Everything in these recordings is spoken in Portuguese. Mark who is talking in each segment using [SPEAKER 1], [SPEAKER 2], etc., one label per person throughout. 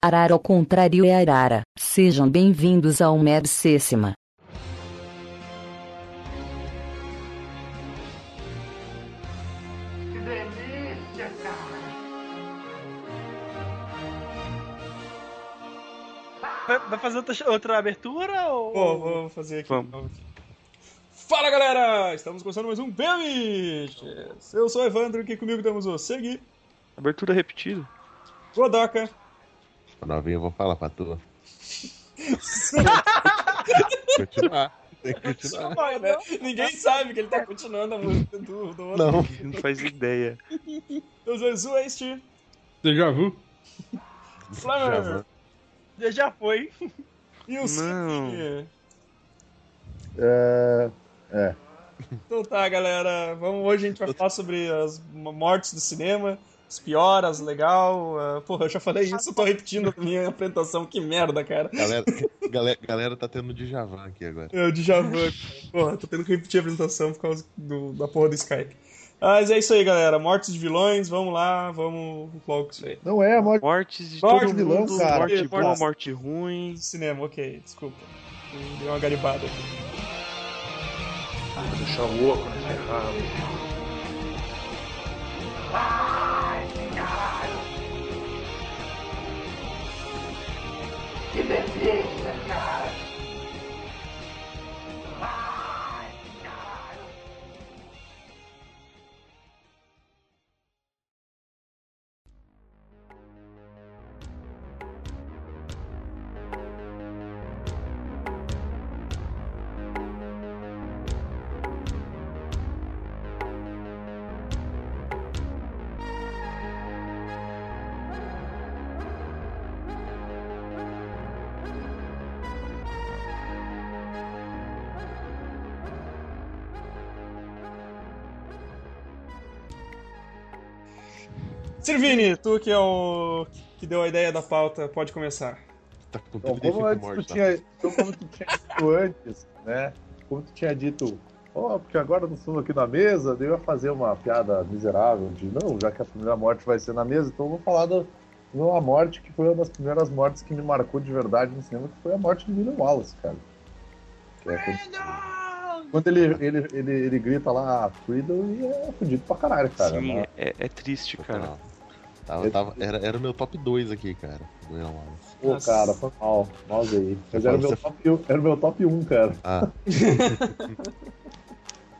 [SPEAKER 1] Arara ao contrário é Arara. Sejam bem-vindos ao Mercêssima.
[SPEAKER 2] Que delícia, cara!
[SPEAKER 3] Vai, vai fazer outra, outra abertura ou.
[SPEAKER 4] Pô, vou fazer aqui.
[SPEAKER 3] Vamos.
[SPEAKER 4] Fala galera! Estamos começando mais um Bemis! Eu sou o Evandro, aqui comigo temos o Segui,
[SPEAKER 3] Abertura repetida.
[SPEAKER 4] Godoka,
[SPEAKER 5] Novinho, eu vou falar pra tu. continuar. Tem que continuar.
[SPEAKER 4] Vai, né? Ninguém sabe que ele tá continuando a música do, do outro.
[SPEAKER 5] Não.
[SPEAKER 3] Não faz ideia.
[SPEAKER 4] Temos o Zueste,
[SPEAKER 6] Déjà vu?
[SPEAKER 4] Flammer
[SPEAKER 3] Já, já foi.
[SPEAKER 4] e o
[SPEAKER 3] Não.
[SPEAKER 4] Segui.
[SPEAKER 7] É,
[SPEAKER 4] Então tá, galera. Vamos, hoje a gente vai falar sobre as m- mortes do cinema, as pioras, legal. ah, porra, eu já falei isso, eu tô repetindo a minha apresentação. Que merda, cara.
[SPEAKER 5] Galera, galera, galera tá tendo Djavan aqui agora.
[SPEAKER 4] É, o Djavan. cara. Porra, tô tendo que repetir a apresentação por causa do- da porra do Skype. Mas é isso aí, galera. Mortes de vilões, vamos lá, vamos logo com isso aí.
[SPEAKER 7] não é a morte.
[SPEAKER 3] Mortes de
[SPEAKER 4] Morte
[SPEAKER 3] todo
[SPEAKER 7] de vilão,
[SPEAKER 3] mundo.
[SPEAKER 7] cara.
[SPEAKER 3] Morte
[SPEAKER 4] Morte.
[SPEAKER 3] boa, morte ruim.
[SPEAKER 4] Cinema, ok, desculpa. Deu uma garibada aqui.
[SPEAKER 2] Que delícia, cara!
[SPEAKER 4] Sirvini, tu que é o. que deu a ideia da pauta, pode começar.
[SPEAKER 5] Tá com
[SPEAKER 7] Então,
[SPEAKER 5] tudo defeito
[SPEAKER 7] como antes tu
[SPEAKER 5] morte.
[SPEAKER 7] tinha,
[SPEAKER 5] Tá?
[SPEAKER 7] então, como tu tinha dito antes, né? Como tu tinha dito, ó, porque agora nós estamos aqui na mesa, daí eu ia fazer uma piada miserável de não, já que a primeira morte vai ser na mesa, então eu vou falar da de uma morte que foi uma das primeiras mortes que me marcou de verdade no cinema, que foi a morte de William Wallace, cara. Que é quando quando ele, ele, ele, ele grita lá Freedom e é fudido pra caralho, cara.
[SPEAKER 3] Sim,
[SPEAKER 7] Mas-
[SPEAKER 3] é, é triste, cara.
[SPEAKER 5] Não. Tava, tava- era, era o meu top 2 aqui, cara. Do Ian Wallace.
[SPEAKER 7] Pô,
[SPEAKER 4] Nossa.
[SPEAKER 7] cara, foi mal. Nós aí. Mas
[SPEAKER 5] Você fala-
[SPEAKER 7] era meu,
[SPEAKER 5] você-
[SPEAKER 7] top, um, era meu top 1, cara.
[SPEAKER 5] Ah,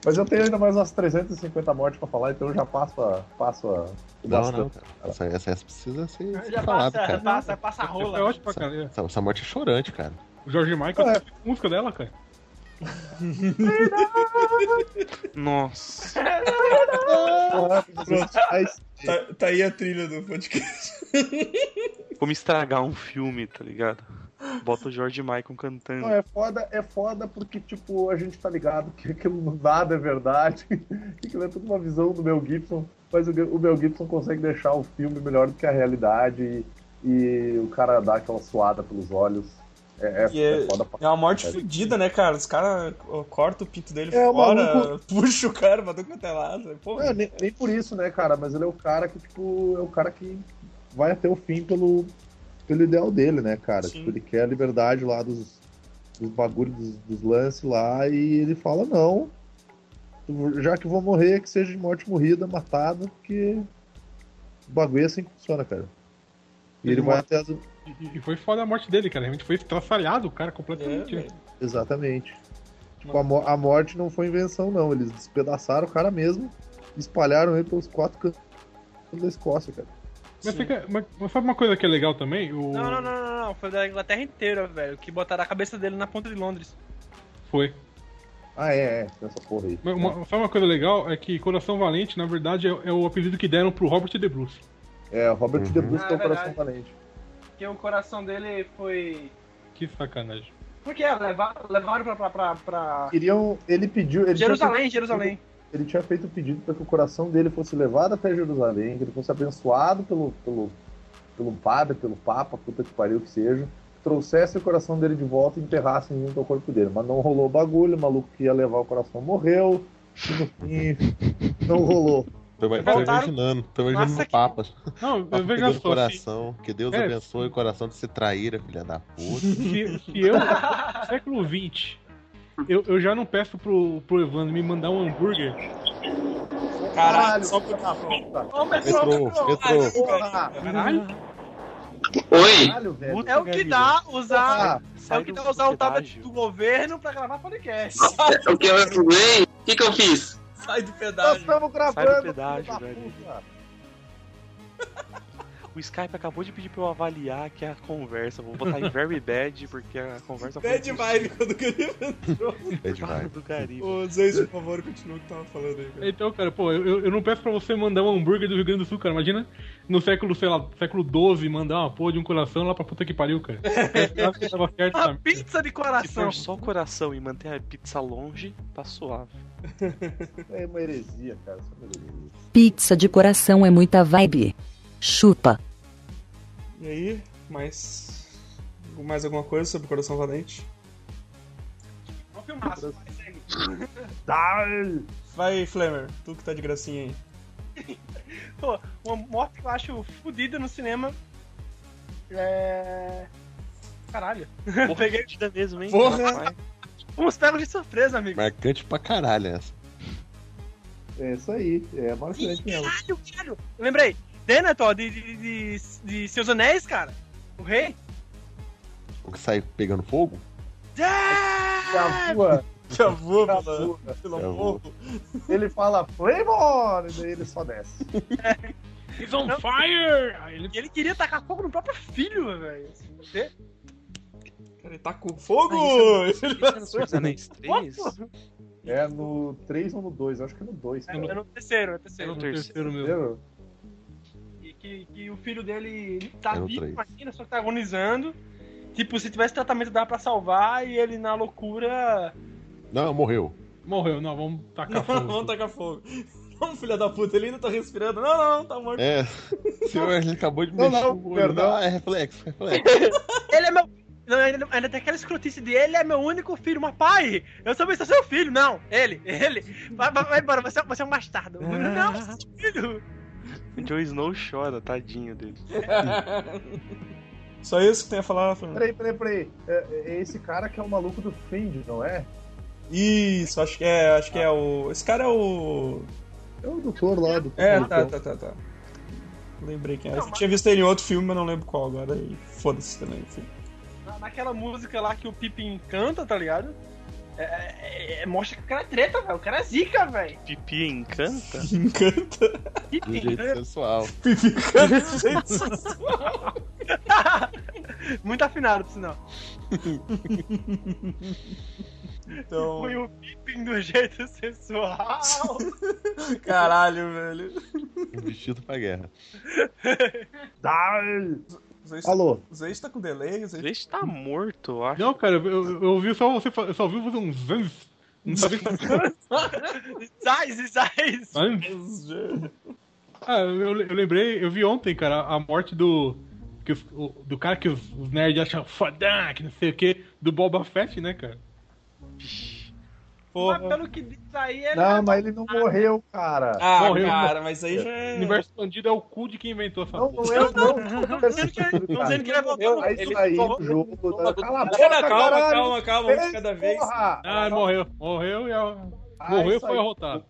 [SPEAKER 7] Mas eu tenho ainda mais umas 350 mortes pra falar, então eu já passo a. Passo a o
[SPEAKER 5] não,
[SPEAKER 7] bastão.
[SPEAKER 5] não, cara. Essa, essa, essa precisa ser, ser
[SPEAKER 3] Já
[SPEAKER 5] falada,
[SPEAKER 3] passa, já
[SPEAKER 5] cara.
[SPEAKER 3] passa, passa a
[SPEAKER 6] Foi
[SPEAKER 3] rola.
[SPEAKER 6] ótimo pra caralho.
[SPEAKER 5] Essa, essa morte é chorante, cara.
[SPEAKER 6] O Jorge Michael
[SPEAKER 7] É.
[SPEAKER 6] é. a música dela, cara.
[SPEAKER 3] Nossa.
[SPEAKER 7] Ah, pronto. Aí,
[SPEAKER 8] É.
[SPEAKER 4] Tá, tá aí a trilha do podcast.
[SPEAKER 3] Como estragar um filme, tá ligado? Bota o George Michael cantando.
[SPEAKER 7] não, é foda, é foda porque, tipo, a gente tá ligado que aquilo nada é verdade. que Aquilo é tudo uma visão do Mel Gibson. Mas o, o Mel Gibson consegue deixar o filme melhor do que a realidade e, e o cara dá aquela suada pelos olhos. É, é-
[SPEAKER 4] E é-
[SPEAKER 7] é foda pra
[SPEAKER 4] É uma morte fodida, né, cara? Os caras ó, cortam o pinto dele
[SPEAKER 7] É, o
[SPEAKER 4] fora,
[SPEAKER 7] maluco-
[SPEAKER 4] puxa o cara, bateu com o telado. Pô,
[SPEAKER 7] É, nem, nem por isso, né, cara? Mas ele é o cara que, tipo, é o cara que vai até o fim pelo, pelo ideal dele, né, cara?
[SPEAKER 4] Sim.
[SPEAKER 7] Tipo, ele quer a liberdade lá dos, dos bagulhos, dos, dos lances lá, e ele fala, não, já que vou morrer, que seja de morte morrida, matada, porque o bagulho é assim que funciona, cara. E ele,
[SPEAKER 6] Ele
[SPEAKER 7] vai
[SPEAKER 6] morre.
[SPEAKER 7] até as...
[SPEAKER 6] E, e foi foda a morte dele, cara. Realmente foi estraçalhado o cara completamente.
[SPEAKER 4] É,
[SPEAKER 6] né?
[SPEAKER 7] Exatamente. Tipo, a, mo- a morte não foi invenção, não. Eles despedaçaram o cara mesmo, espalharam ele pelos quatro cantos da Escócia, cara.
[SPEAKER 6] mas, fica- mas- mas sabe uma coisa que é legal também? O...
[SPEAKER 9] Não, não, não, não, não. Foi da Inglaterra inteira, velho. Que botaram a cabeça dele na ponta de Londres.
[SPEAKER 6] Foi.
[SPEAKER 7] Ah, é, é, tem essa porra aí.
[SPEAKER 6] Mas uma- sabe uma coisa legal? É que Coração Valente, na verdade, é, é o apelido que deram pro Robert De Bruce.
[SPEAKER 7] É, o Robert
[SPEAKER 5] Uhum.
[SPEAKER 7] De Bruce
[SPEAKER 9] Ah,
[SPEAKER 7] tem
[SPEAKER 9] é
[SPEAKER 7] o coração
[SPEAKER 9] verdade.
[SPEAKER 7] valente.
[SPEAKER 9] Porque o coração dele foi.
[SPEAKER 6] Que sacanagem.
[SPEAKER 9] Por quê? Levaram, levaram pra. pra, pra, pra...
[SPEAKER 7] Queriam, ele pediu, ele
[SPEAKER 9] Jerusalém,
[SPEAKER 7] tinha feito,
[SPEAKER 9] Jerusalém.
[SPEAKER 7] Ele tinha feito o pedido para que o coração dele fosse levado até Jerusalém, que ele fosse abençoado pelo, pelo, pelo padre, pelo papa, puta que pariu que seja, trouxesse o coração dele de volta e enterrassem junto ao corpo dele. Mas não rolou o bagulho, o maluco que ia levar o coração morreu, e no fim não rolou.
[SPEAKER 5] Tô, ima- tô
[SPEAKER 9] Voltaram-
[SPEAKER 5] imaginando, tô imaginando
[SPEAKER 9] Nossa,
[SPEAKER 5] o
[SPEAKER 9] que-
[SPEAKER 5] Papa.
[SPEAKER 6] Não,
[SPEAKER 5] Papa
[SPEAKER 6] veja
[SPEAKER 5] pegando o
[SPEAKER 6] só, se,
[SPEAKER 5] coração. Que Deus
[SPEAKER 6] É.
[SPEAKER 5] abençoe o coração de se traíra, filha da puta.
[SPEAKER 6] se, se eu, no século XX, eu, eu já não peço pro, pro Evandro me mandar um hambúrguer.
[SPEAKER 4] Caralho, só um por
[SPEAKER 7] puta.
[SPEAKER 9] Ô,
[SPEAKER 5] Metrô,
[SPEAKER 9] pessoal,
[SPEAKER 5] metrô.
[SPEAKER 7] Porra,
[SPEAKER 6] Caralho,
[SPEAKER 8] Oi!
[SPEAKER 7] caralho, velho.
[SPEAKER 9] É o que dá usar.
[SPEAKER 7] Ah,
[SPEAKER 9] É o que dá usar o tablet do governo pra gravar podcast.
[SPEAKER 8] É, O que eu fui? O que, que eu fiz?
[SPEAKER 4] Sai do
[SPEAKER 7] nós
[SPEAKER 4] pedágio.
[SPEAKER 7] estamos gravando.
[SPEAKER 3] Sai do
[SPEAKER 7] filho
[SPEAKER 3] pedágio,
[SPEAKER 7] da
[SPEAKER 3] velho.
[SPEAKER 7] puta.
[SPEAKER 3] O Skype acabou de pedir pra eu avaliar aqui a conversa. Vou botar em very bad, porque a conversa foi.
[SPEAKER 4] Bad vibe quando o Caribe entrou.
[SPEAKER 5] É demais.
[SPEAKER 3] do Caribe.
[SPEAKER 4] Ô, Zeus, por favor, continua o que tava falando aí, cara.
[SPEAKER 6] Então, cara, pô, eu, eu não peço pra você mandar um hambúrguer do Rio Grande do Sul, cara. Imagina no século, sei lá, século XII, mandar uma porra de um coração lá pra puta que pariu, cara. Eu acho que tava certo,
[SPEAKER 9] Uma
[SPEAKER 6] sabe?
[SPEAKER 9] pizza de
[SPEAKER 3] Se
[SPEAKER 9] coração.
[SPEAKER 3] for Tipo, só o coração e manter a pizza longe, tá suave.
[SPEAKER 7] É uma heresia, cara. Isso é uma heresia.
[SPEAKER 1] Pizza de coração é muita vibe. Chupa.
[SPEAKER 4] E aí, mais. Mais alguma coisa sobre o Coração Valente?
[SPEAKER 9] Vamos filmar, vai, segue.
[SPEAKER 4] Vai, Flamer, tu que tá de gracinha aí.
[SPEAKER 9] Uma morte que eu acho fodida no cinema. É. Caralho.
[SPEAKER 3] Porra,
[SPEAKER 9] Peguei-
[SPEAKER 3] fudida mesmo, hein?
[SPEAKER 4] Porra!
[SPEAKER 3] Rapaz.
[SPEAKER 9] Uns pegos de surpresa, amigo.
[SPEAKER 5] Marcante pra caralho né? essa.
[SPEAKER 7] É isso aí. É marcante mesmo.
[SPEAKER 9] Caralho, caralho. Eu lembrei. Denethor de, de, de, de Seus Anéis, cara. O rei.
[SPEAKER 5] O que sai pegando fogo?
[SPEAKER 7] Já voa,
[SPEAKER 4] Que avô,
[SPEAKER 7] já
[SPEAKER 4] pela,
[SPEAKER 7] voa.
[SPEAKER 4] pelo
[SPEAKER 5] Já
[SPEAKER 4] morro.
[SPEAKER 7] Ele fala Flavor! E daí ele só desce.
[SPEAKER 6] He's on fire! Aí ele
[SPEAKER 9] E ele queria tacar fogo no próprio filho, velho. Assim, você-
[SPEAKER 4] Cara, ele tá com fogo!
[SPEAKER 3] Ah,
[SPEAKER 4] Ele
[SPEAKER 3] Isso é no Senhor dos Anéis 3?
[SPEAKER 7] É no 3 ou no 2? Acho que é no 2.
[SPEAKER 9] É, é no terceiro, é no terceiro.
[SPEAKER 3] É no
[SPEAKER 6] um terceiro meu.
[SPEAKER 7] Entendeu?
[SPEAKER 9] E que, que o filho dele tá
[SPEAKER 5] É no
[SPEAKER 9] vivo
[SPEAKER 5] três.
[SPEAKER 9] ainda, só que tá agonizando. Tipo, se tivesse tratamento dava pra salvar e ele na loucura.
[SPEAKER 5] Não, morreu.
[SPEAKER 6] morreu, não, vamos tacar
[SPEAKER 4] Não, vamos
[SPEAKER 6] fogo.
[SPEAKER 4] tacar fogo. Não, filha da puta, ele ainda tá respirando. Não, não, tá morto.
[SPEAKER 5] É. Senhor, ele acabou de
[SPEAKER 7] Não,
[SPEAKER 5] mexer
[SPEAKER 7] não,
[SPEAKER 5] o olho.
[SPEAKER 7] perdão.
[SPEAKER 5] Não, é reflexo, reflexo.
[SPEAKER 9] Ele é meu. Não, ainda, ainda tem aquela escrotice de ele é meu único filho, mas pai, eu também sou seu filho. Não, ele, ele. Vai, vai, vai embora, você, é- você é um bastardo. Não, você é seu filho.
[SPEAKER 3] O Joe Snow chora, tadinho dele.
[SPEAKER 4] Só isso que tem a falar, Flamer.
[SPEAKER 7] Peraí, peraí, peraí. É, é esse cara que é o maluco do Find, não é?
[SPEAKER 4] Isso, acho que é, acho que é o. Esse cara é o.
[SPEAKER 7] É o doutor lá do então.
[SPEAKER 4] É,
[SPEAKER 7] do-
[SPEAKER 4] tá, tá, tá, tá. Lembrei quem era.
[SPEAKER 9] Não,
[SPEAKER 4] Eu
[SPEAKER 9] mas-
[SPEAKER 4] tinha visto ele em outro filme, mas não lembro qual agora. E foda-se também. enfim.
[SPEAKER 9] Na- Naquela música lá que o Pippin canta, tá ligado? É, é- é- mostra que o cara é treta, velho. O cara é zica, velho.
[SPEAKER 3] Pipi encanta?
[SPEAKER 4] Encanta.
[SPEAKER 5] Do jeito
[SPEAKER 9] é.
[SPEAKER 5] sensual.
[SPEAKER 4] Pipi canta do jeito
[SPEAKER 9] Muito afinado, por sinal.
[SPEAKER 4] Então,
[SPEAKER 9] Foi o Pippin do jeito sensual.
[SPEAKER 4] caralho, velho.
[SPEAKER 5] Um Vestido pra guerra.
[SPEAKER 4] Zeus,
[SPEAKER 7] Alô?
[SPEAKER 4] Zeus tá com delay, Zeus.
[SPEAKER 3] Deixa tá morto, eu acho.
[SPEAKER 6] Não, cara, eu, eu, eu ouvi só você, fa- eu só ouvi você um zanz. Não sabia que
[SPEAKER 9] Zais, Zais.
[SPEAKER 6] zanz. Ah, eu, eu lembrei, eu vi ontem, cara, a morte do. que os- o- do cara que os, os nerds acham fodão, que não sei o que, do Boba Fett, né, cara?
[SPEAKER 9] Mas
[SPEAKER 4] Porra.
[SPEAKER 9] pelo que diz aí, ele é
[SPEAKER 7] Não, mas ele não morreu, né? cara.
[SPEAKER 4] Ah,
[SPEAKER 6] Morreu.
[SPEAKER 4] cara, mas aí já
[SPEAKER 6] O
[SPEAKER 4] é.
[SPEAKER 6] universo expandido é o cu de quem inventou essa
[SPEAKER 7] Não,
[SPEAKER 6] porra.
[SPEAKER 7] não é, não.
[SPEAKER 9] Não dizendo que ele- não dizendo que ele é voltando.
[SPEAKER 7] Faz isso aí, jogo. Cala a boca,
[SPEAKER 4] Calma, calma,
[SPEAKER 7] caralho.
[SPEAKER 4] calma, calma, um de
[SPEAKER 7] Ei,
[SPEAKER 4] cada vez.
[SPEAKER 7] porra!
[SPEAKER 6] Ah, ele morreu. Morreu e. a-
[SPEAKER 7] Ah,
[SPEAKER 6] Morreu e
[SPEAKER 7] isso
[SPEAKER 6] foi
[SPEAKER 7] aí.
[SPEAKER 6] arrotado.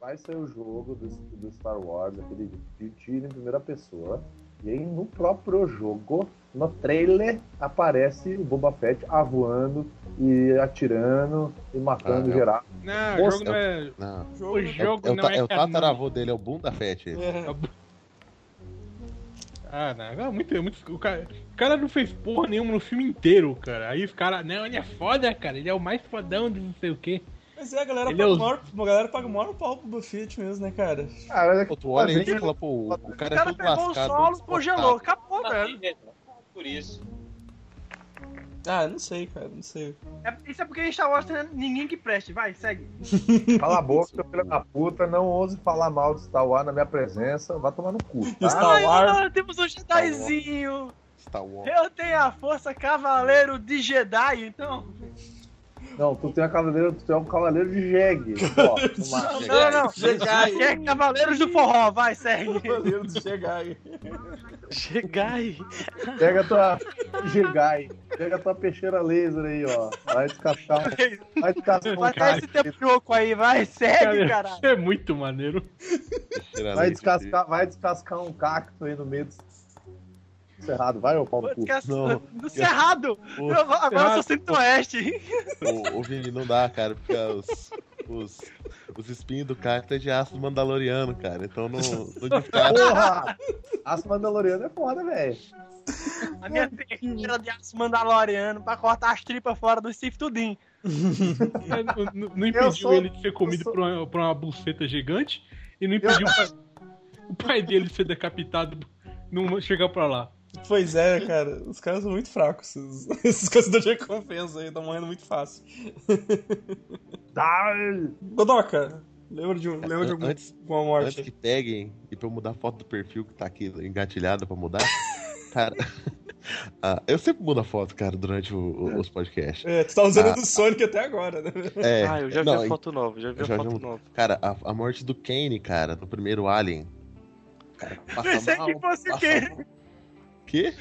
[SPEAKER 7] Vai sair o jogo do, do Star Wars, aquele de tiro em primeira pessoa. E aí no próprio jogo, no trailer, aparece o Boba Fett avoando e atirando e matando
[SPEAKER 5] Ah, é.
[SPEAKER 7] geral.
[SPEAKER 6] Não, o
[SPEAKER 5] Nossa,
[SPEAKER 6] jogo não é.
[SPEAKER 5] Não.
[SPEAKER 6] O
[SPEAKER 4] Jogo.
[SPEAKER 5] É, o-
[SPEAKER 6] jogo
[SPEAKER 5] é o,
[SPEAKER 6] não
[SPEAKER 5] ta-
[SPEAKER 6] é.
[SPEAKER 5] é o
[SPEAKER 6] canônico.
[SPEAKER 5] tataravô dele, é o bunda fete. ele.
[SPEAKER 4] É.
[SPEAKER 6] Ah, não, é muito, é muito. O cara, o cara não fez porra nenhuma no filme inteiro, cara. Aí os caras. Não, ele é foda, cara. Ele é o mais fodão de não sei o quê.
[SPEAKER 4] Mas é, a galera,
[SPEAKER 6] Ele
[SPEAKER 4] paga
[SPEAKER 6] é
[SPEAKER 4] o
[SPEAKER 6] os-
[SPEAKER 4] maior, a galera paga o maior pau pro Buffett mesmo, né, cara?
[SPEAKER 7] Cara, olha que
[SPEAKER 5] Pô, tu olha e
[SPEAKER 7] Tá
[SPEAKER 5] tu fala, pô, o- o
[SPEAKER 9] O
[SPEAKER 5] cara é
[SPEAKER 9] cara
[SPEAKER 5] todo
[SPEAKER 9] pegou o
[SPEAKER 5] lascado.
[SPEAKER 9] solo,
[SPEAKER 5] todo
[SPEAKER 9] congelou,
[SPEAKER 5] descortado.
[SPEAKER 9] acabou, velho.
[SPEAKER 8] Por isso.
[SPEAKER 4] Ah, não sei, cara, não sei.
[SPEAKER 9] É- isso é porque em Star Wars tem ninguém que preste, vai, segue.
[SPEAKER 7] Cala a boca, seu filho da puta. Não ouse falar mal de Star Wars na minha presença. Vai tomar no cu, tá?
[SPEAKER 4] Star Wars.
[SPEAKER 9] olha, temos um Jedizinho.
[SPEAKER 5] Star Wars.
[SPEAKER 9] Eu tenho a força cavaleiro de Jedi, então.
[SPEAKER 7] Não, tu tem a cavaleira, tu é um cavaleiro de jegue. Ó, no máximo.
[SPEAKER 9] Não, não, não.
[SPEAKER 4] Chegai.
[SPEAKER 9] Aqui é Cavaleiros do Forró, vai, segue.
[SPEAKER 4] Cavaleiro do Chegai.
[SPEAKER 3] Chegai.
[SPEAKER 7] Pega tua jegai, pega tua peixeira laser aí, ó. Vai descascar, vai descascar um
[SPEAKER 9] Até
[SPEAKER 7] cara.
[SPEAKER 9] esse tempo troco aí, vai, segue,
[SPEAKER 6] Cara,
[SPEAKER 9] caralho.
[SPEAKER 6] isso é muito maneiro.
[SPEAKER 7] Vai descascar, vai descascar um cacto aí no meio do cerrado. Vai, ô pau no cu.
[SPEAKER 9] Podcast
[SPEAKER 5] Não.
[SPEAKER 9] do Cerrado.
[SPEAKER 5] Ô,
[SPEAKER 9] Eu- agora eu sou centro-oeste.
[SPEAKER 5] Ô, ô Vini, não dá, cara, porque os, os, os espinhos do cacto é de aço mandaloriano, cara. Então não, não descasca.
[SPEAKER 7] Porra! Aço Mandaloriano é foda, velho.
[SPEAKER 9] A minha técnica de aço mandaloriano pra cortar as tripas fora do Sif Tudin.
[SPEAKER 6] É, n- n-
[SPEAKER 7] Eu
[SPEAKER 6] não impediu
[SPEAKER 7] sou-
[SPEAKER 6] ele de ser comido
[SPEAKER 7] eu sou-
[SPEAKER 6] por, uma, por uma buceta gigante e não impediu o pai- o pai dele de ser decapitado não chegar pra lá.
[SPEAKER 4] Pois é, cara. Os caras são muito fracos. Esses, esses caçadores de recompensa aí estão morrendo muito fácil. Godoka, lembra de, um- lembra de algum,
[SPEAKER 5] Antes-
[SPEAKER 4] alguma
[SPEAKER 5] Antes
[SPEAKER 4] morte?
[SPEAKER 5] que peguem, e pra eu mudar a foto do perfil que tá aqui engatilhada pra mudar, cara. ah, eu sempre mudo a foto, cara, durante o- o- os podcasts.
[SPEAKER 4] É, tu tá usando
[SPEAKER 5] Ah.
[SPEAKER 4] a do Sonic até agora, né?
[SPEAKER 5] É,
[SPEAKER 3] ah, eu já
[SPEAKER 5] não,
[SPEAKER 3] vi
[SPEAKER 5] e-
[SPEAKER 3] a foto nova, já vi
[SPEAKER 5] eu
[SPEAKER 3] a
[SPEAKER 5] já
[SPEAKER 3] foto
[SPEAKER 5] vi um-
[SPEAKER 3] nova.
[SPEAKER 5] Cara, a, a morte do Kane, cara, no primeiro Alien. Cara, passa
[SPEAKER 9] Pensei
[SPEAKER 5] mal,
[SPEAKER 9] que fosse Ah, o
[SPEAKER 5] passa
[SPEAKER 9] Kenny.
[SPEAKER 5] mal. Quê?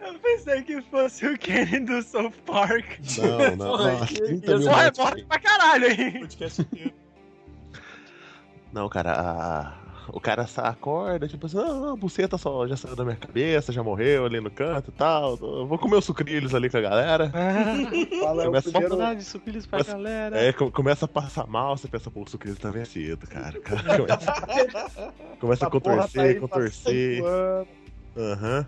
[SPEAKER 9] Eu pensei que fosse o Kenny do South Park.
[SPEAKER 5] Não, não, não.
[SPEAKER 4] Porra, que-
[SPEAKER 5] 30
[SPEAKER 4] eu
[SPEAKER 9] Eu
[SPEAKER 5] mil
[SPEAKER 9] sou
[SPEAKER 5] mortes.
[SPEAKER 9] repórter pra caralho, hein?
[SPEAKER 4] Podcast inteiro.
[SPEAKER 5] Não, cara, a- o cara sa- acorda, tipo assim, não, não, a buceta só já saiu da minha cabeça, já morreu ali no canto e tal. Eu vou comer os sucrilhos ali com a galera.
[SPEAKER 3] Ah,
[SPEAKER 7] Fala, é o
[SPEAKER 5] Começa a
[SPEAKER 7] primeiro,
[SPEAKER 3] Saudade, sucrilhos pra
[SPEAKER 5] Mas-
[SPEAKER 3] galera.
[SPEAKER 7] né?
[SPEAKER 5] É, co- começa a passar mal, você pensa, pô, o sucrilho tá vencido, cara. O cara começa, começa a
[SPEAKER 7] essa porra tá
[SPEAKER 5] contorcer,
[SPEAKER 7] aí
[SPEAKER 5] contorcer.
[SPEAKER 7] passando ano.
[SPEAKER 5] Aham.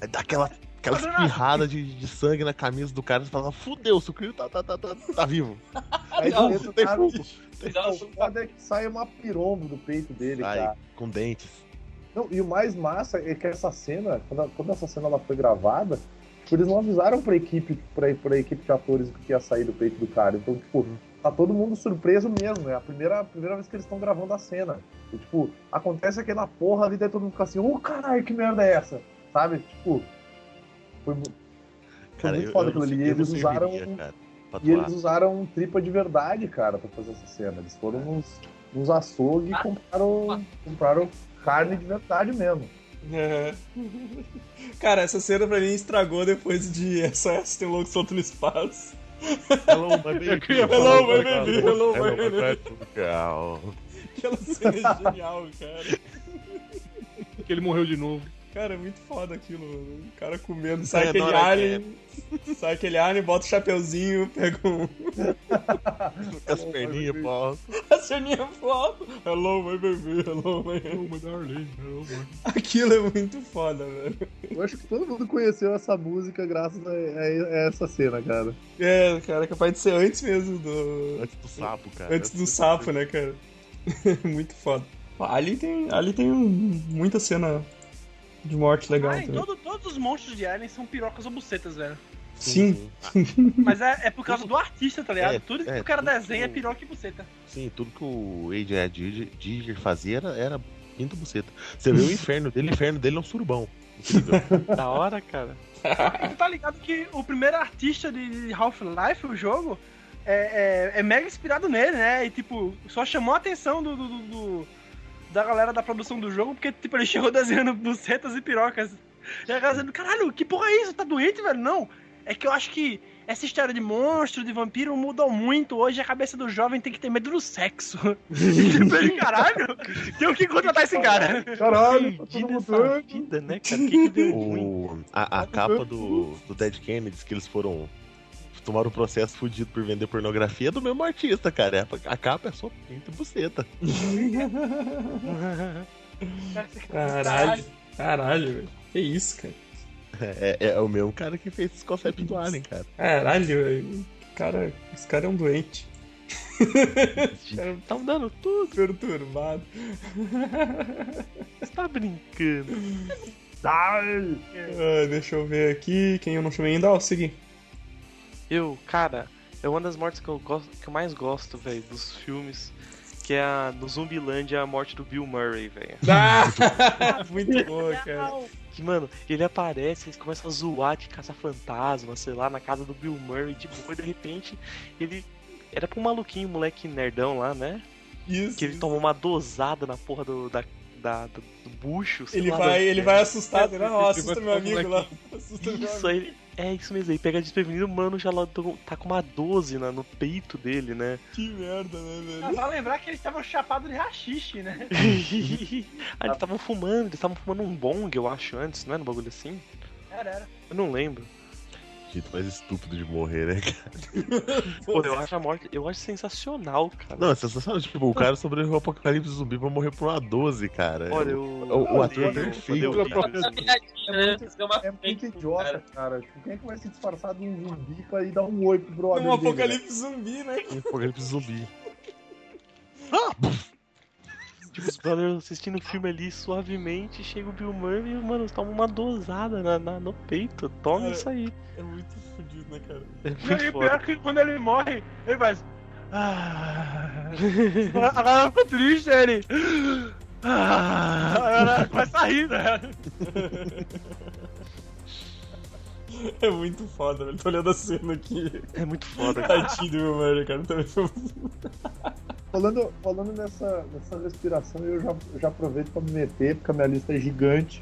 [SPEAKER 5] Aí dá aquela, aquela
[SPEAKER 7] é
[SPEAKER 5] espirrada
[SPEAKER 7] assim.
[SPEAKER 5] de, de sangue na camisa do cara e fala, fudeu, o sucrilho tá, tá, tá, tá, tá vivo.
[SPEAKER 7] Aí
[SPEAKER 5] Não,
[SPEAKER 7] dentro
[SPEAKER 5] tem
[SPEAKER 7] tá-
[SPEAKER 5] fogo.
[SPEAKER 7] o foda é que sai uma pirombo do peito dele, cara.
[SPEAKER 5] Ai, com dentes.
[SPEAKER 7] Não, e o mais massa é que essa cena, quando, quando essa cena ela foi gravada, tipo, eles não avisaram pra equipe, pra, pra equipe de atores o que ia sair do peito do cara. Então, tipo, tá todo mundo surpreso mesmo. É a primeira, a primeira vez que eles estão gravando a cena. E, tipo, acontece aquela porra ali, daí todo mundo fica assim, ô caralho, que merda é essa? Sabe? Tipo. Foi, mu- foi
[SPEAKER 5] Cara,
[SPEAKER 7] muito
[SPEAKER 5] eu-
[SPEAKER 7] foda
[SPEAKER 5] eu não
[SPEAKER 7] aquilo ali.
[SPEAKER 5] sei- eu
[SPEAKER 7] E
[SPEAKER 5] não
[SPEAKER 7] eles usaram. um-
[SPEAKER 5] serviria, é, cara, pra
[SPEAKER 7] E
[SPEAKER 5] atuar.
[SPEAKER 7] eles usaram um tripa de verdade, cara, pra fazer essa cena. Eles foram nos, nos açougue e compraram, compraram carne de verdade mesmo.
[SPEAKER 4] É. Cara, essa cena pra mim estragou depois de SOS tem um louco solto no espaço.
[SPEAKER 5] Hello, my baby.
[SPEAKER 6] Eu queria
[SPEAKER 4] falar Hello, my baby. Hello, my
[SPEAKER 5] é,
[SPEAKER 4] baby.
[SPEAKER 5] Portugal.
[SPEAKER 4] Aquela cena é genial, cara.
[SPEAKER 6] Que ele morreu de novo.
[SPEAKER 4] Cara, é muito foda aquilo, mano. O cara comendo, sai
[SPEAKER 5] É,
[SPEAKER 4] aquele
[SPEAKER 5] adoro,
[SPEAKER 4] alien, sai aquele alien, bota o chapeuzinho, pega um.
[SPEAKER 5] As perninhas, pô.
[SPEAKER 4] A ceninha pro alto. Hello, my baby, hello, my baby.
[SPEAKER 6] Oh, my darling, oh, my-
[SPEAKER 4] Aquilo é muito foda, velho.
[SPEAKER 7] Eu acho que todo mundo conheceu essa música graças a, a- a essa cena, cara.
[SPEAKER 4] É, cara, capaz de ser antes mesmo do.
[SPEAKER 5] Antes do sapo, cara.
[SPEAKER 4] Antes do sapo, né, cara? Muito foda. Ali tem, ali tem um- muita cena de morte legal
[SPEAKER 9] Ai,
[SPEAKER 4] também.
[SPEAKER 9] todo- todos os monstros de Alien são pirocas ou bucetas, velho.
[SPEAKER 4] Sim.
[SPEAKER 9] Mas é, é por causa do artista, tá ligado?
[SPEAKER 5] É,
[SPEAKER 9] Tudo que
[SPEAKER 5] é,
[SPEAKER 9] o cara
[SPEAKER 5] tudo
[SPEAKER 9] desenha é
[SPEAKER 5] que-
[SPEAKER 9] piroca e buceta.
[SPEAKER 5] Sim, tudo que o AJ Diger- Diger fazia era, era pinto buceta. Você vê o inferno dele, o inferno dele é um surubão. Incrível.
[SPEAKER 3] Da hora, cara.
[SPEAKER 9] E tu tá ligado que o primeiro artista de Half-Life, o jogo, é, é- é mega inspirado nele, né? E tipo, só chamou a atenção do, do- do- do- da galera da produção do jogo, porque tipo, ele chegou desenhando bucetas e pirocas. E a galera dizendo, caralho, que porra é isso? Tá doente, velho? Não. É que eu acho que essa história de monstro, de vampiro, mudou muito. Hoje a cabeça do jovem tem que ter medo do sexo. Tipo, ele, caralho, tem que contratar esse cara.
[SPEAKER 7] Caralho, tá todo
[SPEAKER 3] Entendi
[SPEAKER 7] mundo
[SPEAKER 3] dessa
[SPEAKER 7] doido.
[SPEAKER 3] vida, né, cara? O que, que deu ruim?
[SPEAKER 5] O, a, a capa do, do Dead Kennedy que eles foram. Tomaram um processo fudido por vender pornografia é do mesmo artista, cara. É, A capa é só pinto e buceta.
[SPEAKER 4] Caralho. Caralho, velho. Que isso, cara.
[SPEAKER 5] É, é- é o mesmo cara que fez esse concept do Alien, cara.
[SPEAKER 4] Caralho, velho. Cara, esse cara é um doente.
[SPEAKER 3] Tá dando tudo,
[SPEAKER 4] Perturbado.
[SPEAKER 3] você tá brincando.
[SPEAKER 4] Ah, deixa eu ver aqui. Quem eu não chamei ainda? Ó, segui.
[SPEAKER 3] Eu, cara, é uma das mortes que eu, gosto, que eu mais gosto, velho, dos filmes. Que é a, no Zumbilândia, a morte do Bill Murray, velho.
[SPEAKER 4] Ah, muito boa, cara.
[SPEAKER 3] Que, mano, ele aparece, eles começam a zoar de caça-fantasma, sei lá, na casa do Bill Murray, de boa, e de repente ele. Era pra um maluquinho, moleque nerdão lá, né?
[SPEAKER 4] Isso.
[SPEAKER 3] Que ele tomou uma dosada na porra do, da, da- do, do bucho. sei
[SPEAKER 4] Ele
[SPEAKER 3] lá,
[SPEAKER 4] vai,
[SPEAKER 3] da-
[SPEAKER 4] ele vai assustado, né? Ó,
[SPEAKER 6] Ele
[SPEAKER 4] assusta
[SPEAKER 6] vai
[SPEAKER 4] meu
[SPEAKER 6] ficar
[SPEAKER 4] amigo lá.
[SPEAKER 6] moleque.
[SPEAKER 4] Assusta meu amigo.
[SPEAKER 3] Isso aí, ele- é isso mesmo, aí pega desprevenido, mano, já lá do- tá com uma 12 na- no peito dele, né?
[SPEAKER 4] Que merda, né,
[SPEAKER 9] Ah,
[SPEAKER 4] velho?
[SPEAKER 9] Vai lembrar que eles estavam chapados de rachixe, né?
[SPEAKER 3] aí eles estavam fumando, eles estavam fumando um bong, eu acho, antes, não era um bagulho assim?
[SPEAKER 9] Era, era.
[SPEAKER 3] Eu não lembro.
[SPEAKER 5] Jeito mais estúpido de morrer, né? cara?
[SPEAKER 3] Pô, eu acho a morte, eu acho sensacional, cara.
[SPEAKER 5] Não, é sensacional. Tipo, o cara sobreviveu ao apocalipse zumbi pra morrer por uma 12, cara. É
[SPEAKER 3] Olha,
[SPEAKER 5] eu...
[SPEAKER 3] eu.
[SPEAKER 5] o- o ator
[SPEAKER 3] odeio-
[SPEAKER 5] perfeito.
[SPEAKER 3] odeio vídeos.
[SPEAKER 8] piadinha, né? Fazer uma
[SPEAKER 7] É muito
[SPEAKER 8] fake,
[SPEAKER 7] idiota,
[SPEAKER 8] cara.
[SPEAKER 7] cara. Tipo, Quem é que vai se disfarçar de um zumbi pra ir dar um oi pro
[SPEAKER 4] Um
[SPEAKER 7] brother? dele, né?
[SPEAKER 4] apocalipse zumbi, né?
[SPEAKER 5] um apocalipse zumbi.
[SPEAKER 3] Tipo, os brothers assistindo o filme ali suavemente, chega o Bill Murray e, mano, toma uma dosada na, na- no peito. Toma
[SPEAKER 4] Cara,
[SPEAKER 3] isso aí.
[SPEAKER 4] É muito fodido, né, cara?
[SPEAKER 3] É
[SPEAKER 9] Não, e
[SPEAKER 3] muito
[SPEAKER 9] o pior
[SPEAKER 3] foda.
[SPEAKER 9] é que quando ele morre, ele faz. Ah. A
[SPEAKER 7] Ah,
[SPEAKER 9] galera ficou triste, aí ele. Ah. A galera começa a rir, né?
[SPEAKER 4] É muito foda, velho. Tô olhando a cena aqui.
[SPEAKER 3] É muito foda, cara.
[SPEAKER 4] Tadinho do meu mano, cara. Também foi
[SPEAKER 7] Falando, falando nessa, nessa respiração, eu já, eu já aproveito pra me meter, porque a minha lista é gigante.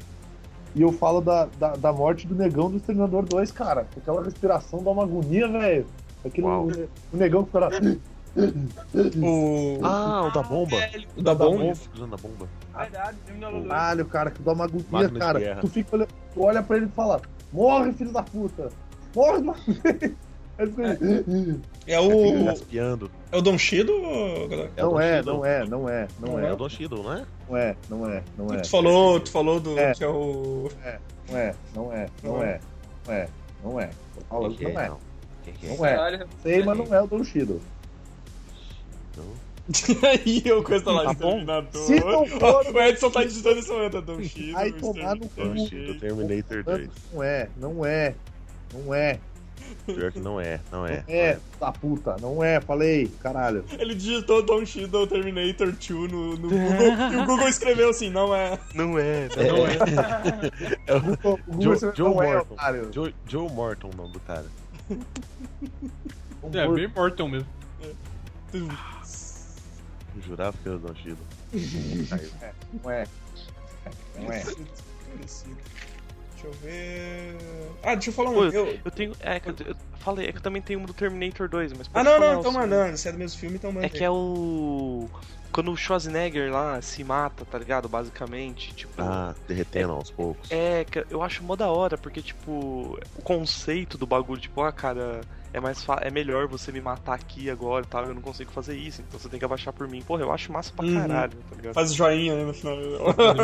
[SPEAKER 7] E eu falo da, da, da morte do negão do Exterminador 2, cara. Aquela respiração dá uma agonia, velho. Aquele
[SPEAKER 5] Uau.
[SPEAKER 7] o negão que fica lá.
[SPEAKER 4] o...
[SPEAKER 5] Ah, o da bomba.
[SPEAKER 9] Velho,
[SPEAKER 4] o da bomba.
[SPEAKER 5] Isso, usando a bomba.
[SPEAKER 9] Verdade, terminou o Lulu.
[SPEAKER 7] Caralho, cara, que dá uma agonia,
[SPEAKER 5] Máquina de
[SPEAKER 7] cara.
[SPEAKER 5] guerra.
[SPEAKER 7] Tu fica olhando, tu olha pra ele e fala: Morre, filho da puta! Morre de uma vez! Aí fica ele,
[SPEAKER 4] É
[SPEAKER 5] Fica
[SPEAKER 4] o...
[SPEAKER 5] Gaspeando.
[SPEAKER 4] É o Don Shido, ô, Godoy?
[SPEAKER 5] o
[SPEAKER 7] Não
[SPEAKER 5] Don
[SPEAKER 7] é,
[SPEAKER 5] Cheadle.
[SPEAKER 7] não é, não é, não
[SPEAKER 5] É
[SPEAKER 7] é,
[SPEAKER 5] o Don Cheadle, né?
[SPEAKER 7] não é, não é, não é.
[SPEAKER 4] Tu falou, tu falou do
[SPEAKER 7] É.
[SPEAKER 4] que é o...
[SPEAKER 7] Não é, não é, não é, não é, não é. Tô falando que
[SPEAKER 5] Quem que
[SPEAKER 7] não é.
[SPEAKER 5] não? Quem que é?
[SPEAKER 7] Não é.
[SPEAKER 8] Caralho.
[SPEAKER 7] Sei, mas não é o Don Shido.
[SPEAKER 4] Aí eu coisa lá,
[SPEAKER 3] Tá bom?
[SPEAKER 4] Exterminador.
[SPEAKER 7] Se não for,
[SPEAKER 4] O Edson tá digitando esse momento, Don Shido.
[SPEAKER 7] Vai tomar no
[SPEAKER 5] Don
[SPEAKER 7] cu.
[SPEAKER 5] Cheadle, Terminator 2.
[SPEAKER 7] Não é, não é, não é,
[SPEAKER 5] Pior que não é, não é.
[SPEAKER 7] não é, da puta, não é, falei, caralho.
[SPEAKER 4] Ele digitou Don Shido Terminator 2 no, no Google e o Google escreveu assim, não é.
[SPEAKER 3] Não é, não
[SPEAKER 5] É.
[SPEAKER 7] O Google
[SPEAKER 5] Joe-
[SPEAKER 7] você
[SPEAKER 5] Joe
[SPEAKER 7] não é,
[SPEAKER 5] Morton.
[SPEAKER 7] otário.
[SPEAKER 5] Joe, Joe Morton, o nome do cara.
[SPEAKER 6] É,
[SPEAKER 7] Morton.
[SPEAKER 6] bem Morton mesmo.
[SPEAKER 5] Eu jurava que era o Don Cheadle.
[SPEAKER 7] Não é. Não é.
[SPEAKER 4] Parecido. Deixa eu ver. Ah, deixa eu falar
[SPEAKER 3] Pô,
[SPEAKER 4] um. Eu...
[SPEAKER 3] Eu tenho. É que eu, eu falei, é que eu também tenho um do Terminator 2, mas.
[SPEAKER 4] Ah,
[SPEAKER 3] pode
[SPEAKER 4] não,
[SPEAKER 3] falar
[SPEAKER 4] não, então
[SPEAKER 3] o
[SPEAKER 4] manda.
[SPEAKER 3] seu.
[SPEAKER 4] não, Se é do mesmo filme, então manda.
[SPEAKER 3] É que é o. Quando o Schwarzenegger lá se mata, tá ligado? Basicamente. Tipo.
[SPEAKER 5] Ah, derretendo aos poucos.
[SPEAKER 3] É, que eu acho mó da hora, porque, tipo, o conceito do bagulho, tipo, ah, cara, é mais fa- é melhor você me matar aqui agora e tal, eu não consigo fazer isso, então você tem que abaixar por mim. Porra, eu acho massa pra
[SPEAKER 4] Uhum.
[SPEAKER 3] caralho, tá ligado?
[SPEAKER 4] Faz o joinha né, no final.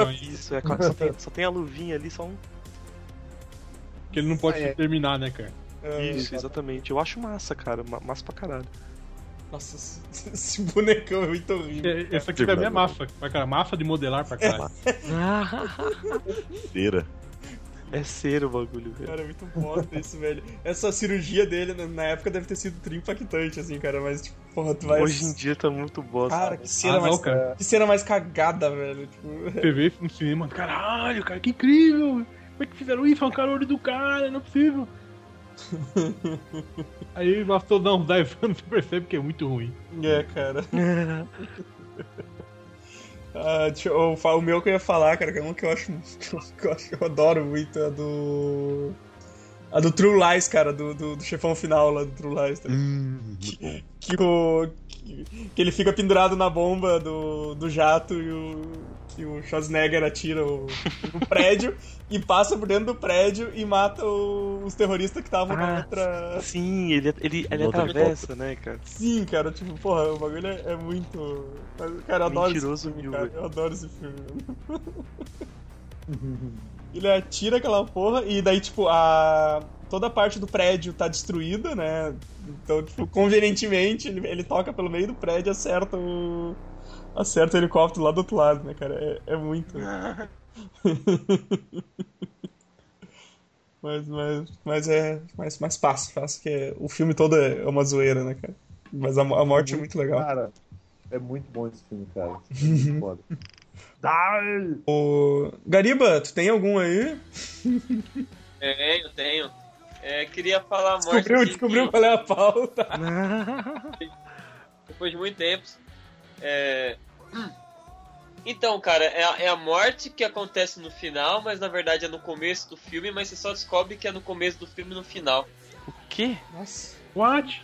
[SPEAKER 3] Isso, é claro, só tem, só tem a luvinha ali, só um.
[SPEAKER 6] Que ele não pode
[SPEAKER 7] Ah, é.
[SPEAKER 6] terminar, né, cara?
[SPEAKER 4] É,
[SPEAKER 3] Isso, exatamente. Eu acho massa, cara, ma- massa pra caralho.
[SPEAKER 4] Nossa, esse- esse bonecão é muito horrível.
[SPEAKER 6] É, Essa aqui pra mim é mafa. Pra cara, mafa de modelar pra caralho.
[SPEAKER 5] Cera.
[SPEAKER 3] é ser o bagulho, velho.
[SPEAKER 4] Cara, é muito bosta isso, velho. Essa cirurgia dele né, na- na época deve ter sido tri impactante, assim, cara. Mas, tipo, porra, tu vai.
[SPEAKER 3] Hoje em dia tá muito bosta.
[SPEAKER 4] Cara, que cena,
[SPEAKER 6] Ah,
[SPEAKER 4] mais...
[SPEAKER 6] não, cara.
[SPEAKER 4] que cena mais cagada, velho. Tipo,
[SPEAKER 6] Você vê isso no cinema, caralho, cara, que incrível! Como é que fizeram isso? Arrancaram o olho do cara, não é possível. Aí bastou dar uns 10 anos, você percebe que é muito ruim.
[SPEAKER 4] é, cara. Ah, deixa eu falar- o meu que eu ia falar, cara, que é um que eu acho que eu, que eu acho que eu adoro muito, é a do. A do True Lies, cara, do, do, do chefão final lá do True Lies, tá ligado?
[SPEAKER 5] Hum, muito bom.
[SPEAKER 4] que, o, que, que ele fica pendurado na bomba do, do jato e o, que o Schwarzenegger atira o, o prédio e passa por dentro do prédio e mata o- os terroristas que estavam na
[SPEAKER 3] Ah.
[SPEAKER 4] outra.
[SPEAKER 3] Sim, ele, é, ele, ele
[SPEAKER 5] Volta de
[SPEAKER 3] atravessa, né, cara?
[SPEAKER 4] Sim, cara, tipo, porra, o bagulho é, é muito. Cara, eu adoro esse
[SPEAKER 3] Mentiroso
[SPEAKER 4] filme,
[SPEAKER 3] mil,
[SPEAKER 4] cara,
[SPEAKER 3] velho.
[SPEAKER 4] eu adoro esse filme. Ele atira aquela porra e daí, tipo, a. Toda a parte do prédio tá destruída, né? Então, tipo, convenientemente, ele, ele toca pelo meio do prédio e acerta o. Acerta o helicóptero lá do outro lado, né, cara? É, é muito.
[SPEAKER 3] Ah.
[SPEAKER 4] mas, mas, mas é. Mas, mas passa, passa, que o filme todo é uma zoeira, né, cara? Mas a, a morte é muito legal.
[SPEAKER 7] Cara, é muito bom esse filme, cara. Esse filme é muito foda. Dai!
[SPEAKER 4] O... Gariba, tu tem algum aí?
[SPEAKER 8] Tenho, tenho. É, queria falar a morte.
[SPEAKER 4] Descobriu,
[SPEAKER 8] aqui,
[SPEAKER 4] descobriu qual é a pauta.
[SPEAKER 8] Depois de muito tempo. É... Então, cara, é a, é a morte que acontece no final, mas na verdade é no começo do filme, mas você só descobre que é no começo do filme e no final.
[SPEAKER 3] O quê?
[SPEAKER 4] Nossa.
[SPEAKER 6] What?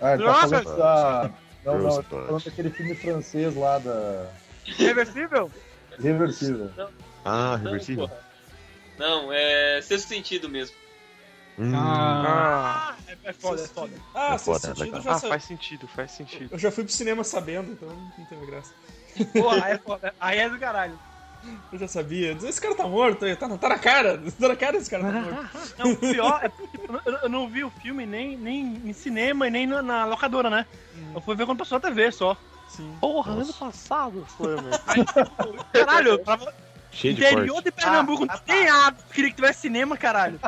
[SPEAKER 7] Ah, ele tá
[SPEAKER 9] Nossa!
[SPEAKER 7] falando da... Não, não, ele tá
[SPEAKER 5] Ghostbusters.
[SPEAKER 7] falando daquele filme francês lá da...
[SPEAKER 9] Irreversível?
[SPEAKER 7] Reversível.
[SPEAKER 5] Ah,
[SPEAKER 8] Não,
[SPEAKER 5] reversível?
[SPEAKER 8] porra. Não, é sexto sentido mesmo.
[SPEAKER 5] Hum,
[SPEAKER 3] Ah,
[SPEAKER 6] Ah,
[SPEAKER 9] É, é foda, é foda.
[SPEAKER 4] Ah,
[SPEAKER 5] É
[SPEAKER 4] seu
[SPEAKER 5] foda,
[SPEAKER 4] sentido
[SPEAKER 5] legal.
[SPEAKER 4] já
[SPEAKER 3] ah,
[SPEAKER 4] sa-
[SPEAKER 3] faz sentido, faz sentido.
[SPEAKER 4] Eu já fui pro cinema sabendo, então não teve graça.
[SPEAKER 9] Porra, aí é foda. Aí é do caralho.
[SPEAKER 4] Eu já sabia. Esse cara tá morto, tá, na- tá na cara. Tá na cara esse cara tá morto.
[SPEAKER 9] Não, o pior é porque tipo, eu, eu não vi o filme nem, nem em cinema e nem na, na locadora, né? Eu fui ver quando passou na TV só.
[SPEAKER 4] Sim.
[SPEAKER 3] Porra, ano passado, né? Flamer.
[SPEAKER 9] tipo, Caralho, eu tava
[SPEAKER 5] cheio de
[SPEAKER 9] interior
[SPEAKER 5] corte.
[SPEAKER 9] de Pernambuco, não tem a queria que tivesse cinema, caralho.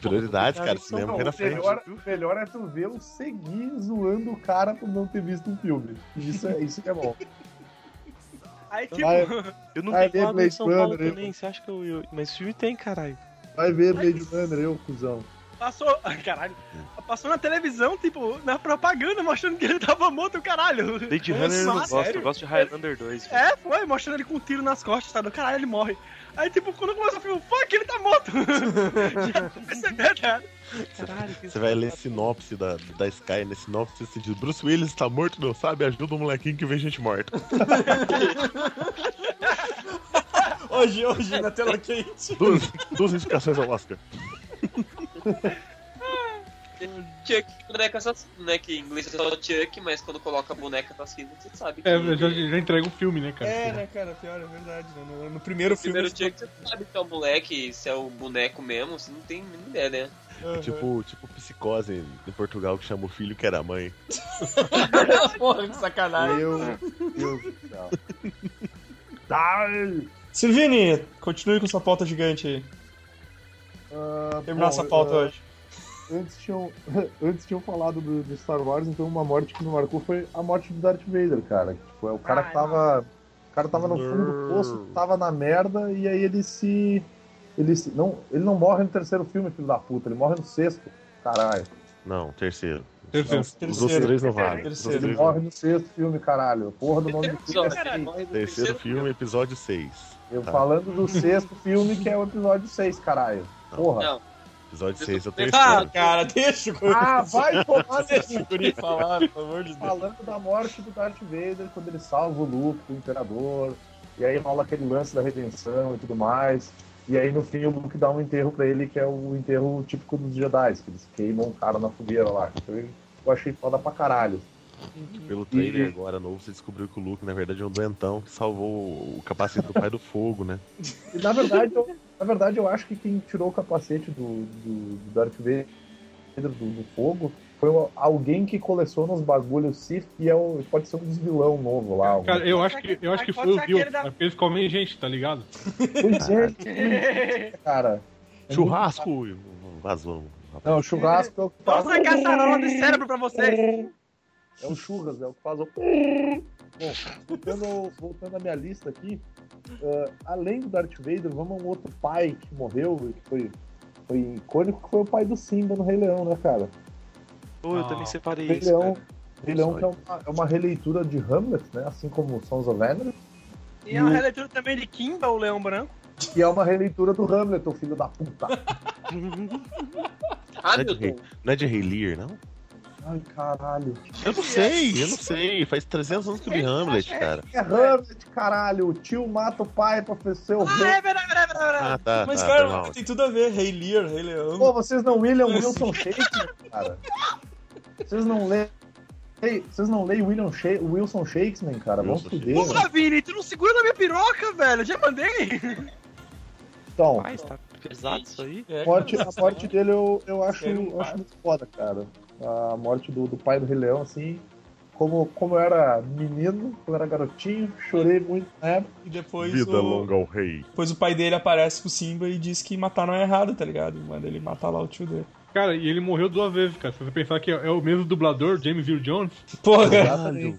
[SPEAKER 5] Prioridade,
[SPEAKER 7] é
[SPEAKER 5] cara. Cinema
[SPEAKER 7] Não,
[SPEAKER 5] que
[SPEAKER 7] o,
[SPEAKER 5] na frente.
[SPEAKER 7] melhor, o melhor é tu ver o Segui zoando o cara por não ter visto um filme. Isso é, isso que é bom.
[SPEAKER 9] Aí tipo,
[SPEAKER 7] Vai,
[SPEAKER 3] Eu não
[SPEAKER 7] Ah,
[SPEAKER 3] tenho nada
[SPEAKER 7] Blade
[SPEAKER 3] em São Paulo
[SPEAKER 7] Runner, eu-
[SPEAKER 3] também, você acha que eu... eu- Mas filme tem, caralho.
[SPEAKER 7] vai ver Blade Runner, eu, cuzão.
[SPEAKER 9] passou. Ai, Caralho. Passou na televisão, tipo, na propaganda, mostrando que ele tava morto, caralho.
[SPEAKER 3] Blade
[SPEAKER 4] Nossa,
[SPEAKER 3] Runner eu não gosto,
[SPEAKER 4] sério?
[SPEAKER 3] eu gosto de Highlander 2. velho.
[SPEAKER 9] É, foi, mostrando ele com um tiro nas costas, sabe? Caralho, ele morre. Aí, tipo, quando começa o filme, fuck, ele tá morto. Já percebeu, cara?
[SPEAKER 3] Caralho, que
[SPEAKER 5] Você vai ler sinopse da, da Sky, né? Sinopse você diz: Bruce Willis tá morto, não sabe? Ajuda o molequinho que vê gente morta.
[SPEAKER 4] Hoje, hoje, na tela quente.
[SPEAKER 5] Duas, duas indicações ao Oscar.
[SPEAKER 8] Chuck, boneca assassino, né? Que em inglês é só Chuck, mas quando coloca boneca assassina, você sabe que.
[SPEAKER 6] é, já, já entrega o filme, né, cara?
[SPEAKER 4] É, né, cara? Pior, é verdade. Né? No, no primeiro
[SPEAKER 8] O
[SPEAKER 4] filme.
[SPEAKER 8] primeiro Chuck, você não sabe se é o moleque, se é o boneco mesmo, você não tem nenhuma ideia, né?
[SPEAKER 4] Aham.
[SPEAKER 5] Tipo, tipo psicose em Portugal que chama o filho que era a mãe.
[SPEAKER 4] Porra, que sacanagem.
[SPEAKER 7] Meu Deus do céu. Dai!
[SPEAKER 4] Silvini, continue com sua pauta gigante aí.
[SPEAKER 7] Ah,
[SPEAKER 4] Terminar
[SPEAKER 7] bom,
[SPEAKER 4] essa pauta
[SPEAKER 7] ah,
[SPEAKER 4] hoje.
[SPEAKER 7] Antes tinham, antes tinham falado do, do Star Wars, então uma morte que me marcou foi a morte do Darth Vader, cara. Tipo, é o cara que tava. O cara tava no fundo do poço, tava na merda, e aí ele se. Ele se. Não, ele não morre no terceiro filme, filho da puta, ele morre no sexto. Caralho.
[SPEAKER 5] Não, terceiro.
[SPEAKER 6] Terceiro.
[SPEAKER 5] Os outros
[SPEAKER 4] Terceiro.
[SPEAKER 5] três não valem. Os outros
[SPEAKER 4] Terceiro.
[SPEAKER 7] Ele
[SPEAKER 5] três não
[SPEAKER 7] morre no sexto filme, caralho. Porra do nome do
[SPEAKER 8] um
[SPEAKER 7] filme. é
[SPEAKER 8] Caralho,
[SPEAKER 7] assim.
[SPEAKER 8] morre no
[SPEAKER 5] Terceiro filme, episódio 6.
[SPEAKER 7] Eu
[SPEAKER 5] Tá.
[SPEAKER 7] falando do sexto filme, que é o episódio 6, caralho. Porra.
[SPEAKER 8] Não,
[SPEAKER 5] Episódio 6 é o
[SPEAKER 8] Ah,
[SPEAKER 5] terceiro.
[SPEAKER 4] Cara, deixa o guri-
[SPEAKER 7] Ah, vai tomar
[SPEAKER 4] deixa o guri falar, pelo amor de Deus.
[SPEAKER 7] falando da morte do Darth Vader, quando ele salva o Luke, o Imperador, e aí rola aquele lance da redenção e tudo mais. E aí no fim o Luke dá um enterro pra ele, que é o enterro típico dos Jedi, que eles queimam o cara na fogueira lá. Então eu- eu achei foda pra caralho.
[SPEAKER 5] Pelo trailer agora novo, você descobriu que o Luke, na verdade, é um doentão que salvou o capacete do pai do fogo, né?
[SPEAKER 7] E na verdade, eu, na verdade, eu acho que quem tirou o capacete do, do, do Darth Vader do, do fogo foi o- alguém que coleciona os bagulhos Sith e é o, pode ser um dos vilão novo lá. um-
[SPEAKER 6] Cara, eu acho que, eu acho que foi o Bill. É porque eles comem gente, tá ligado?
[SPEAKER 7] Pois é, cara. É muito-
[SPEAKER 5] Churrasco! e Vazou.
[SPEAKER 7] Não, o churrasco é o que faz.
[SPEAKER 9] Nossa, caçarola de cérebro pra vocês.
[SPEAKER 7] É o churras, é o que faz o. Bom, voltando, voltando à minha lista aqui, ah, além do Darth Vader, vamos a um outro pai que morreu e que foi, foi icônico, que foi o pai do Simba no Rei Leão, né, cara?
[SPEAKER 3] Pô, eu
[SPEAKER 6] Ah.
[SPEAKER 3] também separei
[SPEAKER 7] Rei
[SPEAKER 3] isso,
[SPEAKER 7] Leão,
[SPEAKER 3] cara.
[SPEAKER 7] Rei Leão que é uma, é uma releitura de Hamlet, né? Assim como Sons of Anarchy.
[SPEAKER 9] E é uma releitura também de Kimba, o Leão Branco.
[SPEAKER 7] E é uma releitura do Hamlet, o filho da puta.
[SPEAKER 8] Ah,
[SPEAKER 5] Não é
[SPEAKER 8] meu
[SPEAKER 5] de rei,
[SPEAKER 8] Deus.
[SPEAKER 5] não é de rei Lear, não?
[SPEAKER 7] Ai, caralho.
[SPEAKER 5] Eu não sei, eu não sei. Faz 300 anos que eu vi Hamlet, cara.
[SPEAKER 7] É Hamlet, caralho. O tio mata o pai pra oferecer o
[SPEAKER 9] Ah,
[SPEAKER 7] rei.
[SPEAKER 9] é verdade, verdade, verdade.
[SPEAKER 5] Ah, tá.
[SPEAKER 4] Mas,
[SPEAKER 5] tá,
[SPEAKER 4] cara,
[SPEAKER 5] tá,
[SPEAKER 4] tem tudo a ver. Rei Lear, Rei Leão.
[SPEAKER 7] Pô, vocês não William Wilson Shakespeare, cara. Vocês não leem. Vocês não leem William Sha- Wilson Shakespeare, cara. Vamos
[SPEAKER 5] Wilson
[SPEAKER 7] fuder.
[SPEAKER 5] Shakespeare.
[SPEAKER 7] né?
[SPEAKER 9] Porra, Vini, tu não segura na minha piroca, velho. Já mandei.
[SPEAKER 7] Então,
[SPEAKER 3] Rapaz, tá pesado isso aí?
[SPEAKER 4] É,
[SPEAKER 7] a morte,
[SPEAKER 4] cara.
[SPEAKER 7] a morte dele eu, eu acho,
[SPEAKER 4] Sério,
[SPEAKER 7] eu
[SPEAKER 4] cara?
[SPEAKER 7] acho muito foda, cara. A morte do, do pai do Rei Leão, assim. Como, como eu era menino, quando eu era garotinho, chorei muito na época.
[SPEAKER 4] E depois
[SPEAKER 5] Vida
[SPEAKER 4] o,
[SPEAKER 5] longa ao rei.
[SPEAKER 4] depois o pai dele aparece com o Simba e diz que matar não é errado, tá ligado? Manda ele matar lá o tio dele.
[SPEAKER 6] Cara, e ele morreu duas vezes, cara. Se você pensar que é é o mesmo dublador, James Earl Jones,
[SPEAKER 4] Porra!
[SPEAKER 5] Caralho.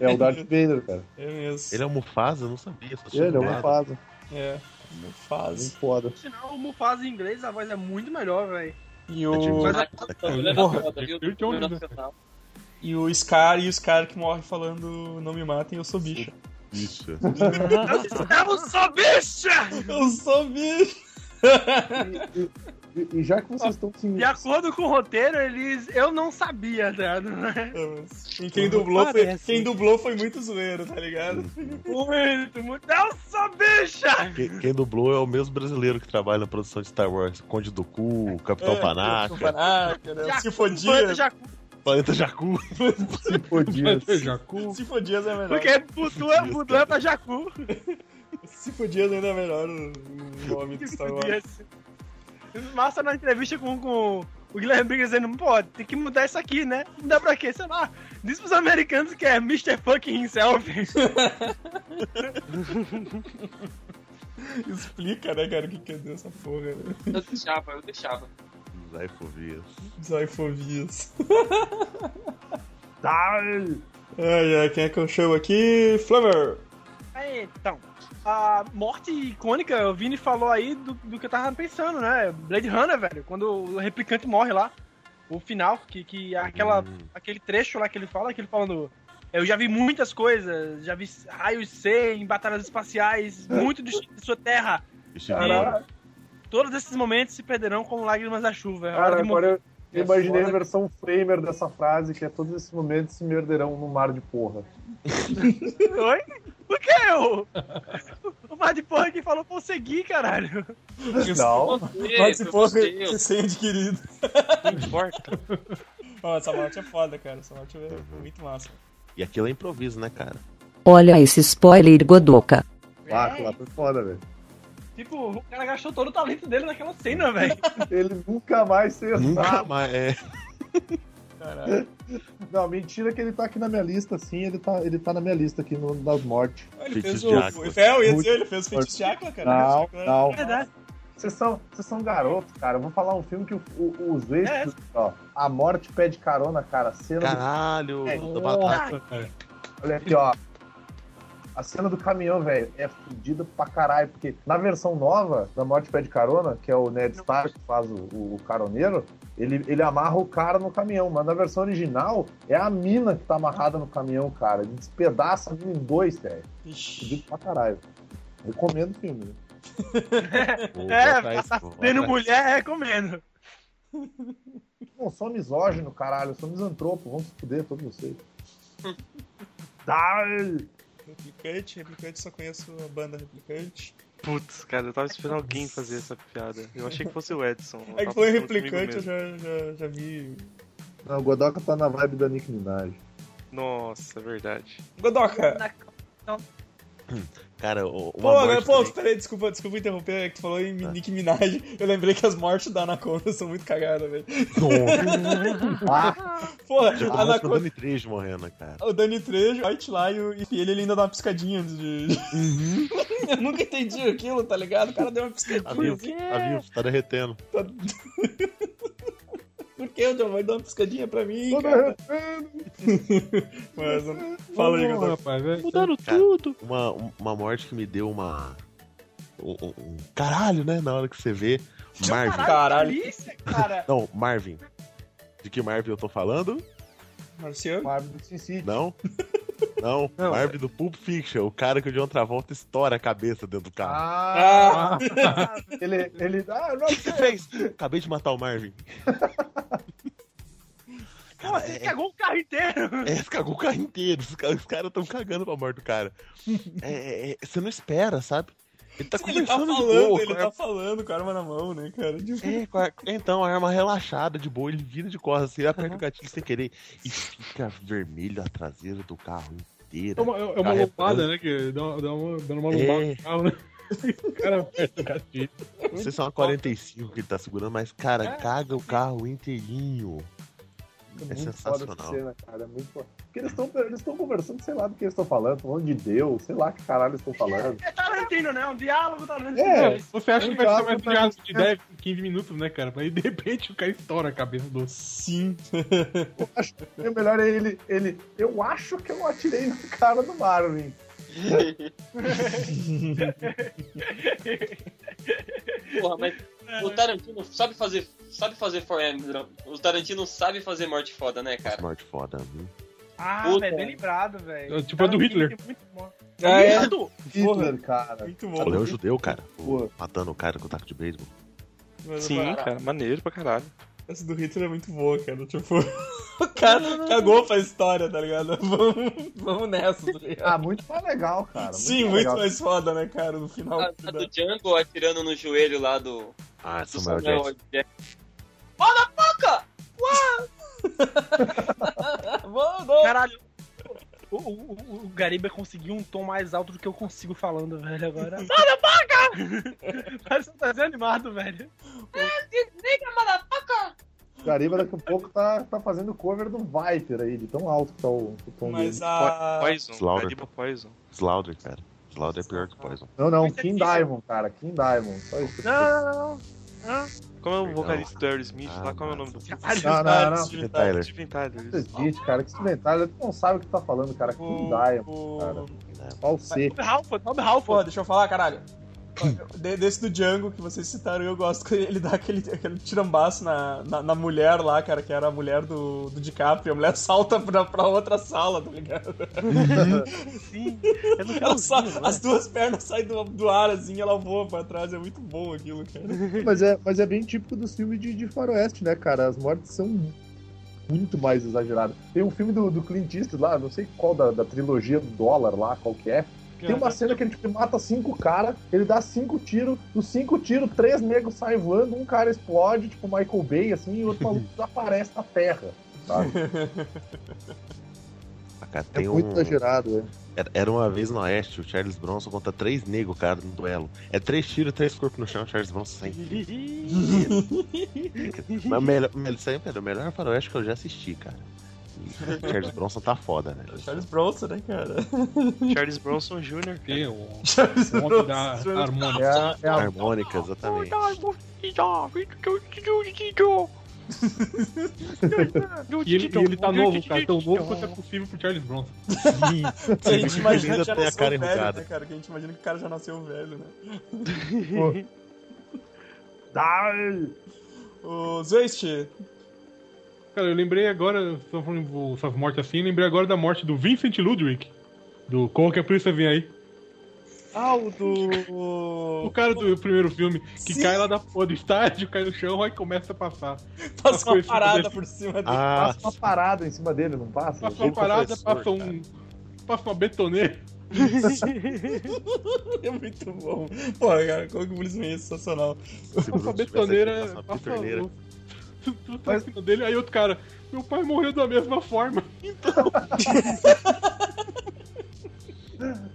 [SPEAKER 7] É o Darth Vader, cara.
[SPEAKER 4] É mesmo.
[SPEAKER 5] Ele é um o Mufasa? Eu não sabia. Só tinha
[SPEAKER 7] Ele é o
[SPEAKER 5] dublado.
[SPEAKER 7] Mufasa.
[SPEAKER 4] É. Não
[SPEAKER 7] Bem
[SPEAKER 4] faz.
[SPEAKER 7] foda.
[SPEAKER 9] Sinal, o Mufasa em inglês, a voz é muito melhor, velho.
[SPEAKER 4] E
[SPEAKER 5] É tipo-
[SPEAKER 4] o,
[SPEAKER 8] Mas é olha na
[SPEAKER 4] Porra,
[SPEAKER 8] foda, viu?
[SPEAKER 6] eu tenho um-
[SPEAKER 8] Nacional.
[SPEAKER 4] e o Scar e o Scar que morre falando não me matem, eu sou bicha.
[SPEAKER 5] Bicho.
[SPEAKER 9] Eu não sou bicha!
[SPEAKER 4] Eu sou bicha!
[SPEAKER 7] E, e- e já que vocês estão assim, se.
[SPEAKER 9] De acordo com o roteiro, eles. Eu não sabia, tá? ligado?
[SPEAKER 4] E quem dublou, foi, quem dublou foi muito zoeiro, tá ligado?
[SPEAKER 9] Muito, muito. Eu sou bicha!
[SPEAKER 5] Quem, quem dublou é o mesmo brasileiro que trabalha na produção de Star Wars. Conde do Cu, Capitão
[SPEAKER 4] É,
[SPEAKER 5] Panaca,
[SPEAKER 4] Panaca, né? O
[SPEAKER 9] Já-
[SPEAKER 4] Sifodia.
[SPEAKER 9] Já-
[SPEAKER 5] Planeta Jacu.
[SPEAKER 7] Podias.
[SPEAKER 4] é
[SPEAKER 6] Jacu.
[SPEAKER 4] Sifodias é melhor.
[SPEAKER 9] Porque mudou, mudou pra Jacu.
[SPEAKER 4] Sifodias ainda é melhor o o nome do Star Wars.
[SPEAKER 9] Massa na entrevista com, com o Guilherme Briggs dizendo, pô, tem que mudar isso aqui, né? Mudar pra quê? Sei lá. Diz pros americanos que é Mr. Fucking himself.
[SPEAKER 4] Explica, né, cara, o que que é essa porra, né?
[SPEAKER 8] Eu deixava, eu deixava.
[SPEAKER 5] Zaifovias.
[SPEAKER 4] Zaifovias. Ai, ai, quem é que eu chamo aqui? Flamer!
[SPEAKER 9] Aí, então, a morte icônica, o Vini falou aí do, do que eu tava pensando, né? Blade Runner, velho, quando o replicante morre lá, o final, que, que é aquela, aquele trecho lá que ele fala, que ele falando. Eu já vi muitas coisas, já vi raios C em batalhas espaciais, muito distante de sua terra.
[SPEAKER 5] Este
[SPEAKER 7] Caralho.
[SPEAKER 9] Todos esses momentos se perderão como lágrimas da chuva. É hora
[SPEAKER 7] Cara,
[SPEAKER 9] de morrer.
[SPEAKER 7] agora eu imaginei a
[SPEAKER 9] foda.
[SPEAKER 7] versão framer dessa frase, que é todos esses momentos se merderão no mar de porra.
[SPEAKER 9] Oi? Por que eu? O mar de porra que falou pra eu seguir, caralho.
[SPEAKER 7] Não.
[SPEAKER 4] Mas se
[SPEAKER 8] Meu
[SPEAKER 4] for
[SPEAKER 8] Deus.
[SPEAKER 4] recém-adquirido.
[SPEAKER 3] Não importa.
[SPEAKER 4] Ó, essa morte é foda, cara. Essa morte é muito massa.
[SPEAKER 5] E aquilo é improviso, né, cara?
[SPEAKER 1] Olha esse spoiler Godoka.
[SPEAKER 7] Ah, aquilo lá foi foda, velho.
[SPEAKER 9] Tipo, o cara gastou todo o talento dele naquela cena, velho.
[SPEAKER 7] Ele nunca mais fez
[SPEAKER 5] Nunca
[SPEAKER 7] nada.
[SPEAKER 5] mais. É.
[SPEAKER 7] Não, mentira que ele tá aqui na minha lista, sim. Ele tá, ele tá na minha lista aqui no, das mortes.
[SPEAKER 4] Ele fez
[SPEAKER 5] Feitiço
[SPEAKER 4] o.
[SPEAKER 5] de Áquila.
[SPEAKER 4] É, eu ia
[SPEAKER 7] Muito
[SPEAKER 4] dizer, ele fez o feitiço de Áquila, cara. né?
[SPEAKER 7] Não,
[SPEAKER 4] Feitiço de Áquila.
[SPEAKER 7] não.
[SPEAKER 9] É verdade.
[SPEAKER 7] Vocês são, vocês são garotos, cara. Eu vou falar um filme que o- o- os eixos.
[SPEAKER 9] É.
[SPEAKER 7] Ó, a morte pede carona, cara. A cena do
[SPEAKER 5] Caralho.
[SPEAKER 7] É.
[SPEAKER 5] puta batata.
[SPEAKER 6] cara.
[SPEAKER 7] Olha aqui, ó. A cena do caminhão, velho, é fodida pra caralho, porque na versão nova da Morte Pé de Carona, que é o Ned Stark que faz o, o caroneiro, ele, ele amarra o cara no caminhão, mas na versão original é a mina que tá amarrada no caminhão, cara. Ele despedaça a mina em dois, velho. Fudido pra caralho. Recomendo o filme.
[SPEAKER 5] Vou- vou
[SPEAKER 9] É,
[SPEAKER 5] atrás,
[SPEAKER 9] passar
[SPEAKER 5] vou
[SPEAKER 9] tendo
[SPEAKER 5] atrás.
[SPEAKER 9] mulher é comendo.
[SPEAKER 7] Não sou misógino, caralho, eu sou misantropo, vamos se fuder todos vocês.
[SPEAKER 4] Replicante, replicante, só conheço a banda replicante.
[SPEAKER 3] Putz, cara, eu tava esperando alguém fazer essa piada. Eu achei que fosse o Edson.
[SPEAKER 4] É que
[SPEAKER 3] Tava
[SPEAKER 4] foi
[SPEAKER 3] pensando comigo
[SPEAKER 4] replicante, né? eu
[SPEAKER 3] mesmo.
[SPEAKER 4] já, já, já vi.
[SPEAKER 7] Não, o Godoka tá na vibe da Nick Minaj.
[SPEAKER 3] Nossa, é verdade.
[SPEAKER 4] Godoka!
[SPEAKER 5] Cara, o,
[SPEAKER 4] Pô,
[SPEAKER 5] uma
[SPEAKER 4] agora,
[SPEAKER 5] morte
[SPEAKER 4] pô,
[SPEAKER 5] também-
[SPEAKER 4] peraí, desculpa, desculpa interromper, é que tu falou em
[SPEAKER 5] Tá.
[SPEAKER 4] Nick Minaj. Eu lembrei que as mortes da Anaconda são muito cagadas, velho.
[SPEAKER 7] Ah,
[SPEAKER 4] Porra,
[SPEAKER 5] Já
[SPEAKER 4] a
[SPEAKER 5] começa com o
[SPEAKER 4] Anaconda.
[SPEAKER 5] Dani Trejo morrendo, cara.
[SPEAKER 4] O Dani Trejo, White lá e, o- e ele, ele ainda dá uma piscadinha antes de.
[SPEAKER 5] Uhum.
[SPEAKER 4] Eu nunca entendi aquilo, tá ligado? O cara deu uma
[SPEAKER 5] A
[SPEAKER 4] piscadinha.
[SPEAKER 5] Tá vivo, a vivo, tá derretendo.
[SPEAKER 4] Por que o Giovanni dá uma piscadinha pra mim,
[SPEAKER 7] tô
[SPEAKER 4] cara?
[SPEAKER 7] derretendo.
[SPEAKER 4] Mas, fala aí,
[SPEAKER 6] Porra,
[SPEAKER 4] Godoka.
[SPEAKER 6] rapaz, é-
[SPEAKER 5] uma, uma morte que me deu uma. Um, um- um caralho, né? Na hora que você vê. Marvin.
[SPEAKER 4] Caralho.
[SPEAKER 9] Delícia, cara.
[SPEAKER 5] Não, Marvin. De que Marvin eu tô falando?
[SPEAKER 4] Marciano?
[SPEAKER 7] Vibe do suicídio.
[SPEAKER 5] Não. Não,
[SPEAKER 4] Não,
[SPEAKER 5] Marvin do Pulp Fiction, o cara que o John Travolta estoura a cabeça dentro do carro.
[SPEAKER 7] Ah,
[SPEAKER 4] Ah,
[SPEAKER 7] ele, ele. Ah, não,
[SPEAKER 5] O que você fez? Acabei de matar o Marvin.
[SPEAKER 9] Pô, você cagou o carro inteiro.
[SPEAKER 5] É, cagou o carro inteiro. Os ca- os caras tão cagando pra morte do cara. É, é, é, você não espera, sabe? Ele tá
[SPEAKER 4] ele tá
[SPEAKER 5] conversando né? de
[SPEAKER 4] falando,
[SPEAKER 5] boa.
[SPEAKER 4] ele
[SPEAKER 5] com a
[SPEAKER 4] tá falando com a arma na mão, né, cara? Tipo,
[SPEAKER 5] É, com a- então, a arma relaxada, de boa, ele vira de costas, assim, aperta o gatilho sem querer e fica vermelho a traseira do carro
[SPEAKER 6] É
[SPEAKER 5] inteira.
[SPEAKER 6] uma, é uma
[SPEAKER 5] Carregando.
[SPEAKER 6] lombada, né? Que dá, dá uma, dá uma lombada
[SPEAKER 5] É.
[SPEAKER 6] no carro, né? O cara aperta o gatilho.
[SPEAKER 5] Não
[SPEAKER 7] um
[SPEAKER 5] sei se é uma 45 que ele tá segurando, mas, cara, caga o carro inteirinho.
[SPEAKER 7] É muito foda
[SPEAKER 5] sensacional.
[SPEAKER 7] essa cena, cara. É muito foda. Porque eles estão eles tão conversando, sei lá do que eles estão falando, falando de Deus, sei lá que caralho eles estão falando.
[SPEAKER 9] É Tarantino, né? Um diálogo Tarantino.
[SPEAKER 7] É.
[SPEAKER 9] Mas
[SPEAKER 6] Você acha que vai ser
[SPEAKER 7] Obrigado,
[SPEAKER 6] mais um
[SPEAKER 7] tá-
[SPEAKER 6] diálogo de 10, 15 minutos, né, cara? Mas de repente o cara estoura a cabeça do outro.
[SPEAKER 4] Sim.
[SPEAKER 7] Eu acho que é melhor é ele, ele. Eu acho que eu atirei na cara do Marvin.
[SPEAKER 8] Porra, mas o Tarantino sabe fazer. Sabe fazer for O Tarantino sabe fazer morte foda, né, cara?
[SPEAKER 5] Smart É foda, viu?
[SPEAKER 9] Ah,
[SPEAKER 8] Puta.
[SPEAKER 9] velho, bem lembrado, velho.
[SPEAKER 6] É, tipo a do Hitler.
[SPEAKER 9] É muito bom.
[SPEAKER 4] É,
[SPEAKER 9] Isso!
[SPEAKER 4] Porra.
[SPEAKER 7] Hitler, cara.
[SPEAKER 4] muito
[SPEAKER 5] Olha
[SPEAKER 4] bom.
[SPEAKER 5] é o judeu, cara.
[SPEAKER 7] Porra.
[SPEAKER 5] Matando o cara com o taco de beisebol.
[SPEAKER 4] Mas
[SPEAKER 3] Sim, cara, maneiro pra caralho.
[SPEAKER 4] Essa do Hitler é muito boa, cara. Tipo, o cara cagou pra história, tá ligado? Vamos, vamos nessa, tá ligado?
[SPEAKER 7] Ah, muito mais legal, cara. Tá Muito
[SPEAKER 4] Sim,
[SPEAKER 7] mais
[SPEAKER 4] muito
[SPEAKER 7] legal.
[SPEAKER 4] mais foda, né, cara? No final. Tá
[SPEAKER 8] A, a Tá do Django atirando no joelho lá do.
[SPEAKER 5] Ah,
[SPEAKER 8] do
[SPEAKER 5] Samuel Jackson.
[SPEAKER 8] Jackson. Motherfucker!
[SPEAKER 9] Caralho. O, o, o- o Gariba conseguiu um tom mais alto do que eu consigo falando, velho, agora. Nada, paga! Parece um desenho animado, velho.
[SPEAKER 8] Nigga, motherfucker!
[SPEAKER 7] O Gariba daqui a pouco tá, tá fazendo cover do Viper aí, de tão alto que tá o, o tom
[SPEAKER 4] Mas
[SPEAKER 7] dele.
[SPEAKER 4] a.
[SPEAKER 3] Poison,
[SPEAKER 5] Slaughter.
[SPEAKER 3] Caliba Poison.
[SPEAKER 5] Slaughter, cara. Slaughter é pior que Poison.
[SPEAKER 7] Não, não,
[SPEAKER 9] Mas é
[SPEAKER 7] Kim
[SPEAKER 9] difícil.
[SPEAKER 7] Diamond, cara. Kim Diamond. Só isso.
[SPEAKER 9] Não, não, não.
[SPEAKER 3] Como é o
[SPEAKER 5] Legal.
[SPEAKER 3] vocalista do Aerosmith
[SPEAKER 5] Ah,
[SPEAKER 3] lá, qual é o nome do
[SPEAKER 5] massa.
[SPEAKER 4] Caralho,
[SPEAKER 7] Não, não, não.
[SPEAKER 4] Steven Tyler.
[SPEAKER 5] Tyler.
[SPEAKER 3] Steven Tyler,
[SPEAKER 7] Não
[SPEAKER 3] isso.
[SPEAKER 7] existe, cara. Que instrumentário. Tu não sabe o que tá falando, cara. Kim
[SPEAKER 4] O-
[SPEAKER 7] Diamond.
[SPEAKER 4] o-
[SPEAKER 7] cara. Só o C.
[SPEAKER 9] Bob Halford, Bob Halford.
[SPEAKER 4] Pô, deixa eu falar, caralho. De- Desse do Django que vocês citaram, eu gosto que ele dá aquele, aquele tirambaço na, na, na mulher lá, cara, que era a mulher do, do DiCaprio. A mulher salta pra, pra outra sala, tá ligado?
[SPEAKER 9] Sim. Eu não
[SPEAKER 4] Ela
[SPEAKER 9] quero
[SPEAKER 4] sa-
[SPEAKER 5] né?
[SPEAKER 4] as duas pernas saem do, do ar assim, ela voa pra trás. É muito bom aquilo, cara.
[SPEAKER 7] Mas é, mas é bem típico dos filmes de, de faroeste, né, cara? As mortes são muito mais exageradas. Tem um filme do, do Clint Eastwood lá, não sei qual da, da trilogia do dólar lá, qual que é. Tem uma cena que ele tipo, mata cinco caras, ele dá cinco tiros, dos cinco tiros, três negros saem voando, um cara explode, tipo Michael Bay, assim, e o outro maluco desaparece da terra. sabe?
[SPEAKER 5] Ah, cara,
[SPEAKER 7] É
[SPEAKER 5] tem
[SPEAKER 7] muito
[SPEAKER 5] um...
[SPEAKER 7] exagerado, né?
[SPEAKER 5] Era- Era uma vez no Oeste, o Charles Bronson contra três negros, cara, num duelo. É três tiros, três corpos no chão, o Charles Bronson sai. Mas o melhor, é o melhor- sempre era o melhor faroeste que eu já assisti, cara. E o Charles Bronson tá foda, né?
[SPEAKER 4] Charles Bronson, né, cara?
[SPEAKER 3] Charles Bronson Jr.
[SPEAKER 6] Tem um
[SPEAKER 4] Charles
[SPEAKER 6] monte da harmonia.
[SPEAKER 7] É a, é a-
[SPEAKER 5] Harmônica, exatamente.
[SPEAKER 6] E ele, e ele tá novo, cara. Tão novo quanto é possível pro Charles Bronson.
[SPEAKER 4] A gente imagina que
[SPEAKER 5] Ainda
[SPEAKER 4] já
[SPEAKER 5] tem a
[SPEAKER 4] nasceu
[SPEAKER 5] cara
[SPEAKER 4] velho,
[SPEAKER 5] enrugada.
[SPEAKER 4] né, cara? Que a gente imagina que o cara já nasceu velho, né?
[SPEAKER 5] Ah.
[SPEAKER 4] O Zeist,
[SPEAKER 6] Cara, eu lembrei agora, só falando essas mortes assim, lembrei agora da morte do Vincent Ludwig. Do Corra que a polícia vem aí.
[SPEAKER 4] ah, o
[SPEAKER 6] O
[SPEAKER 4] do...
[SPEAKER 6] cara do primeiro filme, que
[SPEAKER 4] Sim.
[SPEAKER 6] cai lá da porra do estádio, cai no chão, aí começa a passar.
[SPEAKER 4] Passou uma
[SPEAKER 6] Coisa
[SPEAKER 4] parada
[SPEAKER 6] dele.
[SPEAKER 4] por cima dele.
[SPEAKER 5] Ah,
[SPEAKER 7] passa uma parada em cima dele, não passa?
[SPEAKER 6] Passa uma parada,
[SPEAKER 5] professor,
[SPEAKER 6] passa um. Passa uma betoneira.
[SPEAKER 4] É muito bom. Pô, cara, como que o Bruce Wayne é sensacional.
[SPEAKER 5] se
[SPEAKER 6] Passa
[SPEAKER 5] Bruno
[SPEAKER 6] uma
[SPEAKER 5] tivesse aqui,
[SPEAKER 6] betoneira.
[SPEAKER 5] passa uma
[SPEAKER 6] Passa
[SPEAKER 5] betoneira.
[SPEAKER 6] o. Tudo tá em cima dele, aí outro cara. Meu pai morreu da mesma forma.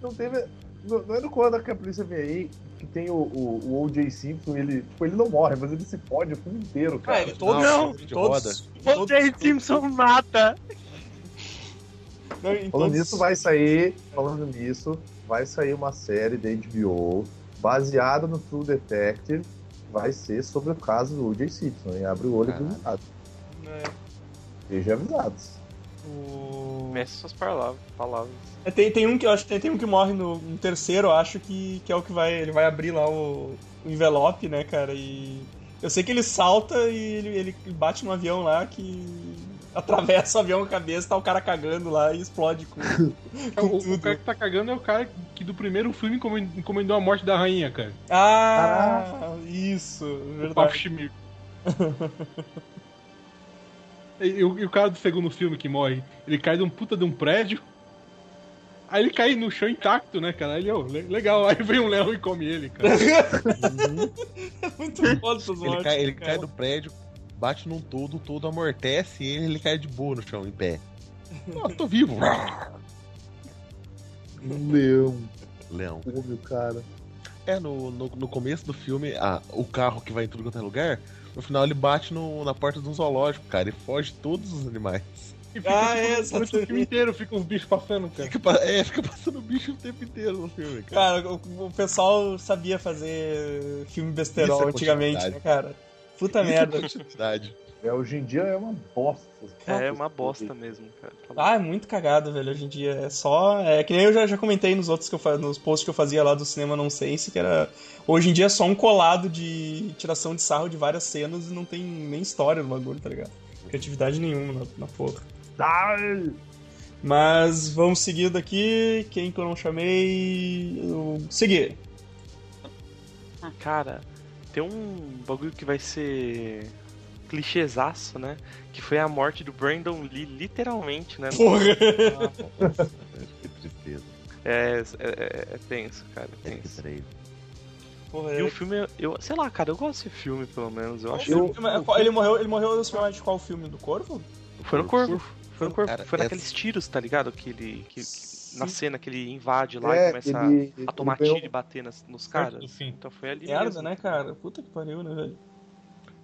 [SPEAKER 7] Não teve. Não, não é no Coda que a polícia vem aí que tem o, o, o O.J. Simpson, ele, tipo, ele não morre, mas ele se fode o filme inteiro, cara.
[SPEAKER 4] ele todos,
[SPEAKER 9] Não.
[SPEAKER 4] todos,
[SPEAKER 5] De roda.
[SPEAKER 9] O Jay Simpson mata.
[SPEAKER 4] não, em
[SPEAKER 7] falando
[SPEAKER 3] então
[SPEAKER 4] todos-
[SPEAKER 7] nisso, vai sair. Falando nisso, vai sair uma série da HBO baseada no True Detective. Vai ser sobre o caso do O.J. Simpson, hein? Abre o olho
[SPEAKER 5] Caralho.
[SPEAKER 7] avisado.
[SPEAKER 4] né,
[SPEAKER 7] Veja avisados.
[SPEAKER 4] o-
[SPEAKER 3] Mexe suas palavras. palavras.
[SPEAKER 4] É, Tem, tem um que eu acho tem, tem um que morre no, no terceiro, eu acho que, que é o que vai. Ele vai abrir lá o, o envelope, né, cara? E. Eu sei que ele salta e ele, ele bate num avião lá que. Atravessa o avião com a cabeça, tá o cara cagando lá e explode com, com
[SPEAKER 6] O, o
[SPEAKER 4] tudo.
[SPEAKER 6] cara que tá cagando é o cara que do primeiro filme encomen- encomendou a morte da rainha, cara.
[SPEAKER 4] Ah, isso, é
[SPEAKER 6] O Papo
[SPEAKER 4] verdade.
[SPEAKER 6] Chimir. e, e o, e o cara do segundo filme que morre, ele cai de um puta de um prédio. Aí ele cai no chão intacto, né, cara? Aí Ele, oh, le- legal, aí vem um leão e come ele, cara.
[SPEAKER 4] É muito foda essas
[SPEAKER 5] Ele
[SPEAKER 4] mortes,
[SPEAKER 5] cai, ele
[SPEAKER 4] cara.
[SPEAKER 5] cai do prédio, bate num todo, o todo amortece e ele cai de boa no chão, em pé. Ah, tô vivo.
[SPEAKER 7] Meu
[SPEAKER 5] Leão.
[SPEAKER 7] Deus, cara.
[SPEAKER 5] É, no, no, no começo do filme, a- o carro que vai em tudo quanto é lugar, No final ele bate no- na porta de um zoológico, cara, e foge todos os animais.
[SPEAKER 6] E
[SPEAKER 4] Ah, é,
[SPEAKER 6] tipo, durante o filme inteiro fica os bichos passando, cara.
[SPEAKER 5] Fica, pa- é, fica passando bicho o tempo inteiro no filme, cara.
[SPEAKER 4] Cara, o, o pessoal sabia fazer filme besterol
[SPEAKER 5] Isso é
[SPEAKER 4] antigamente, né, cara? Puta merda.
[SPEAKER 5] Isso é continuidade.
[SPEAKER 7] É, hoje em dia é uma bosta.
[SPEAKER 3] É uma bosta mesmo, cara. Tá louco.
[SPEAKER 4] Ah, é muito cagado, velho. Hoje em dia é só. É que nem eu já, já comentei nos outros que eu fa... nos posts que eu fazia lá do cinema não sei se que era. Hoje em dia é só um colado de tiração de sarro de várias cenas e não tem nem história no bagulho, tá ligado? Criatividade nenhuma na, na porra. Mas vamos seguir daqui. Quem que eu não chamei. Eu... Seguir. Ah.
[SPEAKER 3] Cara, tem um bagulho que vai ser clichêzaço, né? Que foi a morte do Brandon Lee, literalmente, né?
[SPEAKER 4] Porra!
[SPEAKER 5] que tristeza.
[SPEAKER 3] É, é, é- é tenso, cara, é
[SPEAKER 5] É que
[SPEAKER 3] tenso.
[SPEAKER 5] trem.
[SPEAKER 4] Porra,
[SPEAKER 3] E
[SPEAKER 4] é-
[SPEAKER 3] o filme, eu, sei lá, cara, eu gosto desse filme, pelo menos. Eu acho
[SPEAKER 4] Ele- Ele morreu, ele morreu nesse filme de qual filme? Do Corvo?
[SPEAKER 3] Foi no corvo. Foi no corvo.
[SPEAKER 5] Cara,
[SPEAKER 3] foi
[SPEAKER 5] essa-
[SPEAKER 3] naqueles tiros, tá ligado? Que ele. Que, que- na cena que ele invade lá
[SPEAKER 5] É,
[SPEAKER 3] e começa a-
[SPEAKER 7] É, ele,
[SPEAKER 3] a tomar
[SPEAKER 7] ele ganhou-
[SPEAKER 3] tiro e bater nas- nos
[SPEAKER 6] Perto
[SPEAKER 3] caras.
[SPEAKER 6] do fim.
[SPEAKER 3] Então foi ali.
[SPEAKER 4] Merda,
[SPEAKER 3] mesmo.
[SPEAKER 4] né, cara? Puta que pariu, né, velho?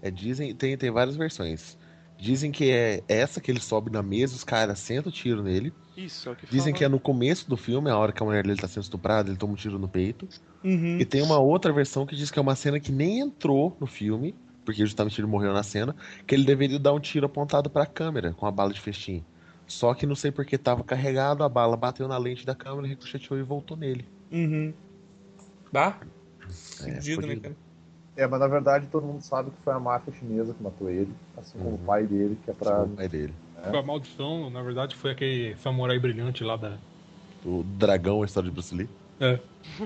[SPEAKER 5] É, dizem, tem, tem várias versões. Dizem que é essa que ele sobe na mesa, os caras sentam o tiro nele.
[SPEAKER 3] Isso, é o que
[SPEAKER 5] Dizem
[SPEAKER 3] falam.
[SPEAKER 5] que é no começo do filme, a hora que a mulher dele tá sendo estuprada, ele toma um tiro no peito.
[SPEAKER 4] Uhum.
[SPEAKER 5] E tem uma outra versão que diz que é uma cena que nem entrou no filme, porque justamente ele morreu na cena, que ele deveria dar um tiro apontado pra câmera com a bala de festim. Só que não sei porque tava carregado, a bala bateu na lente da câmera, ricocheteou e voltou nele.
[SPEAKER 4] Uhum. Bah,
[SPEAKER 5] É,
[SPEAKER 4] fudido, né,
[SPEAKER 5] fodido.
[SPEAKER 4] cara?
[SPEAKER 7] É, mas na verdade todo mundo sabe que foi a máfia chinesa que matou ele, assim como
[SPEAKER 5] Uhum.
[SPEAKER 7] o pai dele, que é pra.
[SPEAKER 5] Segundo o pai dele.
[SPEAKER 6] Tipo, A maldição, na verdade, foi aquele samurai brilhante lá da.
[SPEAKER 5] O dragão, a história de Bruce Lee.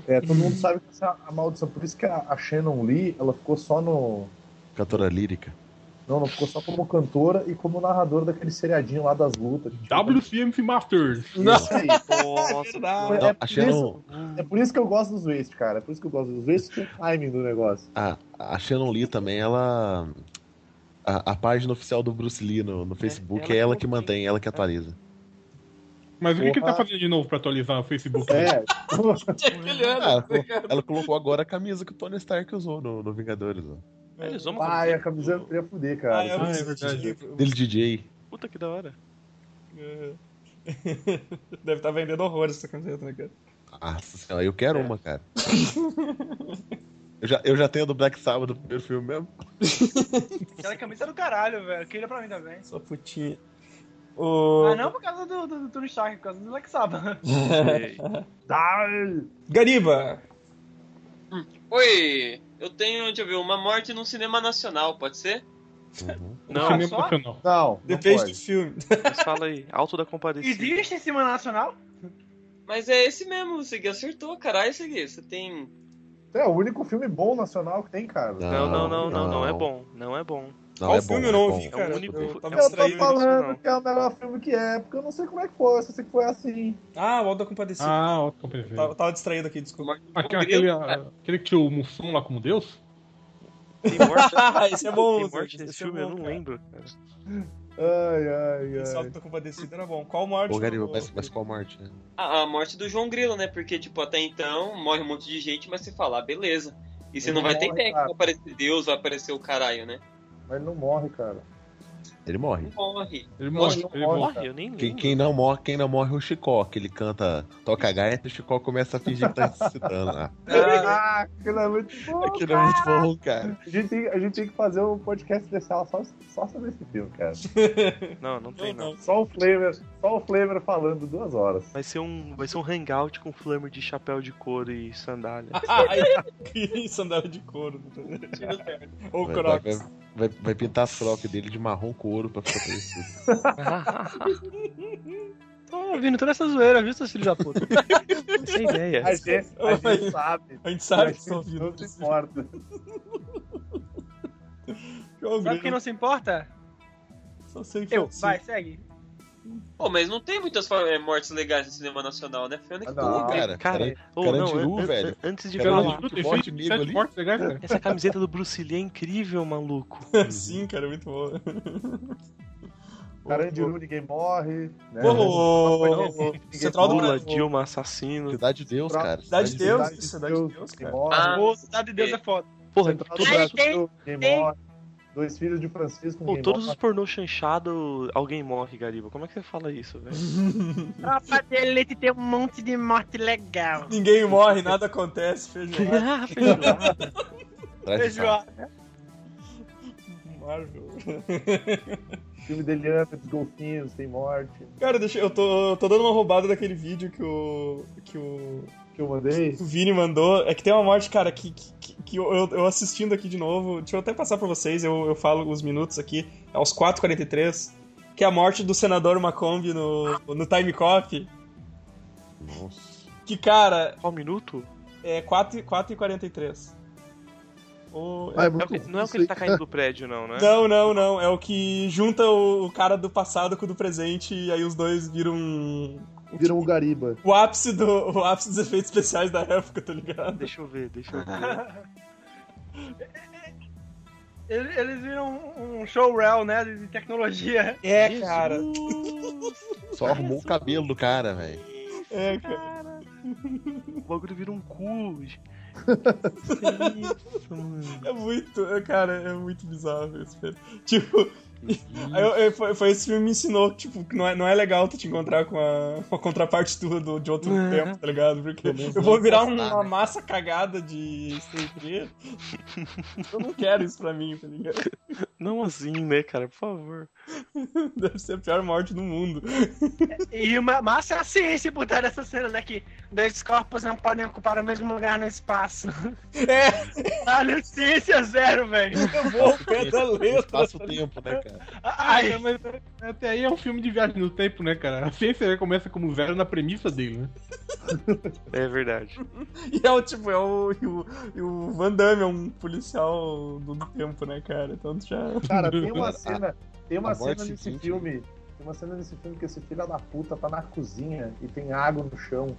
[SPEAKER 7] É, todo mundo sabe que essa é a maldição. Por isso que a, a Shannon Lee, ela ficou só no.
[SPEAKER 5] Cantora lírica.
[SPEAKER 7] Não, ela ficou só como cantora e como narradora daquele seriadinho lá das lutas. que tinha-
[SPEAKER 6] WCMC Masters!
[SPEAKER 7] Isso aí.
[SPEAKER 3] Nossa,
[SPEAKER 4] Verdade.
[SPEAKER 5] Não,
[SPEAKER 7] É,
[SPEAKER 5] Então, a
[SPEAKER 7] por
[SPEAKER 5] Shannon,
[SPEAKER 7] isso, é por isso que eu gosto dos Waste, cara. É por isso que eu gosto dos Waste, tem timing do negócio.
[SPEAKER 5] a, a Shannon Lee também, ela. A, a página oficial do Bruce Lee no, no Facebook
[SPEAKER 3] ela
[SPEAKER 5] é, ela
[SPEAKER 3] que
[SPEAKER 5] que mantém, ela que atualiza.
[SPEAKER 6] Mas o que, que ele tá
[SPEAKER 7] Porra.
[SPEAKER 6] fazendo de novo pra atualizar o Facebook?
[SPEAKER 7] É,
[SPEAKER 8] Tá
[SPEAKER 5] Ah, ela, colocou, ela colocou agora a camisa que o Tony Stark usou no, no Vingadores. Ó.
[SPEAKER 3] eles vão
[SPEAKER 7] pai, a camisa eu queria fuder,
[SPEAKER 4] Ah,
[SPEAKER 7] cara.
[SPEAKER 4] eu
[SPEAKER 6] Ah, é
[SPEAKER 4] desisti.
[SPEAKER 5] Dele DJ.
[SPEAKER 3] Puta que da hora.
[SPEAKER 4] É. Deve estar vendendo horror essa camiseta, né, cara?
[SPEAKER 5] Nossa senhora, eu quero uma, cara. Eu já, eu já tenho a do Black Sabbath do primeiro filme mesmo.
[SPEAKER 9] Aquela camisa é do caralho, velho. Queria pra mim também.
[SPEAKER 4] Só putinha. O...
[SPEAKER 9] Mas Ah, não por causa do, do, do Tony Stark, por causa do Black Sabbath.
[SPEAKER 4] É.
[SPEAKER 3] Sei.
[SPEAKER 4] Gariba!
[SPEAKER 8] Oi, eu tenho, deixa eu ver, uma morte num cinema nacional, pode ser?
[SPEAKER 6] Não,
[SPEAKER 3] Não,
[SPEAKER 6] cinema
[SPEAKER 9] só?
[SPEAKER 6] nacional.
[SPEAKER 7] Não, não
[SPEAKER 4] Depende
[SPEAKER 7] pode.
[SPEAKER 4] do filme.
[SPEAKER 3] mas fala aí. Alto da Compadecida.
[SPEAKER 9] Existe em cima nacional?
[SPEAKER 8] Mas é esse mesmo, o Segui acertou, caralho, Segui. Você tem.
[SPEAKER 7] É o único filme bom nacional que tem, cara.
[SPEAKER 3] Não, não, não, não, não é bom. Não é bom.
[SPEAKER 5] Não,
[SPEAKER 4] Qual
[SPEAKER 5] é
[SPEAKER 4] filme
[SPEAKER 5] bom,
[SPEAKER 4] eu não
[SPEAKER 5] é bom.
[SPEAKER 4] ouvi,
[SPEAKER 3] É o
[SPEAKER 4] cara?
[SPEAKER 3] único-
[SPEAKER 4] Eu tava
[SPEAKER 3] é o
[SPEAKER 7] Eu tô
[SPEAKER 4] distraído.
[SPEAKER 3] único-
[SPEAKER 7] falando que é o melhor filme que é, porque eu não sei como é que foi, eu só sei que foi assim.
[SPEAKER 4] Ah, o Aldo Compadecido.
[SPEAKER 6] Ah, outro
[SPEAKER 4] Eu
[SPEAKER 6] compreensível.
[SPEAKER 4] tava- eu tava distraído aqui, desculpa.
[SPEAKER 8] tá um
[SPEAKER 6] Aquele, aquele, ah, aquele que tinha o Mussum lá como Deus?
[SPEAKER 3] Tem morte,
[SPEAKER 4] Ah, esse é bom.
[SPEAKER 3] tem morte
[SPEAKER 4] Zé,
[SPEAKER 3] nesse
[SPEAKER 4] esse
[SPEAKER 3] filme,
[SPEAKER 4] é
[SPEAKER 3] eu
[SPEAKER 4] bom,
[SPEAKER 3] não
[SPEAKER 4] cara.
[SPEAKER 3] lembro. cara.
[SPEAKER 7] Ai, ai,
[SPEAKER 4] Esse
[SPEAKER 7] ai.
[SPEAKER 4] Aldo Compadecido era bom. Qual morte?
[SPEAKER 5] Ô, Gariba,
[SPEAKER 4] do-
[SPEAKER 5] mas, mas qual morte? né?
[SPEAKER 8] A, a morte do João Grilo, né? Porque, tipo, até então morre um monte de gente, mas você fala, ah, beleza. E você
[SPEAKER 7] Ele
[SPEAKER 8] não vai ter
[SPEAKER 7] morre,
[SPEAKER 8] ideia que
[SPEAKER 7] cara.
[SPEAKER 8] vai aparecer Deus, vai aparecer o caralho, né?
[SPEAKER 7] Mas ele não morre, cara.
[SPEAKER 5] Ele morre.
[SPEAKER 8] Morre.
[SPEAKER 6] Ele
[SPEAKER 7] Nossa,
[SPEAKER 6] morre,
[SPEAKER 7] não
[SPEAKER 6] ele
[SPEAKER 7] morre.
[SPEAKER 6] morre.
[SPEAKER 3] Morre, eu nem
[SPEAKER 5] Quem,
[SPEAKER 3] lembro.
[SPEAKER 5] quem não morre, quem não morre é o Chicó, que ele canta, toca a gaita e o Chicó começa a fingir que tá ressuscitando. Ah,
[SPEAKER 7] Ah, aquilo é muito bom.
[SPEAKER 5] aquilo é muito bom, cara.
[SPEAKER 7] A gente, tem, a gente tem que fazer um podcast especial só, só sobre esse filme, cara.
[SPEAKER 3] Não, não tem
[SPEAKER 4] Não,
[SPEAKER 3] não.
[SPEAKER 4] não.
[SPEAKER 7] Só o Flavor, só o Flavor falando duas horas.
[SPEAKER 3] Vai ser um, vai ser um hangout com flamer de chapéu de couro e sandália.
[SPEAKER 4] Ai, sandália de couro. tá Ou
[SPEAKER 5] Vai, vai,
[SPEAKER 4] Crocs.
[SPEAKER 5] vai- vai pintar as frocas dele de marrom couro pra ficar parecido.
[SPEAKER 3] Tô vindo toda essa zoeira, viu, seu filho da puta? Sem ideia.
[SPEAKER 7] A gente, a gente sabe.
[SPEAKER 4] A gente
[SPEAKER 7] A
[SPEAKER 4] sabe que
[SPEAKER 7] gente
[SPEAKER 4] são
[SPEAKER 7] não
[SPEAKER 4] vindo.
[SPEAKER 7] se importa.
[SPEAKER 9] Sabe quem não se importa?
[SPEAKER 4] Só sei que é assim,
[SPEAKER 9] Eu.
[SPEAKER 4] sim.
[SPEAKER 9] Vai, segue.
[SPEAKER 8] Pô, mas não tem muitas fa- eh, mortes legais no cinema nacional, né? Foi a única
[SPEAKER 7] Ah,
[SPEAKER 8] que eu
[SPEAKER 7] não.
[SPEAKER 8] lembro.
[SPEAKER 5] Cara,
[SPEAKER 3] Cara,
[SPEAKER 5] cara,
[SPEAKER 3] ou não,
[SPEAKER 5] Carandiru,
[SPEAKER 3] an- an-
[SPEAKER 5] velho.
[SPEAKER 3] antes de
[SPEAKER 5] Cara,
[SPEAKER 3] falar,
[SPEAKER 5] Carandiru.
[SPEAKER 6] Tem
[SPEAKER 5] Morte
[SPEAKER 6] sete-
[SPEAKER 5] amigo
[SPEAKER 6] sete
[SPEAKER 5] ali.
[SPEAKER 6] mortes legais, cara.
[SPEAKER 3] essa camiseta do Bruce Lee é incrível, maluco.
[SPEAKER 4] Sim, cara, é muito bom.
[SPEAKER 7] Carandiru, é ninguém morre. Né?
[SPEAKER 4] Porra, o-
[SPEAKER 7] Ninguém
[SPEAKER 4] o Central do
[SPEAKER 7] morre.
[SPEAKER 3] Lula,
[SPEAKER 4] Brasil.
[SPEAKER 3] Dilma, assassino.
[SPEAKER 5] Cidade de Deus, cara.
[SPEAKER 4] Cidade de Deus,
[SPEAKER 7] Cidade
[SPEAKER 4] Cidade de Deus,
[SPEAKER 7] ninguém
[SPEAKER 4] cara.
[SPEAKER 7] morre.
[SPEAKER 8] Ah,
[SPEAKER 9] Ô, Cidade de Deus é foda.
[SPEAKER 3] Porra,
[SPEAKER 7] Central do
[SPEAKER 3] tudo
[SPEAKER 9] Ai,
[SPEAKER 7] Brasil, ninguém
[SPEAKER 9] tem-
[SPEAKER 7] morre. Dois filhos de Francisco.
[SPEAKER 3] Pô,
[SPEAKER 7] ninguém
[SPEAKER 3] todos os
[SPEAKER 7] mata.
[SPEAKER 3] pornô chanchado, alguém morre, Gariba. Como é que você fala isso, velho?
[SPEAKER 9] Tropa de elite tem um monte de morte legal.
[SPEAKER 4] Ninguém morre, nada acontece, feijão.
[SPEAKER 3] Ah, feijoada.
[SPEAKER 5] Traz esse cara.
[SPEAKER 4] Marvel.
[SPEAKER 7] O filme dele anda, dos golfinhos, tem morte.
[SPEAKER 4] Cara, deixa, eu tô, eu tô dando uma roubada daquele vídeo que o. que o.
[SPEAKER 7] Que eu mandei.
[SPEAKER 4] o Vini mandou. É que tem uma morte, cara, que, que, que eu, eu- eu assistindo aqui de novo. Deixa eu até passar pra vocês, eu, eu falo os minutos aqui, É aos 4h43. Que é a morte do senador Macombi no, no Time Cop.
[SPEAKER 5] Nossa.
[SPEAKER 4] Que, cara,
[SPEAKER 3] Qual minuto?
[SPEAKER 4] é 4, 4h43. O,
[SPEAKER 7] Ah, é
[SPEAKER 3] É o
[SPEAKER 7] muito
[SPEAKER 3] que- não é o que
[SPEAKER 7] isso
[SPEAKER 3] ele
[SPEAKER 7] aí.
[SPEAKER 3] tá caindo do prédio, não, né?
[SPEAKER 4] Não, não, não. É o que junta o, o cara do passado com o do presente e aí os dois viram um,
[SPEAKER 7] Viram o um Gariba.
[SPEAKER 4] o ápice, do, o ápice dos efeitos especiais da época, tá ligado?
[SPEAKER 3] Deixa eu ver, deixa eu ver.
[SPEAKER 9] Eles, eles viram um um showreel, né, de de tecnologia.
[SPEAKER 4] É, cara.
[SPEAKER 5] Só arrumou
[SPEAKER 4] um
[SPEAKER 5] o cabelo do cara, velho.
[SPEAKER 4] É, cara.
[SPEAKER 3] O bagulho vira um cu. gente.
[SPEAKER 4] É muito, é, cara, é muito bizarro esse filme. Tipo, eu- eu- foi, foi esse filme que me ensinou, tipo, que não é, não é legal tu te encontrar com a, com a contraparte tua do, de outro
[SPEAKER 9] É.
[SPEAKER 4] tempo, tá ligado? Porque
[SPEAKER 5] Pelo menos
[SPEAKER 4] eu vou
[SPEAKER 5] não
[SPEAKER 4] virar
[SPEAKER 5] encostar,
[SPEAKER 4] uma
[SPEAKER 5] né?
[SPEAKER 4] massa cagada de estreia. Eu não quero isso pra mim, tá ligado?
[SPEAKER 3] Não assim, né, cara? Por favor.
[SPEAKER 4] Deve ser a pior morte do mundo.
[SPEAKER 9] E uma massa é a ciência por trás dessa cena, né, que dois corpos não podem ocupar o mesmo lugar no espaço.
[SPEAKER 4] É,
[SPEAKER 9] Olha, ciência zero, velho.
[SPEAKER 4] eu vou ao pé da letra. tá
[SPEAKER 5] Passa o tempo, né, cara?
[SPEAKER 9] Ai,
[SPEAKER 6] É, mas até aí é um filme de viagem no tempo, né, cara? A ciência já começa como zero na premissa dele, né?
[SPEAKER 3] É verdade.
[SPEAKER 4] E é o tipo, é o, e o, e o Van Damme é um policial do do tempo, né, cara? Então tu já.
[SPEAKER 7] Cara, tem uma
[SPEAKER 5] A-
[SPEAKER 7] cena. Tem uma
[SPEAKER 5] a
[SPEAKER 7] cena
[SPEAKER 5] morte
[SPEAKER 7] nesse
[SPEAKER 5] seguinte,
[SPEAKER 7] filme. Tem uma cena nesse filme que esse filho da puta tá na cozinha e tem água no chão.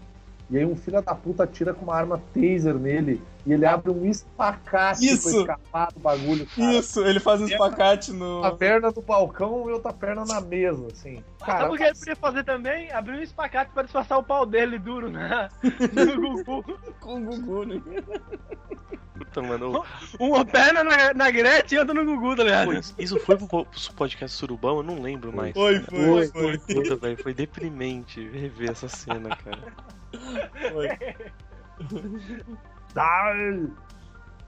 [SPEAKER 7] E aí um filho da puta atira com uma arma taser nele e ele abre um espacate
[SPEAKER 4] Isso.
[SPEAKER 7] pra escapar do bagulho, cara.
[SPEAKER 4] Isso, ele faz um espacate no.
[SPEAKER 9] Ah,
[SPEAKER 7] Uma perna do balcão e outra perna na mesa, assim. Cara,
[SPEAKER 9] sabe o que é ele podia fazer também? Abrir um espacate pra disfarçar o pau dele duro na, no Gugu.
[SPEAKER 4] com o Gugu, né?
[SPEAKER 3] Puta, mano.
[SPEAKER 9] Uma perna na, na Gretchen e outra no Gugu, tá ligado?
[SPEAKER 3] Pô, isso- isso foi pro po- pro podcast Surubão? Eu não lembro mais.
[SPEAKER 4] Foi, foi,
[SPEAKER 7] Foi,
[SPEAKER 4] foi,
[SPEAKER 3] Puta, velho, foi deprimente rever essa cena, cara.
[SPEAKER 4] foi.
[SPEAKER 7] Dai!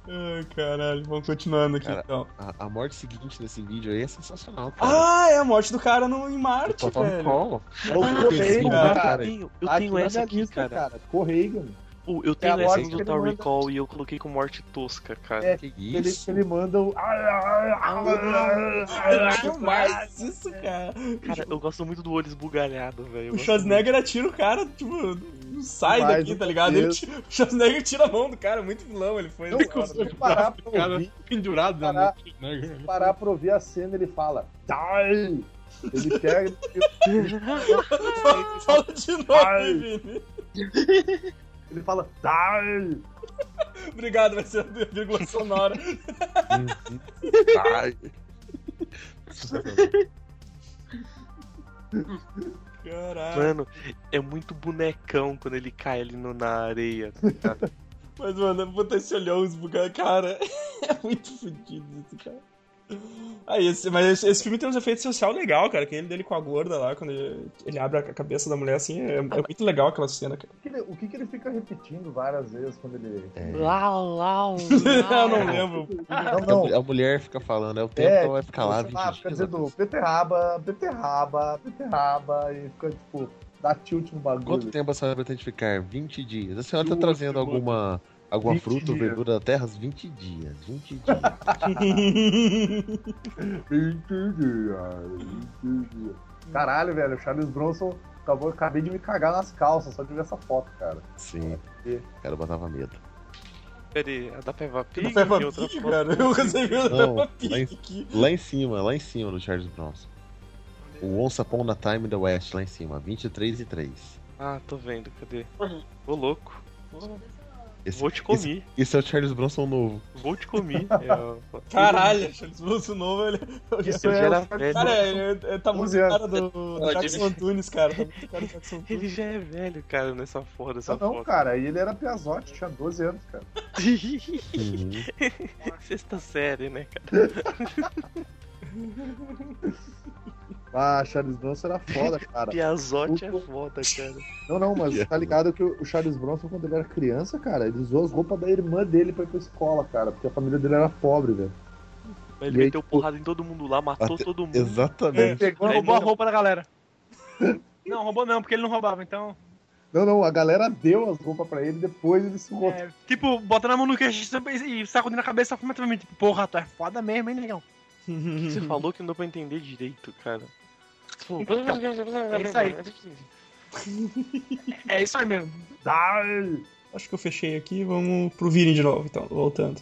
[SPEAKER 4] Ai, caralho, vamos continuando aqui
[SPEAKER 5] Cara,
[SPEAKER 4] então.
[SPEAKER 5] A, a morte seguinte nesse vídeo aí é sensacional, cara.
[SPEAKER 4] Ah, é a morte do cara no, em
[SPEAKER 5] O
[SPEAKER 4] Marte,
[SPEAKER 5] Total
[SPEAKER 4] velho.
[SPEAKER 5] Recall.
[SPEAKER 7] É o Correigan,
[SPEAKER 4] cara.
[SPEAKER 7] cara.
[SPEAKER 3] Ah, Eu tenho, eu
[SPEAKER 7] Tá
[SPEAKER 3] tenho
[SPEAKER 7] aqui na
[SPEAKER 3] essa
[SPEAKER 7] minha
[SPEAKER 3] aqui,
[SPEAKER 7] lista,
[SPEAKER 3] cara.
[SPEAKER 7] Correigan.
[SPEAKER 3] O- Eu
[SPEAKER 7] É a
[SPEAKER 3] tenho essa
[SPEAKER 7] morte
[SPEAKER 3] do
[SPEAKER 7] que ele
[SPEAKER 3] Total
[SPEAKER 7] manda.
[SPEAKER 3] Recall e eu coloquei com morte tosca, cara.
[SPEAKER 7] É,
[SPEAKER 5] Que
[SPEAKER 7] Ele,
[SPEAKER 5] isso?
[SPEAKER 7] ele manda o.
[SPEAKER 4] Demais isso, cara.
[SPEAKER 3] Cara, eu gosto muito do olho esbugalhado, velho. Eu
[SPEAKER 4] O
[SPEAKER 3] gosto
[SPEAKER 4] Schwarzenegger atira o cara, tipo, não sai
[SPEAKER 7] Vai,
[SPEAKER 4] daqui,
[SPEAKER 7] não
[SPEAKER 4] tá ligado? Ele
[SPEAKER 7] isso.
[SPEAKER 4] tira- o Schwarzenegger tira a mão do cara, muito vilão ele foi.
[SPEAKER 7] Não,
[SPEAKER 4] né,
[SPEAKER 7] cara,
[SPEAKER 4] cara?
[SPEAKER 7] se é um eu parar pra
[SPEAKER 6] Cara,
[SPEAKER 7] ouvir,
[SPEAKER 6] pendurado na
[SPEAKER 7] Caraca.
[SPEAKER 6] morte, né?
[SPEAKER 7] parar pra ouvir a cena, ele fala. Dai! Ele pega. assim,
[SPEAKER 4] Fala- Fala de novo,
[SPEAKER 7] Ai.
[SPEAKER 4] hein, Vini.
[SPEAKER 7] Ele fala. Dai!
[SPEAKER 4] Obrigado, vai ser a vírgula sonora.
[SPEAKER 5] Ai.
[SPEAKER 4] Caralho.
[SPEAKER 3] Mano, é muito bonecão quando ele cai ali no, na areia.
[SPEAKER 4] Mas, mano, puta, esse olhão esbugado, cara, é muito fodido isso, cara. Aí, esse, mas esse, esse filme tem uns efeitos social legal, cara. Aquele dele com a gorda lá, quando ele, ele abre a cabeça da mulher, assim, é, é muito legal aquela cena, cara.
[SPEAKER 7] O que, ele- o que que ele fica repetindo várias vezes quando ele.
[SPEAKER 5] é.
[SPEAKER 4] Eu não lembro.
[SPEAKER 9] Ah,
[SPEAKER 5] Porque a
[SPEAKER 7] Não, Ah, não.
[SPEAKER 5] mu- A mulher fica falando, é o tempo,
[SPEAKER 7] É,
[SPEAKER 5] ela vai ficar lá
[SPEAKER 7] sei
[SPEAKER 5] 20
[SPEAKER 7] lá, fica
[SPEAKER 5] dias.
[SPEAKER 7] dizendo beterraba, beterraba, beterraba, e fica tipo, dá tilt no
[SPEAKER 5] Quanto
[SPEAKER 7] bagulho.
[SPEAKER 5] tempo a senhora pretende ficar? 20 dias. A senhora tá
[SPEAKER 6] Duas
[SPEAKER 5] trazendo
[SPEAKER 6] semanas.
[SPEAKER 5] alguma, alguma
[SPEAKER 7] 20
[SPEAKER 5] fruta ou
[SPEAKER 7] dias.
[SPEAKER 5] verdura da terra? 20 dias. 20 dias.
[SPEAKER 7] Entendi, ai, entendi. Caralho, velho, o Charles Bronson acabou, acabei de me cagar nas calças, só de ver essa foto, cara.
[SPEAKER 5] Sim.
[SPEAKER 7] E-
[SPEAKER 5] O cara botava medo.
[SPEAKER 3] Pera aí, a da Peppa Pig
[SPEAKER 4] Não foi
[SPEAKER 3] e outra
[SPEAKER 4] Pig,
[SPEAKER 3] foto.
[SPEAKER 4] cara. Eu recebi o
[SPEAKER 5] Não,
[SPEAKER 4] Peppa
[SPEAKER 5] mas-
[SPEAKER 4] Pig aqui.
[SPEAKER 5] Lá em cima, lá em cima do Charles Bronson. O Once Upon a Time in the West, lá em cima. 23 e 3.
[SPEAKER 3] Ah, tô vendo, cadê? Ô, louco.
[SPEAKER 5] Esse-
[SPEAKER 3] Vou te comer.
[SPEAKER 5] Isso é o Charles Bronson novo.
[SPEAKER 3] Vou te comer. É,
[SPEAKER 4] Caralho, Charles Manson novo, ele...
[SPEAKER 7] Isso
[SPEAKER 3] Ele já
[SPEAKER 7] é
[SPEAKER 3] era
[SPEAKER 7] o Charles
[SPEAKER 3] velho.
[SPEAKER 4] Cara, ele- ele tá muito
[SPEAKER 7] 11 anos.
[SPEAKER 4] cara do, do
[SPEAKER 8] Ó,
[SPEAKER 4] Jackson
[SPEAKER 8] Jimmy.
[SPEAKER 4] Antunes, cara. Tá muito cara do Jackson Antunes.
[SPEAKER 3] Ele já é velho, cara, nessa porra dessa
[SPEAKER 7] Ah, Não, não,
[SPEAKER 3] foto.
[SPEAKER 7] cara, ele era piazote, tinha 12 anos, cara.
[SPEAKER 3] Sexta série, né, cara?
[SPEAKER 7] Ah, Charles Bronson era foda, cara.
[SPEAKER 3] Piazote é
[SPEAKER 7] Puta.
[SPEAKER 3] foda, cara.
[SPEAKER 7] Não, não, mas tá ligado que o Charles Bronson, quando ele era criança, cara, ele usou as roupas da irmã dele pra ir pra escola, cara, porque a família dele era pobre, velho.
[SPEAKER 3] Ele
[SPEAKER 7] E aí,
[SPEAKER 3] meteu
[SPEAKER 7] tipo,
[SPEAKER 3] porrada em todo mundo lá, matou
[SPEAKER 5] até-
[SPEAKER 3] todo mundo.
[SPEAKER 5] Exatamente.
[SPEAKER 9] Pegou, roubou a roupa da galera. Não, roubou não, porque ele não roubava, então.
[SPEAKER 7] Não, não, a galera deu as roupas pra ele, depois ele se botou.
[SPEAKER 9] É, tipo, botando a mão no queixo e sacudindo a cabeça afirmativamente. Tipo, porra, tu é foda mesmo, hein, negão?
[SPEAKER 3] Você falou que não deu pra entender direito, cara.
[SPEAKER 9] É isso aí. É isso aí mesmo.
[SPEAKER 4] Acho que eu fechei aqui, vamos pro Vini de novo, então, voltando.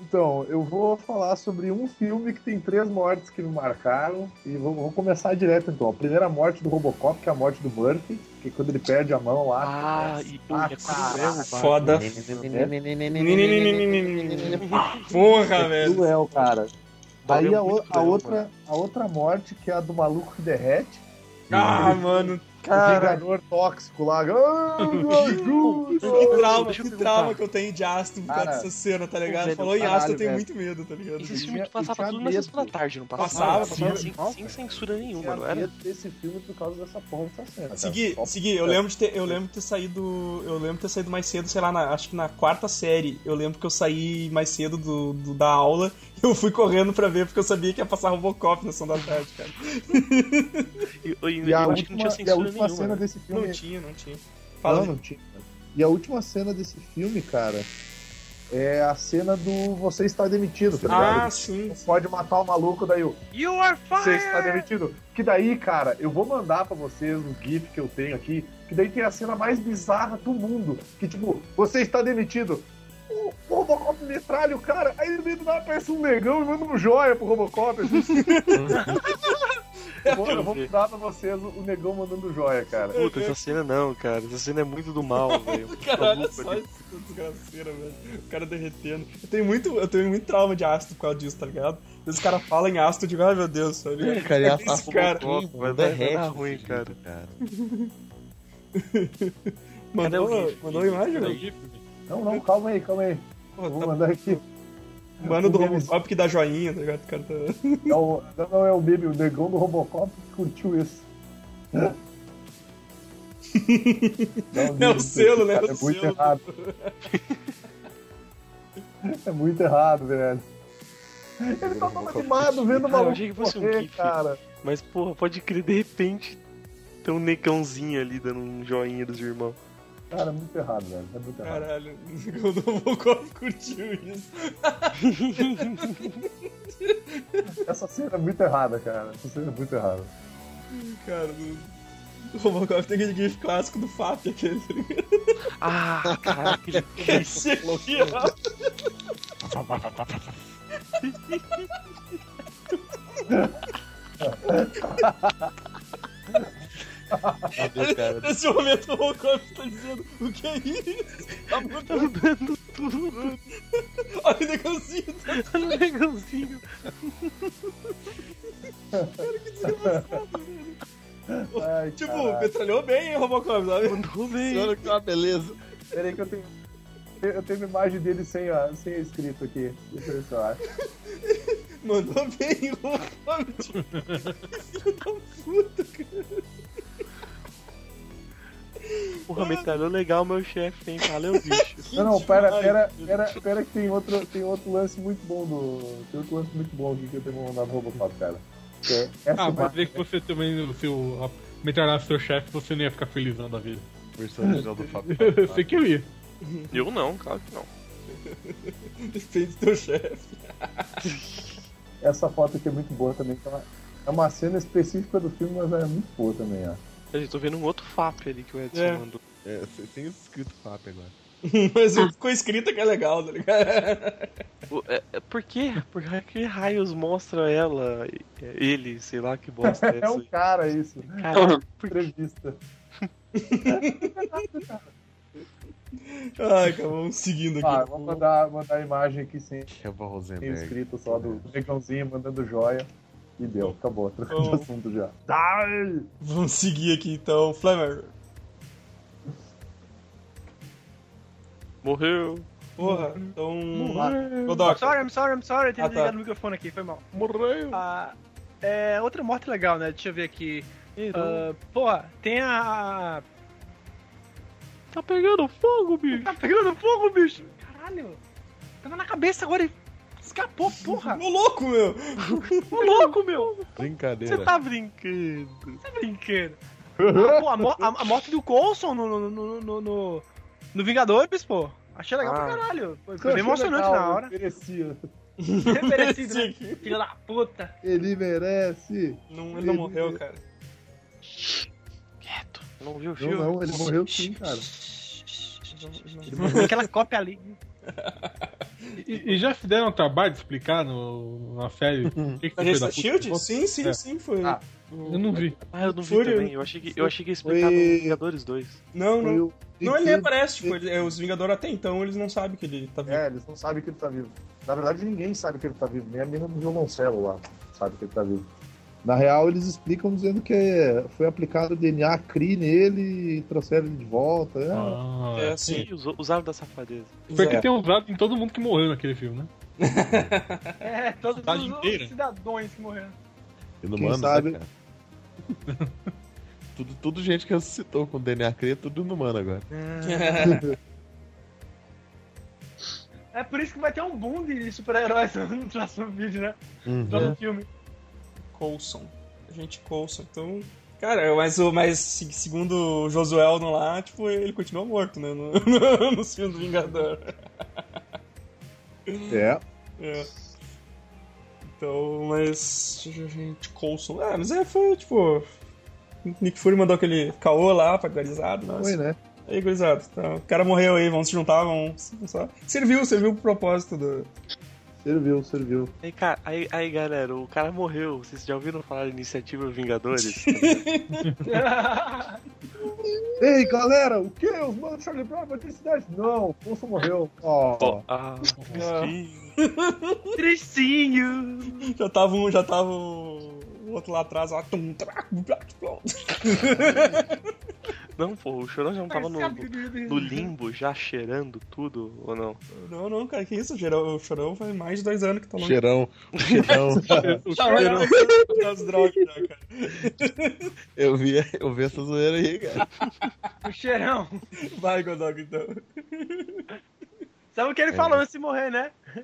[SPEAKER 7] Então, eu vou falar sobre um filme que tem três mortes que me marcaram. E vamos, vamos começar direto então. A primeira morte do Robocop, que é a morte do Murphy, que é quando ele perde a mão lá.
[SPEAKER 3] Ah, e pô, é cruel,
[SPEAKER 7] cara.
[SPEAKER 4] Foda. Porra, velho.
[SPEAKER 7] Duel, cara.
[SPEAKER 3] É. Valeu
[SPEAKER 7] Aí a,
[SPEAKER 3] muito
[SPEAKER 7] o- a
[SPEAKER 3] cruel,
[SPEAKER 7] outra, a outra morte, que é a do maluco que derrete.
[SPEAKER 4] Ah, mano,
[SPEAKER 7] O
[SPEAKER 4] cara.
[SPEAKER 7] Vingador tóxico lá. Ah, meu Deus!
[SPEAKER 4] Que trauma,
[SPEAKER 3] Deixa eu
[SPEAKER 4] que
[SPEAKER 3] perguntar.
[SPEAKER 4] trauma que eu tenho de Aston por causa
[SPEAKER 7] Cara,
[SPEAKER 4] dessa cena, tá ligado?
[SPEAKER 7] velho,
[SPEAKER 4] Falou em
[SPEAKER 7] caralho,
[SPEAKER 4] Aston, eu tenho
[SPEAKER 7] velho.
[SPEAKER 4] muito medo, tá ligado?
[SPEAKER 3] Esse
[SPEAKER 7] tinha-
[SPEAKER 3] filme
[SPEAKER 7] e
[SPEAKER 3] passava
[SPEAKER 7] tinha
[SPEAKER 3] tudo na
[SPEAKER 7] medo.
[SPEAKER 3] sexta da tarde, não
[SPEAKER 4] Passava,
[SPEAKER 3] passava?
[SPEAKER 4] passava
[SPEAKER 3] sem,
[SPEAKER 7] normal,
[SPEAKER 3] sem
[SPEAKER 7] cara.
[SPEAKER 3] censura nenhuma, não
[SPEAKER 7] Eu
[SPEAKER 3] era?
[SPEAKER 7] medo desse filme por causa dessa porra dessa cena. é cara.
[SPEAKER 4] Segui,
[SPEAKER 7] Só-
[SPEAKER 4] segui, eu lembro de ter, eu lembro de ter saído, eu lembro de ter saído mais cedo, sei lá, na- acho que na quarta série, eu lembro que eu saí mais cedo do, do- da aula, eu fui correndo pra ver porque eu sabia que ia passar Robocop na sessão da tarde, cara.
[SPEAKER 3] E, e-
[SPEAKER 7] E
[SPEAKER 3] eu
[SPEAKER 7] a
[SPEAKER 3] acho que não
[SPEAKER 7] última,
[SPEAKER 3] tinha
[SPEAKER 7] e a
[SPEAKER 3] censura
[SPEAKER 7] última
[SPEAKER 3] nenhuma. né?
[SPEAKER 7] cena desse filme
[SPEAKER 4] Não tinha, não tinha. Fala,
[SPEAKER 7] Não, não tinha. E a última cena desse filme, cara, é a cena do você está demitido, tá
[SPEAKER 4] Ah,
[SPEAKER 7] ligado?
[SPEAKER 4] sim.
[SPEAKER 7] Não Pode matar o maluco, daí o
[SPEAKER 9] You are
[SPEAKER 7] você
[SPEAKER 9] fine!
[SPEAKER 7] está demitido. Que daí, cara, eu vou mandar pra vocês um GIF que eu tenho aqui, que daí tem a cena mais bizarra do mundo. Que tipo, você está demitido. O o Robocop metralha o cara, aí no meio do nada aparece um negão e manda um joia pro Robocop. assim. eu, vou, eu vou mandar pra vocês o o negão mandando joia, cara.
[SPEAKER 3] Puta, essa cena não, cara. Essa cena é muito do mal, velho.
[SPEAKER 4] Cara, olha
[SPEAKER 3] Maluco
[SPEAKER 4] só
[SPEAKER 3] ali.
[SPEAKER 4] isso, desgraceira, velho. O cara derretendo. Eu tenho muito, eu tenho muito trauma de ácido por causa disso, tá ligado? Às vezes o cara fala em ácido, eu digo, ai meu Deus, sabe?
[SPEAKER 5] Cara, e a
[SPEAKER 4] É. Esse cara.
[SPEAKER 5] Robocop,
[SPEAKER 3] Vai- vai- vai
[SPEAKER 5] mano, derrete
[SPEAKER 3] dar
[SPEAKER 5] esse
[SPEAKER 3] ruim,
[SPEAKER 5] filme,
[SPEAKER 3] cara.
[SPEAKER 4] Mandou,
[SPEAKER 3] Cadê o GIF?
[SPEAKER 4] mandou imagem, né?
[SPEAKER 6] É
[SPEAKER 4] velho?
[SPEAKER 7] Não, não, calma aí, calma aí.
[SPEAKER 4] Pô,
[SPEAKER 7] Eu vou
[SPEAKER 4] tá-
[SPEAKER 7] mandar aqui.
[SPEAKER 4] Mano do
[SPEAKER 7] O meme-
[SPEAKER 4] Robocop que dá joinha, tá ligado? O cara tá...
[SPEAKER 7] É o- não, não é o meme, o negão do Robocop que curtiu isso.
[SPEAKER 4] É o selo, né?
[SPEAKER 7] cara,
[SPEAKER 4] O
[SPEAKER 7] É muito
[SPEAKER 4] selo.
[SPEAKER 7] errado. É muito errado, velho. Ele tá todo animado vendo
[SPEAKER 3] Cara, eu
[SPEAKER 7] o maluco
[SPEAKER 3] achei que fosse um
[SPEAKER 7] correr,
[SPEAKER 3] gif.
[SPEAKER 7] cara.
[SPEAKER 3] Mas, porra, pode crer, de repente tem um negãozinho ali dando um joinha dos irmãos.
[SPEAKER 7] Cara, é muito errado, velho. É muito errado.
[SPEAKER 4] Caralho, o do Robocop curtiu isso.
[SPEAKER 7] Essa cena é muito errada, cara. Essa cena é muito errada.
[SPEAKER 4] Cara, do... o Robocop tem aquele gif clássico do FAP, aquele. tá
[SPEAKER 3] Ah, caraca, aquele
[SPEAKER 6] Ah,
[SPEAKER 5] Cadê, cara?
[SPEAKER 4] Nesse momento o Robocop tá dizendo, o que é isso? Tá mudando
[SPEAKER 3] tudo
[SPEAKER 4] Olha o negocinho, tá
[SPEAKER 3] no negãozinho.
[SPEAKER 7] Ai,
[SPEAKER 4] tipo,
[SPEAKER 7] caralho.
[SPEAKER 4] metralhou bem, hein, Robocop, sabe?
[SPEAKER 3] Mandou bem.
[SPEAKER 5] tipo, Olha que é uma beleza.
[SPEAKER 7] Peraí que eu tenho. Eu tenho uma imagem dele sem a, sem a escrita aqui. Deixa eu ver se eu acho.
[SPEAKER 4] Mandou bem o Robocop, tipo. Filho da puta, cara.
[SPEAKER 3] Porra, metralhou legal meu chefe, hein? Valeu, bicho.
[SPEAKER 7] Não, não, pera,
[SPEAKER 4] demais,
[SPEAKER 7] pera, pera, pera que tem outro, tem outro lance muito bom do. Tem outro lance muito bom aqui que eu tenho que mandar no Robocop, cara. Que é essa
[SPEAKER 6] Ah, mas
[SPEAKER 7] imagem,
[SPEAKER 6] vê que você também, se o metralhasse seu chefe, você não ia ficar felizão da vida.
[SPEAKER 5] Versão original do Fábio.
[SPEAKER 6] Eu sei que eu ia.
[SPEAKER 3] Eu não, claro que não.
[SPEAKER 4] Depende do teu chefe.
[SPEAKER 7] essa foto aqui é muito boa também. que é uma- é uma cena específica do filme, mas é muito boa também, ó.
[SPEAKER 3] A gente tô vendo um outro FAP ali que o Edson
[SPEAKER 4] É.
[SPEAKER 3] mandou.
[SPEAKER 5] É, você tem escrito Fábio agora.
[SPEAKER 4] Mas com a escrita que é legal, tá ligado?
[SPEAKER 3] Pô, é- é- Por quê? Por que raios mostra ela? é, Ele, sei lá que bosta é
[SPEAKER 7] É
[SPEAKER 3] essa.
[SPEAKER 7] um cara isso,
[SPEAKER 3] Caralho, por que
[SPEAKER 7] entrevista.
[SPEAKER 4] Ai, cara, vamos seguindo aqui.
[SPEAKER 7] Ah, vou mandar, mandar a imagem aqui sem
[SPEAKER 5] Eva
[SPEAKER 7] sem
[SPEAKER 5] Rosenberg.
[SPEAKER 7] escrito só do negãozinho mandando joia. E deu, acabou. Trocou
[SPEAKER 4] Bom.
[SPEAKER 7] de assunto já. Dai!
[SPEAKER 4] Vamos seguir aqui então. Flamer,
[SPEAKER 3] Morreu.
[SPEAKER 4] porra, então.
[SPEAKER 7] Morreu.
[SPEAKER 4] Godoka.
[SPEAKER 9] Sorry, I'm sorry, I'm sorry, eu tinha
[SPEAKER 4] Ah, tá.
[SPEAKER 9] desligado o microfone aqui, foi mal.
[SPEAKER 3] Morreu.
[SPEAKER 9] Ah, é, outra morte legal, né? Deixa eu ver aqui. Ah, porra, tem a. a-
[SPEAKER 3] tá pegando fogo, bicho.
[SPEAKER 9] Tá pegando fogo, bicho! Caralho! Tava na cabeça agora e escapou, porra!
[SPEAKER 4] Ô louco, meu!
[SPEAKER 9] Ô louco, meu! Você
[SPEAKER 5] Brincadeira.
[SPEAKER 9] tá brincando? Você tá brincando? Ah, pô, a, mo- a- a morte do Coulson no, no, no, no, no- no Vingadores, pô. Achei legal pra
[SPEAKER 3] Ah.
[SPEAKER 9] caralho. Foi, foi
[SPEAKER 7] Achei
[SPEAKER 9] bem emocionante
[SPEAKER 7] legal,
[SPEAKER 9] na hora.
[SPEAKER 7] Ele merecia.
[SPEAKER 9] Merecido, né? Filho da puta.
[SPEAKER 7] Ele merece.
[SPEAKER 4] Não, ele não morreu, cara.
[SPEAKER 3] Quieto. Ah, Não viu o
[SPEAKER 7] Não,
[SPEAKER 3] filme?
[SPEAKER 7] não, ele morreu sim, cara.
[SPEAKER 9] Aquela cópia ali.
[SPEAKER 6] E, e já se deram o trabalho de explicar no, na série? o que que
[SPEAKER 4] A
[SPEAKER 6] foi
[SPEAKER 4] gente
[SPEAKER 6] da
[SPEAKER 4] da
[SPEAKER 6] puta?
[SPEAKER 4] Shield? Sim, sim,
[SPEAKER 6] É.
[SPEAKER 4] sim, foi.
[SPEAKER 7] Ah.
[SPEAKER 6] Eu não vi.
[SPEAKER 3] Ah, eu não vi
[SPEAKER 4] Foi,
[SPEAKER 3] também. Eu achei que, eu achei que ia explicar
[SPEAKER 7] foi-
[SPEAKER 3] no Vingadores 2.
[SPEAKER 4] Não,
[SPEAKER 7] Foi
[SPEAKER 4] não.
[SPEAKER 7] o-
[SPEAKER 4] Não, ele nem aparece, tipo, ele- é, os Vingadores até então eles não sabem que ele tá vivo.
[SPEAKER 7] É, eles não sabem que ele tá vivo. Na verdade, ninguém sabe que ele tá vivo. Nem a menina do violoncelo lá sabe que ele tá vivo. Na real, eles explicam dizendo que foi aplicado DNA CRI nele e trouxeram ele de volta. É,
[SPEAKER 6] Ah,
[SPEAKER 4] É, assim.
[SPEAKER 3] Ih, us- usaram da safadeza.
[SPEAKER 6] Foi que tem usado em todo mundo que morreu naquele filme, né?
[SPEAKER 9] É, todos
[SPEAKER 6] Cidade
[SPEAKER 9] os-
[SPEAKER 6] inteira.
[SPEAKER 9] os cidadãos que morreram.
[SPEAKER 5] E no
[SPEAKER 7] Quem
[SPEAKER 5] Manos,
[SPEAKER 7] sabe-
[SPEAKER 5] né, cara? tudo, tudo gente que ressuscitou com DNA cria, tudo no Mano agora.
[SPEAKER 9] É por isso que vai ter um boom de super-heróis no próximo vídeo, né? No próximo filme.
[SPEAKER 4] Coulson. A gente Coulson, então. Cara, mas, o- mas se- segundo o Josué Eldon lá, tipo, ele continua morto, né? No, no, nos filmes do Vingador.
[SPEAKER 7] é.
[SPEAKER 4] É. Então, mas. Gente, Coulson. Ah, mas é, foi, tipo. Nick Fury mandou aquele caô lá pra gurizada. mas-
[SPEAKER 7] Foi, né?
[SPEAKER 4] Aí, gurizada, tá, o cara morreu aí, vamos se juntar, vamos. Só... Serviu, serviu pro propósito do.
[SPEAKER 7] Serviu, serviu.
[SPEAKER 3] Aí, cara, aí, aí, galera, o cara morreu. Vocês já ouviram falar da iniciativa Vingadores?
[SPEAKER 7] Ei, galera, o que? Os manos do Charlie Brown vai ter cidade? Não, o Coulson morreu. Ó,
[SPEAKER 3] Ó, ah, triste.
[SPEAKER 9] Tristinho!
[SPEAKER 4] Já tava um, já tava o o outro lá atrás, lá. Tum, tra, blá, blá.
[SPEAKER 3] Não, pô, o Chorão já não tava no, no no limbo, já cheirando tudo, ou não?
[SPEAKER 4] Não, não, cara, que isso? O Chorão, o Chorão faz mais de dois anos que tá longe.
[SPEAKER 5] Cheirão. Cheirão.
[SPEAKER 6] É, O
[SPEAKER 4] Tá longe
[SPEAKER 6] Chorão-
[SPEAKER 4] das drogas, né, cara?
[SPEAKER 5] eu, vi, eu vi essa zoeira aí, cara.
[SPEAKER 9] O cheirão.
[SPEAKER 4] Vai, Godog, então.
[SPEAKER 9] Sabe o que ele
[SPEAKER 3] É.
[SPEAKER 9] falou antes de morrer, né?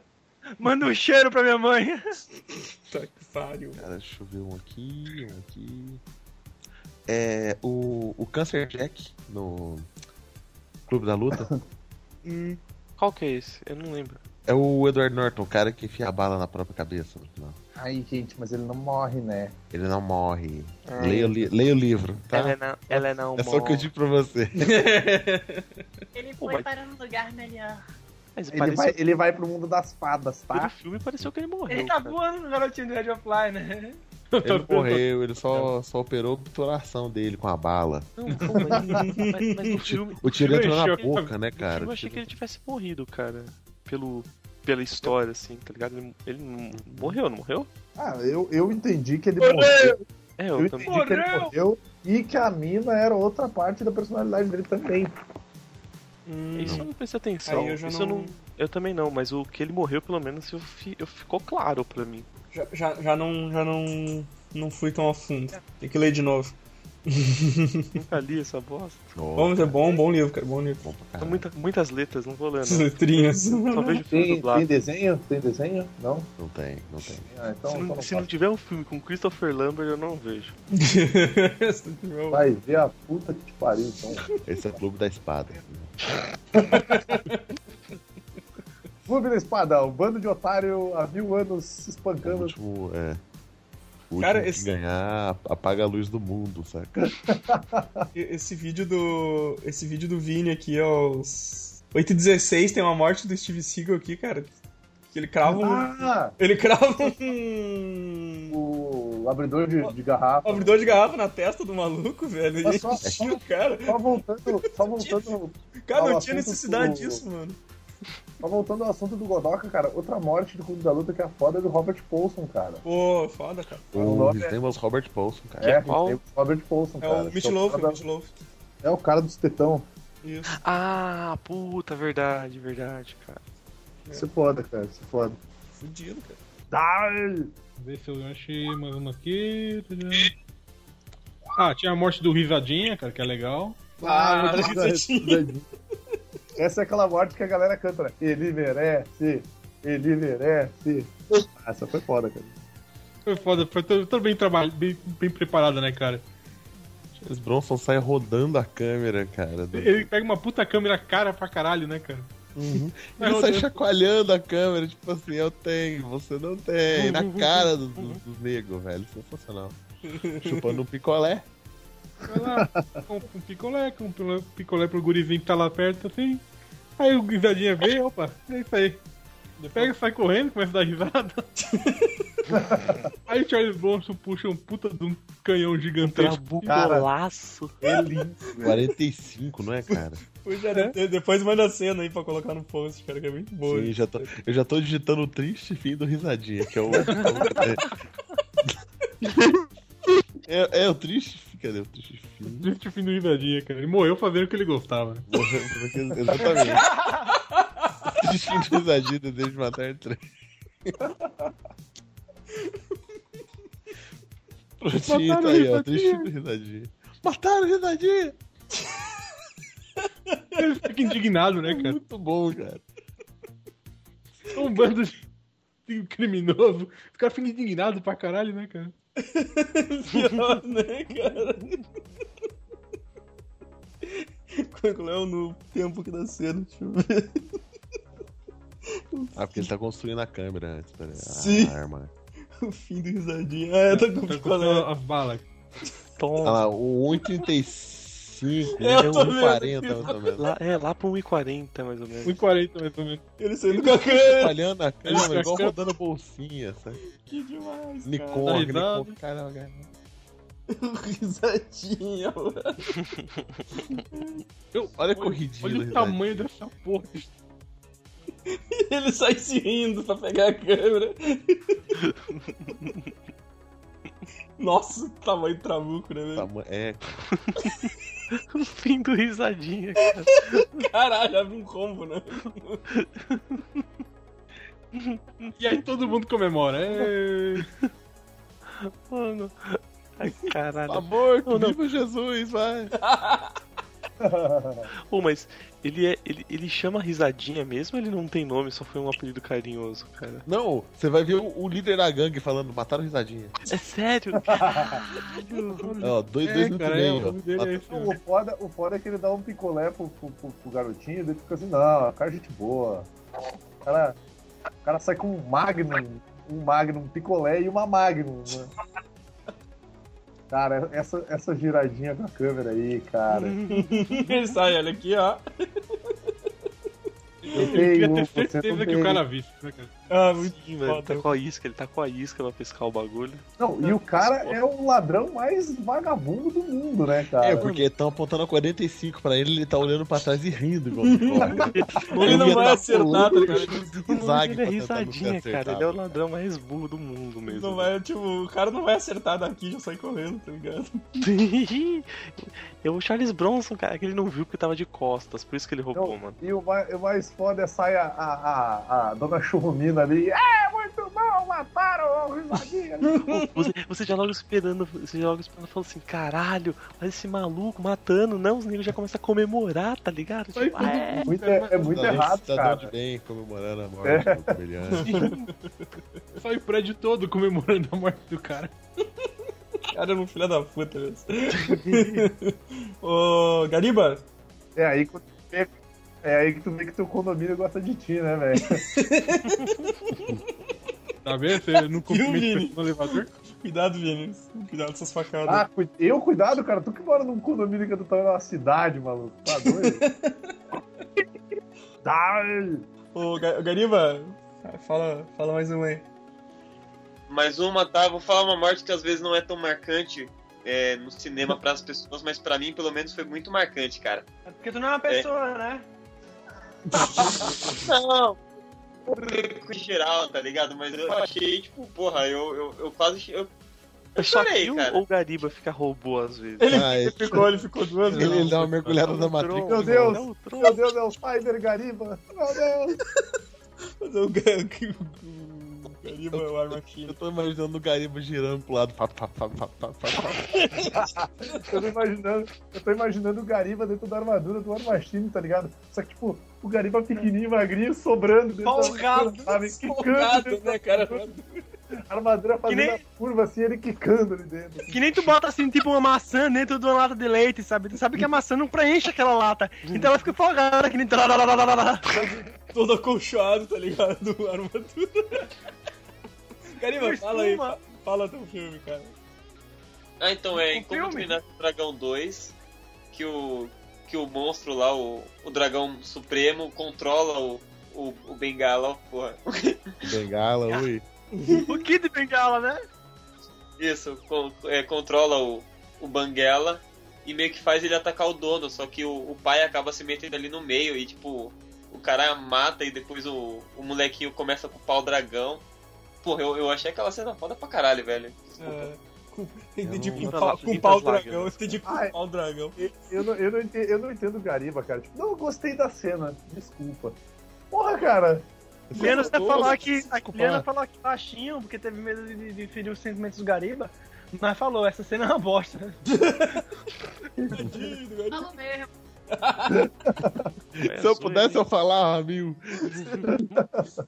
[SPEAKER 9] Manda um cheiro pra minha mãe.
[SPEAKER 4] Tá que pariu.
[SPEAKER 5] Cara, deixa eu ver um aqui, um aqui. É, o, o Cancer Jack no Clube da Luta
[SPEAKER 4] Hum,
[SPEAKER 3] Qual que é esse? Eu não lembro.
[SPEAKER 5] é o Edward Norton, o cara que enfia a bala na própria cabeça no final.
[SPEAKER 7] Ai, gente, mas ele não morre, né?
[SPEAKER 5] Ele não morre. Leia, o li- leia o livro, tá?
[SPEAKER 3] Ela é não, ela é não
[SPEAKER 5] É só o que eu digo pra você.
[SPEAKER 10] Ele
[SPEAKER 3] Pô,
[SPEAKER 10] foi
[SPEAKER 3] mas-
[SPEAKER 10] para um lugar melhor.
[SPEAKER 3] Mas
[SPEAKER 7] Ele,
[SPEAKER 3] pareceu,
[SPEAKER 7] vai, ele vai pro mundo das fadas,
[SPEAKER 3] pelo
[SPEAKER 7] tá?
[SPEAKER 3] filme pareceu que ele morreu.
[SPEAKER 9] Ele tá
[SPEAKER 3] cara.
[SPEAKER 9] voando no garotinho do Red of Fly, né?
[SPEAKER 5] Ele não morreu, ele só, só operou a obturação dele com a bala.
[SPEAKER 3] Não, não, mas, mas, mas no filme,
[SPEAKER 5] O tiro
[SPEAKER 6] Ele
[SPEAKER 5] entrou na
[SPEAKER 6] encheu a
[SPEAKER 5] boca, né, cara?
[SPEAKER 3] eu
[SPEAKER 5] O
[SPEAKER 3] achei que
[SPEAKER 5] tiro-
[SPEAKER 3] ele tivesse morrido, cara. Pelo, pela história, assim, tá ligado? Ele, ele não morreu, não morreu?
[SPEAKER 7] Ah, eu, eu entendi que ele morreu.
[SPEAKER 3] É,
[SPEAKER 7] Eu
[SPEAKER 3] eu
[SPEAKER 7] entendi
[SPEAKER 3] também.
[SPEAKER 7] que ele morreu e que a mina era outra parte da personalidade dele também.
[SPEAKER 4] hum,
[SPEAKER 3] Isso eu não prestei atenção.
[SPEAKER 4] Aí eu já
[SPEAKER 3] isso eu
[SPEAKER 4] não-
[SPEAKER 3] não. Eu também não, mas o que ele morreu, pelo menos, eu, fi- eu- ficou claro pra mim.
[SPEAKER 4] já, já, já não. Já não. Não fui tão a fundo. Tem que ler de novo.
[SPEAKER 3] Nunca li essa bosta.
[SPEAKER 4] Bom,
[SPEAKER 5] Nossa,
[SPEAKER 4] é bom, bom livro, cara. Bom livro.
[SPEAKER 5] bom pra
[SPEAKER 3] São
[SPEAKER 5] caralho.
[SPEAKER 3] muita- muitas letras, não vou ler,
[SPEAKER 4] Essas
[SPEAKER 3] não.
[SPEAKER 4] letrinhas.
[SPEAKER 3] Só vejo o filme
[SPEAKER 7] Tem, tem
[SPEAKER 3] dublado.
[SPEAKER 7] desenho? Tem desenho? Não?
[SPEAKER 5] Não tem, não tem.
[SPEAKER 7] Ah, então,
[SPEAKER 3] Se
[SPEAKER 7] então
[SPEAKER 3] não,
[SPEAKER 7] não
[SPEAKER 3] se não
[SPEAKER 7] faço.
[SPEAKER 3] tiver um filme com Christopher Lambert, eu não vejo.
[SPEAKER 7] Vai ver a puta que te pariu, então.
[SPEAKER 5] Esse é o Clube da Espada. Então,
[SPEAKER 7] Clube da Espada, um bando de otário há mil anos se
[SPEAKER 5] O
[SPEAKER 7] espancando.
[SPEAKER 5] último é. O último
[SPEAKER 4] Cara,
[SPEAKER 5] que
[SPEAKER 4] esse-
[SPEAKER 5] ganhar apaga a luz do mundo, saca?
[SPEAKER 4] Esse vídeo do. Esse vídeo do Vini aqui, ó. Os 8h16 tem uma morte do Steve Seagal
[SPEAKER 9] Ah.
[SPEAKER 4] aqui, cara. Que ele crava um.
[SPEAKER 7] Ah,
[SPEAKER 4] Ele crava um.
[SPEAKER 7] o, o abridor de, de garrafa.
[SPEAKER 4] O abridor de garrafa na testa do maluco, velho.
[SPEAKER 7] Mas
[SPEAKER 4] E
[SPEAKER 7] só-
[SPEAKER 4] enchia o cara.
[SPEAKER 7] Só voltando, só voltando,
[SPEAKER 4] Cara, não
[SPEAKER 7] Fala
[SPEAKER 4] tinha
[SPEAKER 7] assunto
[SPEAKER 4] necessidade
[SPEAKER 7] pro-
[SPEAKER 4] disso, mano.
[SPEAKER 7] só voltando ao assunto do Godoka, cara, outra morte do Clube da Luta que é foda é do Robert Paulson, cara.
[SPEAKER 4] Pô, foda, cara.
[SPEAKER 7] O nome
[SPEAKER 5] Os
[SPEAKER 7] é-
[SPEAKER 5] temas Robert Paulson, cara.
[SPEAKER 7] É,
[SPEAKER 3] qual?
[SPEAKER 7] tem o Robert Paulson,
[SPEAKER 4] É
[SPEAKER 7] cara.
[SPEAKER 4] o
[SPEAKER 7] que
[SPEAKER 4] Meat Loaf,
[SPEAKER 7] é,
[SPEAKER 4] é
[SPEAKER 7] o
[SPEAKER 4] o
[SPEAKER 7] cara
[SPEAKER 4] Meat Loaf.
[SPEAKER 7] da- é o cara dos tetão.
[SPEAKER 4] Isso.
[SPEAKER 3] Ah, puta, verdade, verdade, cara.
[SPEAKER 7] Se é foda, cara, se foda.
[SPEAKER 4] Fudido, cara.
[SPEAKER 6] Vê se eu achei mais uma aqui. tadã. Ah, tinha a morte do Risadinha, cara, que é legal.
[SPEAKER 7] Ah,
[SPEAKER 4] muito risadinha.
[SPEAKER 7] Essa é aquela morte que a galera canta, né? Ele merece, ele merece. Ah, Essa foi foda, cara.
[SPEAKER 6] Foi foda, foi tô, tô bem, trabalho, bem, bem preparado, né, cara?
[SPEAKER 5] Charles Bronson sai rodando a câmera, cara. do-
[SPEAKER 6] Ele pega uma puta câmera cara pra caralho, né, cara?
[SPEAKER 5] Uhum.
[SPEAKER 6] Vai
[SPEAKER 5] Ele sai
[SPEAKER 6] rodando.
[SPEAKER 5] chacoalhando a câmera, tipo assim, eu tenho, você não tem. Na cara do, do, do nego, velho. é Sensacional. Chupando um picolé.
[SPEAKER 6] Vai lá, compra um picolé, compra um picolé pro gurizinho que tá lá perto, assim. Aí o risadinha vê, opa, é isso aí. Pega, sai correndo, começa a dar risada. aí o Charles Bronson puxa um puta de um canhão
[SPEAKER 3] um
[SPEAKER 6] gigantesco.
[SPEAKER 3] Trabucolaço.
[SPEAKER 7] É lindo, velho.
[SPEAKER 5] 45, não é, cara?
[SPEAKER 4] Pois é, de- depois manda a cena aí pra colocar no post, cara, que é muito boa.
[SPEAKER 5] Sim, já tô- eu já tô digitando o triste fim do risadinha, que é o. é, é o triste. fim- Cadê o triste fim?
[SPEAKER 6] Triste fim do risadinha, cara. Ele morreu fazendo o que ele gostava.
[SPEAKER 5] Morreu, porque- é? Exatamente. O triste fim do risadinha, desejo de matar três. Prontinho,
[SPEAKER 6] Mataram
[SPEAKER 5] tá aí,
[SPEAKER 6] o
[SPEAKER 5] ó. Triste fim do risadinha. Mataram o risadinha!
[SPEAKER 6] Ele fica indignado, né, cara?
[SPEAKER 5] Muito bom, cara.
[SPEAKER 6] Um bando de de criminoso. Os caras ficam indignados pra caralho, né, cara?
[SPEAKER 4] Pior, né, cara? Qual- Qual é o no tempo que dá cena? Deixa eu ver.
[SPEAKER 5] Ah, porque ele tá construindo a câmera antes, peraí.
[SPEAKER 4] Sim.
[SPEAKER 5] A arma.
[SPEAKER 4] O fim do risadinho. Ah, tá com
[SPEAKER 6] Tá
[SPEAKER 4] picolé.
[SPEAKER 6] com as balas.
[SPEAKER 5] Olha
[SPEAKER 3] Toma.
[SPEAKER 5] lá, o 1,35,
[SPEAKER 4] É, eu
[SPEAKER 5] é
[SPEAKER 4] tô vendo
[SPEAKER 5] 1,40 mais ou menos.
[SPEAKER 3] Lá, é, lá pro 1,40 mais ou menos.
[SPEAKER 6] 1,40 mais ou menos.
[SPEAKER 4] Ele saindo com a câmera.
[SPEAKER 5] Espalhando a
[SPEAKER 6] Ele
[SPEAKER 5] câmera, igual
[SPEAKER 6] sacando.
[SPEAKER 5] rodando bolsinha, sabe?
[SPEAKER 4] Que demais, cara.
[SPEAKER 5] Nikon,
[SPEAKER 6] Tá
[SPEAKER 5] Nikon, caramba, cara.
[SPEAKER 4] Risadinha, mano.
[SPEAKER 6] Eu-
[SPEAKER 5] Olha a corridinha
[SPEAKER 6] Olha
[SPEAKER 5] do
[SPEAKER 6] o
[SPEAKER 5] Risadinha.
[SPEAKER 6] tamanho dessa porra.
[SPEAKER 4] Ele sai se rindo pra pegar a câmera. Nossa, tamanho trabuco, né, velho?
[SPEAKER 5] Tama- É,
[SPEAKER 3] O fim do risadinha.
[SPEAKER 4] Caralho, abre um combo, né?
[SPEAKER 6] E aí todo mundo comemora. É...
[SPEAKER 3] Mano. Ai, caralho.
[SPEAKER 5] amor,
[SPEAKER 3] Não, não.
[SPEAKER 5] viva Jesus, vai.
[SPEAKER 3] Pô, mas ele, é, ele, ele chama risadinha mesmo ou ele não tem nome, só foi um apelido carinhoso, cara?
[SPEAKER 5] Não, você vai ver o, o líder da gangue falando, mataram risadinha.
[SPEAKER 3] É sério? Caralho.
[SPEAKER 5] Ó, dois,
[SPEAKER 6] É,
[SPEAKER 5] dois minutos
[SPEAKER 6] cara,
[SPEAKER 5] e
[SPEAKER 6] é, o
[SPEAKER 5] meio, ó.
[SPEAKER 6] nome dele é esse,
[SPEAKER 7] Não, o, foda, o foda é que ele dá um picolé pro, pro, pro- pro garotinho, daí fica assim, não, o cara é gente boa. O cara, o cara sai com um Magnum, um Magnum, um picolé e uma Magnum, né? Cara, essa, essa giradinha com a câmera aí, cara.
[SPEAKER 4] Ele sai, olha aqui, ó.
[SPEAKER 7] Eu
[SPEAKER 6] Queria
[SPEAKER 7] tenho, um,
[SPEAKER 6] ter
[SPEAKER 7] você não
[SPEAKER 6] certeza que
[SPEAKER 7] tem.
[SPEAKER 6] o cara visse, né, cara?
[SPEAKER 4] Ah, muito
[SPEAKER 3] Sim, velho, ele
[SPEAKER 4] foda.
[SPEAKER 3] tá com a isca, ele tá com a isca pra pescar o bagulho.
[SPEAKER 7] Não, e o cara é o ladrão mais vagabundo do mundo, né, cara?
[SPEAKER 5] É, porque estão apontando a 45 pra ele, ele tá olhando pra trás e rindo, igual o Nicola.
[SPEAKER 4] Ele não
[SPEAKER 5] ia
[SPEAKER 4] vai
[SPEAKER 5] tá
[SPEAKER 4] acertar, tá
[SPEAKER 5] pulando,
[SPEAKER 4] ligado?
[SPEAKER 3] O nome
[SPEAKER 5] zigue-zague
[SPEAKER 3] dele é
[SPEAKER 5] pra tentar não ser
[SPEAKER 3] risadinha, cara. Ele é o
[SPEAKER 5] acertado.
[SPEAKER 3] ladrão mais burro do mundo mesmo.
[SPEAKER 4] Não vai, tipo, o cara não vai acertar daqui, já sai correndo, tá ligado?
[SPEAKER 3] é o Charles Bronson, cara, que ele não viu porque tava de costas, por isso que ele roubou,
[SPEAKER 7] Não,
[SPEAKER 3] mano.
[SPEAKER 7] Então, E o mais, o mais foda é sai a, a, a, a dona Churrumina ali. É, muito bom, mataram o risadinha.
[SPEAKER 3] Você, você já logo esperando, você já logo esperando falando assim, caralho, mas esse maluco matando, não, os negros já começam a comemorar, tá ligado? Tipo, ah, é,
[SPEAKER 7] Muito, é, é muito
[SPEAKER 5] Cidadão-
[SPEAKER 7] errado,
[SPEAKER 5] cidadão
[SPEAKER 7] cara.
[SPEAKER 5] de bem, comemorando a morte do comediante.
[SPEAKER 6] Sai o prédio todo comemorando a morte do cara.
[SPEAKER 4] O cara é um filho da puta mesmo. Ô, Gariba,
[SPEAKER 7] É aí que tu vê, é aí que tu vê que teu condomínio gosta de ti, né, velho?
[SPEAKER 6] Tá vendo? Você não
[SPEAKER 4] E o Vini?
[SPEAKER 6] cumprimenta no elevador?
[SPEAKER 4] cuidado, Vini. Cuidado dessas facadas.
[SPEAKER 7] Ah, cu- eu cuidado, cara. Tu que mora num condomínio que é do tamanho de uma cidade, maluco. Tá doido? Dá,
[SPEAKER 4] Ô, Ga- Gariba, fala, fala mais uma aí.
[SPEAKER 8] Mas uma, tá? Vou falar uma morte que às vezes não é tão marcante é, no cinema para as pessoas, mas para mim, pelo menos, foi muito marcante, cara.
[SPEAKER 9] É porque tu não é uma pessoa, né?
[SPEAKER 8] Não, público em geral, tá ligado? Mas eu achei, tipo, porra, eu, eu, eu quase. Eu, eu
[SPEAKER 3] é Só
[SPEAKER 8] chorei,
[SPEAKER 3] que o
[SPEAKER 8] cara.
[SPEAKER 3] ou Gariba fica robô às vezes.
[SPEAKER 4] Ele,
[SPEAKER 5] Ah,
[SPEAKER 4] ele
[SPEAKER 5] esse-
[SPEAKER 4] ficou, ele ficou duas
[SPEAKER 5] Ele,
[SPEAKER 4] vezes.
[SPEAKER 5] ele dá uma mergulhada na
[SPEAKER 9] um
[SPEAKER 5] Matrix.
[SPEAKER 7] Meu Deus.
[SPEAKER 3] Não, Tron.
[SPEAKER 7] Meu Deus, é o Spider Gariba! Meu Deus!
[SPEAKER 4] Mas o um Ga- um o- o Gariba é o War Machine.
[SPEAKER 5] Eu tô imaginando o Gariba girando pro lado. Pá, pá, pá, pá, pá, pá, pá.
[SPEAKER 7] Eu tô imaginando, eu tô imaginando o Gariba dentro da armadura do War Machine, tá ligado? Só que, tipo, o Gariba pequenininho, magrinho, sobrando dentro
[SPEAKER 9] Folgado, né?
[SPEAKER 7] da armadura, sabe? Quicando
[SPEAKER 8] Folgado,
[SPEAKER 7] dentro
[SPEAKER 8] né, cara?
[SPEAKER 7] da armadura, fazendo
[SPEAKER 9] nem-
[SPEAKER 7] a curva assim, ele quicando ali dentro.
[SPEAKER 9] Que nem tu bota assim, tipo, uma maçã dentro de uma lata de leite, sabe? Tu sabe que a maçã não preenche aquela lata. Então ela fica folgada, que nem. tarararararara.
[SPEAKER 4] Todo acolchoado, tá ligado? A armadura. Gariba,
[SPEAKER 9] Por
[SPEAKER 4] fala aí.
[SPEAKER 9] cima.
[SPEAKER 4] Fala teu filme, cara.
[SPEAKER 8] Ah, então é,
[SPEAKER 9] O
[SPEAKER 8] em Como
[SPEAKER 9] filme?
[SPEAKER 8] Treinar o Dragão 2, que o, que o monstro lá, o, o dragão supremo, controla o, o, o Bengala, ó, porra.
[SPEAKER 5] Bengala, ui.
[SPEAKER 9] O Kid um Bengala, né?
[SPEAKER 8] Isso, con- é, controla o, o Banguela e meio que faz ele atacar o dono, só que o, o pai acaba se metendo ali no meio e tipo, o cara mata e depois o, o molequinho começa a culpar o dragão. Porra, eu, eu achei aquela cena foda pra caralho, velho.
[SPEAKER 4] É, com,
[SPEAKER 5] não-
[SPEAKER 4] entendi com,
[SPEAKER 3] Não,
[SPEAKER 4] pau-
[SPEAKER 3] não,
[SPEAKER 4] com
[SPEAKER 3] não,
[SPEAKER 4] pau
[SPEAKER 3] não, não,
[SPEAKER 4] dragão.
[SPEAKER 3] não.
[SPEAKER 4] Entendi com
[SPEAKER 7] Ah, é.
[SPEAKER 4] pau dragão.
[SPEAKER 7] Eu não, eu, não entendo, eu não entendo o Gariba, cara. Tipo, não gostei da cena, desculpa. Porra, cara!
[SPEAKER 9] Liana até é falar que. a
[SPEAKER 5] é desculpa.
[SPEAKER 9] Liana falou que baixinho, porque teve medo de, de ferir os sentimentos do Gariba. Mas falou, essa cena é uma bosta.
[SPEAKER 4] Tadinho do Gariba.
[SPEAKER 10] Falo mesmo.
[SPEAKER 3] É,
[SPEAKER 5] Se
[SPEAKER 3] zoei.
[SPEAKER 5] eu pudesse, eu falava mil.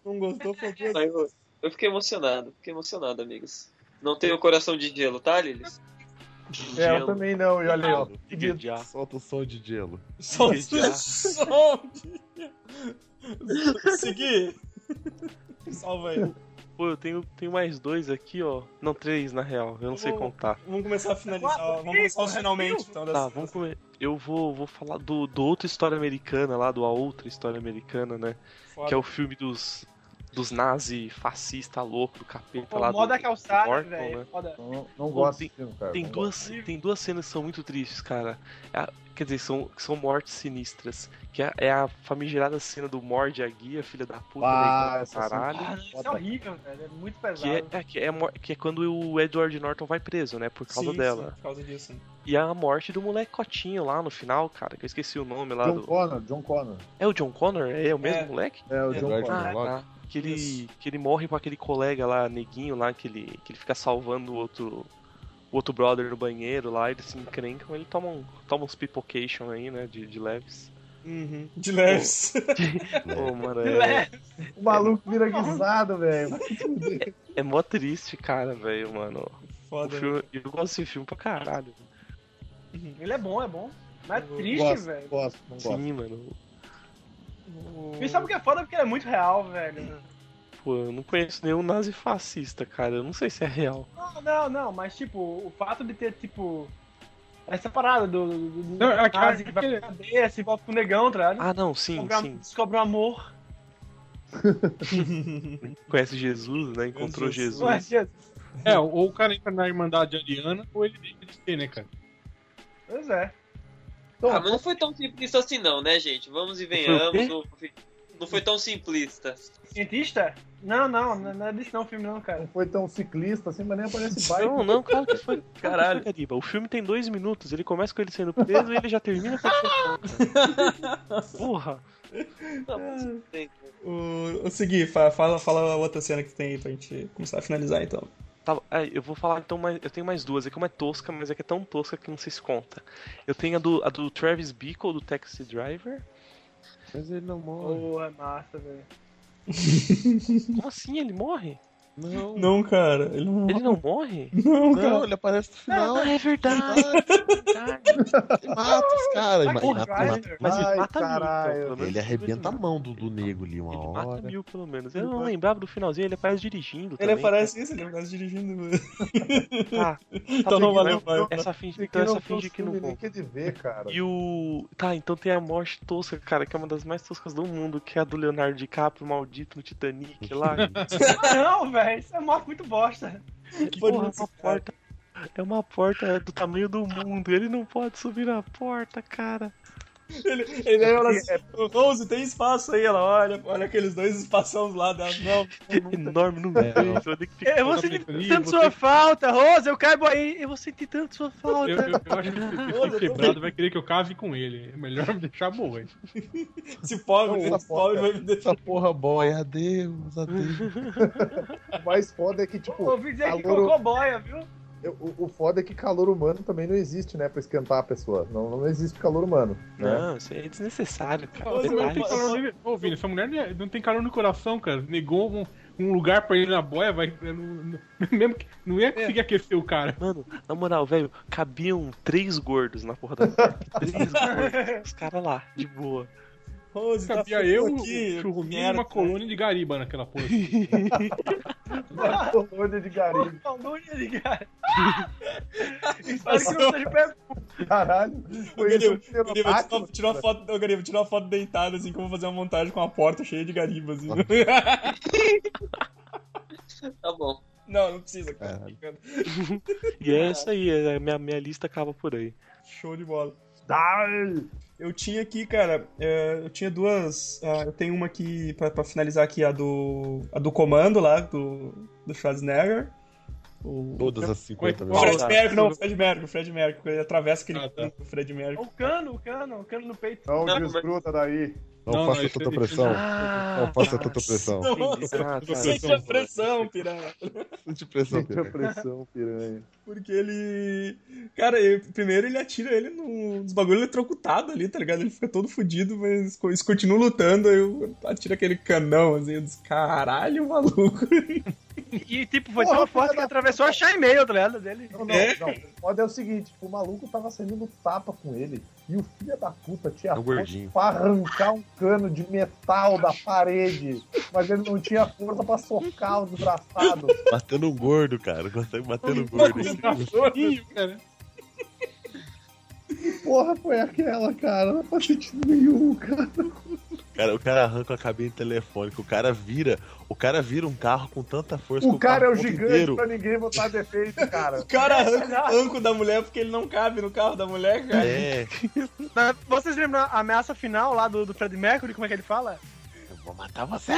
[SPEAKER 4] Não gostou, foi pro
[SPEAKER 8] Aí eu, eu fiquei emocionado, fiquei emocionado, amigos. Não tenho coração de gelo, tá, Lilis?
[SPEAKER 7] É, eu também não, e olha aí, ó.
[SPEAKER 3] Fica de ar.
[SPEAKER 5] Solta o som de gelo.
[SPEAKER 4] Só
[SPEAKER 3] Entendi.
[SPEAKER 4] só- um Segui. Salva aí.
[SPEAKER 3] Pô, eu tenho, tenho mais dois aqui, ó. Não, três na real. Eu não sei
[SPEAKER 4] Ô,
[SPEAKER 3] contar.
[SPEAKER 4] Vamos começar a finalizar. ó. Vamos começar os finalmente. Então,
[SPEAKER 3] Tá,
[SPEAKER 4] dessa-
[SPEAKER 3] vamos comer. Eu vou, vou falar do, do outra história americana lá, do A Outra História Americana, né?
[SPEAKER 4] Foda.
[SPEAKER 3] Que é o filme dos, dos nazi fascista louco, do capeta
[SPEAKER 9] Pô,
[SPEAKER 3] lá do,
[SPEAKER 9] moda
[SPEAKER 3] do
[SPEAKER 9] calçada,
[SPEAKER 3] Orton,
[SPEAKER 9] velho.
[SPEAKER 3] né?
[SPEAKER 9] Foda.
[SPEAKER 7] Não, não gosto
[SPEAKER 3] tem-
[SPEAKER 7] desse filme, cara.
[SPEAKER 3] Tem
[SPEAKER 7] Não
[SPEAKER 3] duas, tem duas cenas que são muito tristes, cara. É a- quer dizer, são, que são mortes sinistras. Que é, é a famigerada cena do Morde a Guia, filha da puta,
[SPEAKER 7] Ah,
[SPEAKER 3] negão do
[SPEAKER 7] essa cena.
[SPEAKER 3] caralho.
[SPEAKER 9] Ah, isso é
[SPEAKER 7] Foda.
[SPEAKER 9] horrível, velho. É muito pesado.
[SPEAKER 3] Que é, é, que, é, mo- que é quando o Edward Norton vai preso, né? Por causa
[SPEAKER 4] Sim,
[SPEAKER 3] dela.
[SPEAKER 4] sim, por causa disso.
[SPEAKER 3] E a morte do molecotinho lá no final, cara, que eu esqueci o nome lá
[SPEAKER 7] John
[SPEAKER 3] do.
[SPEAKER 7] Connor, John Connor.
[SPEAKER 3] É o John Connor? É o mesmo
[SPEAKER 4] É.
[SPEAKER 3] moleque?
[SPEAKER 7] É, o John
[SPEAKER 5] Edward
[SPEAKER 7] Connor.
[SPEAKER 3] Ah,
[SPEAKER 5] Norton.
[SPEAKER 3] tá. Que ele,
[SPEAKER 4] Isso.
[SPEAKER 3] que ele morre com aquele colega lá, neguinho lá, que ele, que ele fica salvando o outro, o outro brother no banheiro lá, eles se encrencam, ele toma, um, toma uns pipocation aí, né, de, de leves.
[SPEAKER 4] Uhum. De leves.
[SPEAKER 3] Pô, mano,
[SPEAKER 9] Que
[SPEAKER 3] é,
[SPEAKER 9] leve.
[SPEAKER 7] O maluco vira guisado, velho.
[SPEAKER 3] é mó triste, cara, velho, mano. O
[SPEAKER 4] Foda. né?
[SPEAKER 3] filme, eu gosto desse filme pra caralho.
[SPEAKER 9] Ele é bom, é bom. Mas é
[SPEAKER 4] Eu
[SPEAKER 9] triste,
[SPEAKER 7] Gosto,
[SPEAKER 9] velho.
[SPEAKER 7] gosto, não gosto.
[SPEAKER 3] Sim, mano.
[SPEAKER 9] E sabe o que é foda? Porque ele é muito real, velho.
[SPEAKER 3] Pô, eu não conheço nenhum nazi fascista, cara. Eu não sei se é real.
[SPEAKER 9] Não, não, não, mas tipo, o fato de ter, tipo. Essa parada do. do, do- do
[SPEAKER 6] Não, é que- é
[SPEAKER 9] nazi
[SPEAKER 5] Ah,
[SPEAKER 9] que vai
[SPEAKER 6] que-
[SPEAKER 9] pra cadeia, se volta pro negão, tá ligado?
[SPEAKER 3] Ah, não, sim,
[SPEAKER 9] Descobre-
[SPEAKER 3] sim.
[SPEAKER 9] Descobre o amor.
[SPEAKER 3] Conhece Jesus, né? Encontrou
[SPEAKER 4] Jesus.
[SPEAKER 3] Jesus.
[SPEAKER 9] Ué, Jesus.
[SPEAKER 6] É, ou o cara entra na Irmandade Ariana, ou ele deixa de ser, né, cara?
[SPEAKER 9] Pois é.
[SPEAKER 8] Ah, mas não foi tão simplista assim não, né, gente? Vamos e venhamos. Não, não foi tão simplista.
[SPEAKER 9] Cientista? Não, não, não não é disso não o filme, não, cara.
[SPEAKER 7] Não foi tão ciclista assim, mas nem aparece bike.
[SPEAKER 3] Não, não, claro que foi. Caralho. Gariba. O filme tem dois minutos, ele começa com ele sendo preso e ele já termina com ele. Porra!
[SPEAKER 8] Não, mas não tem.
[SPEAKER 4] O, o Segui, fa- fala, fala a outra cena que tem aí pra gente começar a finalizar então.
[SPEAKER 3] Tá, é, eu vou falar então, mais, eu tenho mais duas. É que uma é tosca, mas é que é tão tosca que não se conta. Eu tenho a do, a do Travis Bickle, do Taxi Driver.
[SPEAKER 5] Mas ele não morre.
[SPEAKER 9] Porra, é massa, velho.
[SPEAKER 3] Como assim? Ele morre?
[SPEAKER 5] Não, não,
[SPEAKER 4] Não, cara. Ele não.
[SPEAKER 3] Ele não morre?
[SPEAKER 4] Não, cara.
[SPEAKER 5] ele aparece no final.
[SPEAKER 1] é verdade.
[SPEAKER 5] Ele mata os caras. Ele
[SPEAKER 9] Porra,
[SPEAKER 5] mata-
[SPEAKER 9] Driver.
[SPEAKER 5] mata-
[SPEAKER 3] Mas ele
[SPEAKER 7] Ai,
[SPEAKER 3] mata
[SPEAKER 7] caralho.
[SPEAKER 3] mil. Então, pelo menos
[SPEAKER 5] Ele arrebenta a
[SPEAKER 3] ele
[SPEAKER 5] mão do, do nego ali uma
[SPEAKER 3] Ele mata
[SPEAKER 5] hora.
[SPEAKER 3] mil, pelo menos. Eu não lembrava do finalzinho, ele aparece dirigindo.
[SPEAKER 4] Ele
[SPEAKER 3] também.
[SPEAKER 4] aparece isso, ele aparece dirigindo.
[SPEAKER 9] Ah,
[SPEAKER 3] Tá,
[SPEAKER 4] Então não valeu,
[SPEAKER 9] né?
[SPEAKER 4] valeu.
[SPEAKER 3] Essa finge,
[SPEAKER 7] Tem
[SPEAKER 3] então essa
[SPEAKER 7] tem
[SPEAKER 3] finge que não
[SPEAKER 7] filme nem
[SPEAKER 3] conta.
[SPEAKER 7] é um que de ver, cara.
[SPEAKER 3] E o. Tá, então tem a morte tosca, cara, que é uma das mais toscas do mundo, que é a do Leonardo DiCaprio, maldito no Titanic lá.
[SPEAKER 9] Não, velho. Isso é uma moto muito bosta.
[SPEAKER 3] Que porra, é uma porta. É uma porta do tamanho do mundo. Ele não pode subir na porta, cara.
[SPEAKER 4] Ele, ele aí fala assim, "Ô, Rose, tem espaço aí? Ela olha, olha aqueles dois espaços lá dela. Não,
[SPEAKER 3] Enorme, não tem.
[SPEAKER 6] não.
[SPEAKER 3] Você vai ter que ficar.
[SPEAKER 9] Eu vou sentir
[SPEAKER 6] Ih,
[SPEAKER 9] tanto
[SPEAKER 6] você-
[SPEAKER 9] sua falta, Rosa, eu caibo aí. Eu vou sentir tanto sua
[SPEAKER 6] Eu,
[SPEAKER 9] falta.
[SPEAKER 6] eu- eu acho que se
[SPEAKER 4] Olha, eu tô
[SPEAKER 6] for quebrado, vai querer que eu cave com ele. É melhor me deixar então. morrer.
[SPEAKER 4] esse pobre,
[SPEAKER 7] Não,
[SPEAKER 4] esse pobre vai me deixar.
[SPEAKER 5] Essa porra boy, adeus, adeus.
[SPEAKER 7] O mais foda é que, tipo,
[SPEAKER 9] Ouvi dizer que
[SPEAKER 7] Alô.
[SPEAKER 9] colocou boia, viu?
[SPEAKER 7] eu- o, o foda é que calor humano também não existe, né? Pra esquentar a pessoa. Não, não existe calor humano. Né?
[SPEAKER 3] Não, isso é desnecessário, cara.
[SPEAKER 4] Ô,
[SPEAKER 6] Essa mulher não
[SPEAKER 3] Detalhes.
[SPEAKER 6] tem calor nem- Ô, Vini, essa mulher não é- não tem calor no coração, cara. Negou um, um lugar pra ele na boia, vai. é, não- não- mesmo que não ia conseguir aquecer o cara.
[SPEAKER 3] Mano, na moral, velho, cabiam três gordos na porra da Três gordos. Os caras lá, de boa.
[SPEAKER 4] Rose, tá
[SPEAKER 6] Cabia
[SPEAKER 4] frio
[SPEAKER 6] eu,
[SPEAKER 4] aqui,
[SPEAKER 6] o churruminho e
[SPEAKER 4] merda.
[SPEAKER 6] uma colônia de gariba naquela porra.
[SPEAKER 5] Né?
[SPEAKER 7] Uma colônia de garimpo,
[SPEAKER 9] Calúnia de cara. Espero que não seja perto.
[SPEAKER 7] caralho.
[SPEAKER 4] Ô, Gariba, Gariba, tira uma-
[SPEAKER 7] pterodáctilo,
[SPEAKER 4] tira uma foto, ô, Gariba, tira uma foto deitada, assim, que eu vou fazer uma montagem com uma porta cheia de garibas. assim.
[SPEAKER 7] Ah.
[SPEAKER 8] Tá bom.
[SPEAKER 4] não, não precisa, cara.
[SPEAKER 7] É.
[SPEAKER 3] E é isso aí, é- minha, minha lista acaba por aí.
[SPEAKER 4] Show de bola. Eu tinha aqui, cara, é, eu tinha duas. ah, eu tenho uma aqui pra, pra finalizar aqui, a do. A do comando lá, do, do Schwarzenegger. O,
[SPEAKER 5] Todas as
[SPEAKER 6] Qual
[SPEAKER 5] 50
[SPEAKER 6] é-
[SPEAKER 4] o
[SPEAKER 3] qual
[SPEAKER 5] mil.
[SPEAKER 4] Fred
[SPEAKER 3] tá.
[SPEAKER 4] Mercury, não, o Fred Mercury, o Fred Mercury, ele atravessa aquele
[SPEAKER 6] Ah, tá.
[SPEAKER 4] canto do Fred Mercury.
[SPEAKER 9] O cano, o cano, o cano no peito.
[SPEAKER 7] Não,
[SPEAKER 8] Não,
[SPEAKER 7] desgruda daí.
[SPEAKER 5] Não,
[SPEAKER 6] Não,
[SPEAKER 5] faça
[SPEAKER 6] não,
[SPEAKER 5] tanta
[SPEAKER 6] esse-
[SPEAKER 5] pressão.
[SPEAKER 3] Ah,
[SPEAKER 5] Não faça tanta pressão.
[SPEAKER 4] Nossa,
[SPEAKER 3] Ah, tá.
[SPEAKER 4] sente a pressão, piranha.
[SPEAKER 5] Tanta pressão,
[SPEAKER 7] Sente a
[SPEAKER 5] Peter.
[SPEAKER 7] pressão, piranha.
[SPEAKER 4] Porque ele. Cara, ele- primeiro ele atira ele no- nos bagulho eletrocutado ali, tá ligado? Ele fica todo fudido, mas co- eles continuam lutando, aí eu- atira aquele canão, assim, eu disse, caralho, maluco.
[SPEAKER 9] E, tipo, foi
[SPEAKER 7] Porra,
[SPEAKER 9] tão
[SPEAKER 7] filha
[SPEAKER 9] forte que
[SPEAKER 7] da
[SPEAKER 9] atravessou a Shine Mail, tá ligado? Dele.
[SPEAKER 7] Não, não,
[SPEAKER 4] É?
[SPEAKER 7] não. O foda é o seguinte, tipo, o maluco tava saindo no tapa com ele. E o filho da puta tinha
[SPEAKER 5] É o gordinho.
[SPEAKER 7] força pra arrancar um cano de metal da parede. Mas ele não tinha força pra socar o desgraçado.
[SPEAKER 5] Batendo um gordo, cara. Consegue bater no gordo.
[SPEAKER 6] cara.
[SPEAKER 7] Que porra foi aquela, cara? Não faz sentido nenhum, cara.
[SPEAKER 5] Cara, o cara arranca a cabine telefônica, o cara vira, o cara vira um carro com tanta força que
[SPEAKER 7] O cara é
[SPEAKER 5] carro
[SPEAKER 7] o
[SPEAKER 5] todo
[SPEAKER 7] gigante
[SPEAKER 5] inteiro-
[SPEAKER 7] pra ninguém botar defeito, cara.
[SPEAKER 4] O cara arranca o anco da mulher porque ele não cabe no carro da mulher, cara.
[SPEAKER 5] É,
[SPEAKER 9] Mas vocês lembram a ameaça final lá do, do Fred Mercury? Como é que ele fala?
[SPEAKER 5] eu vou matar você.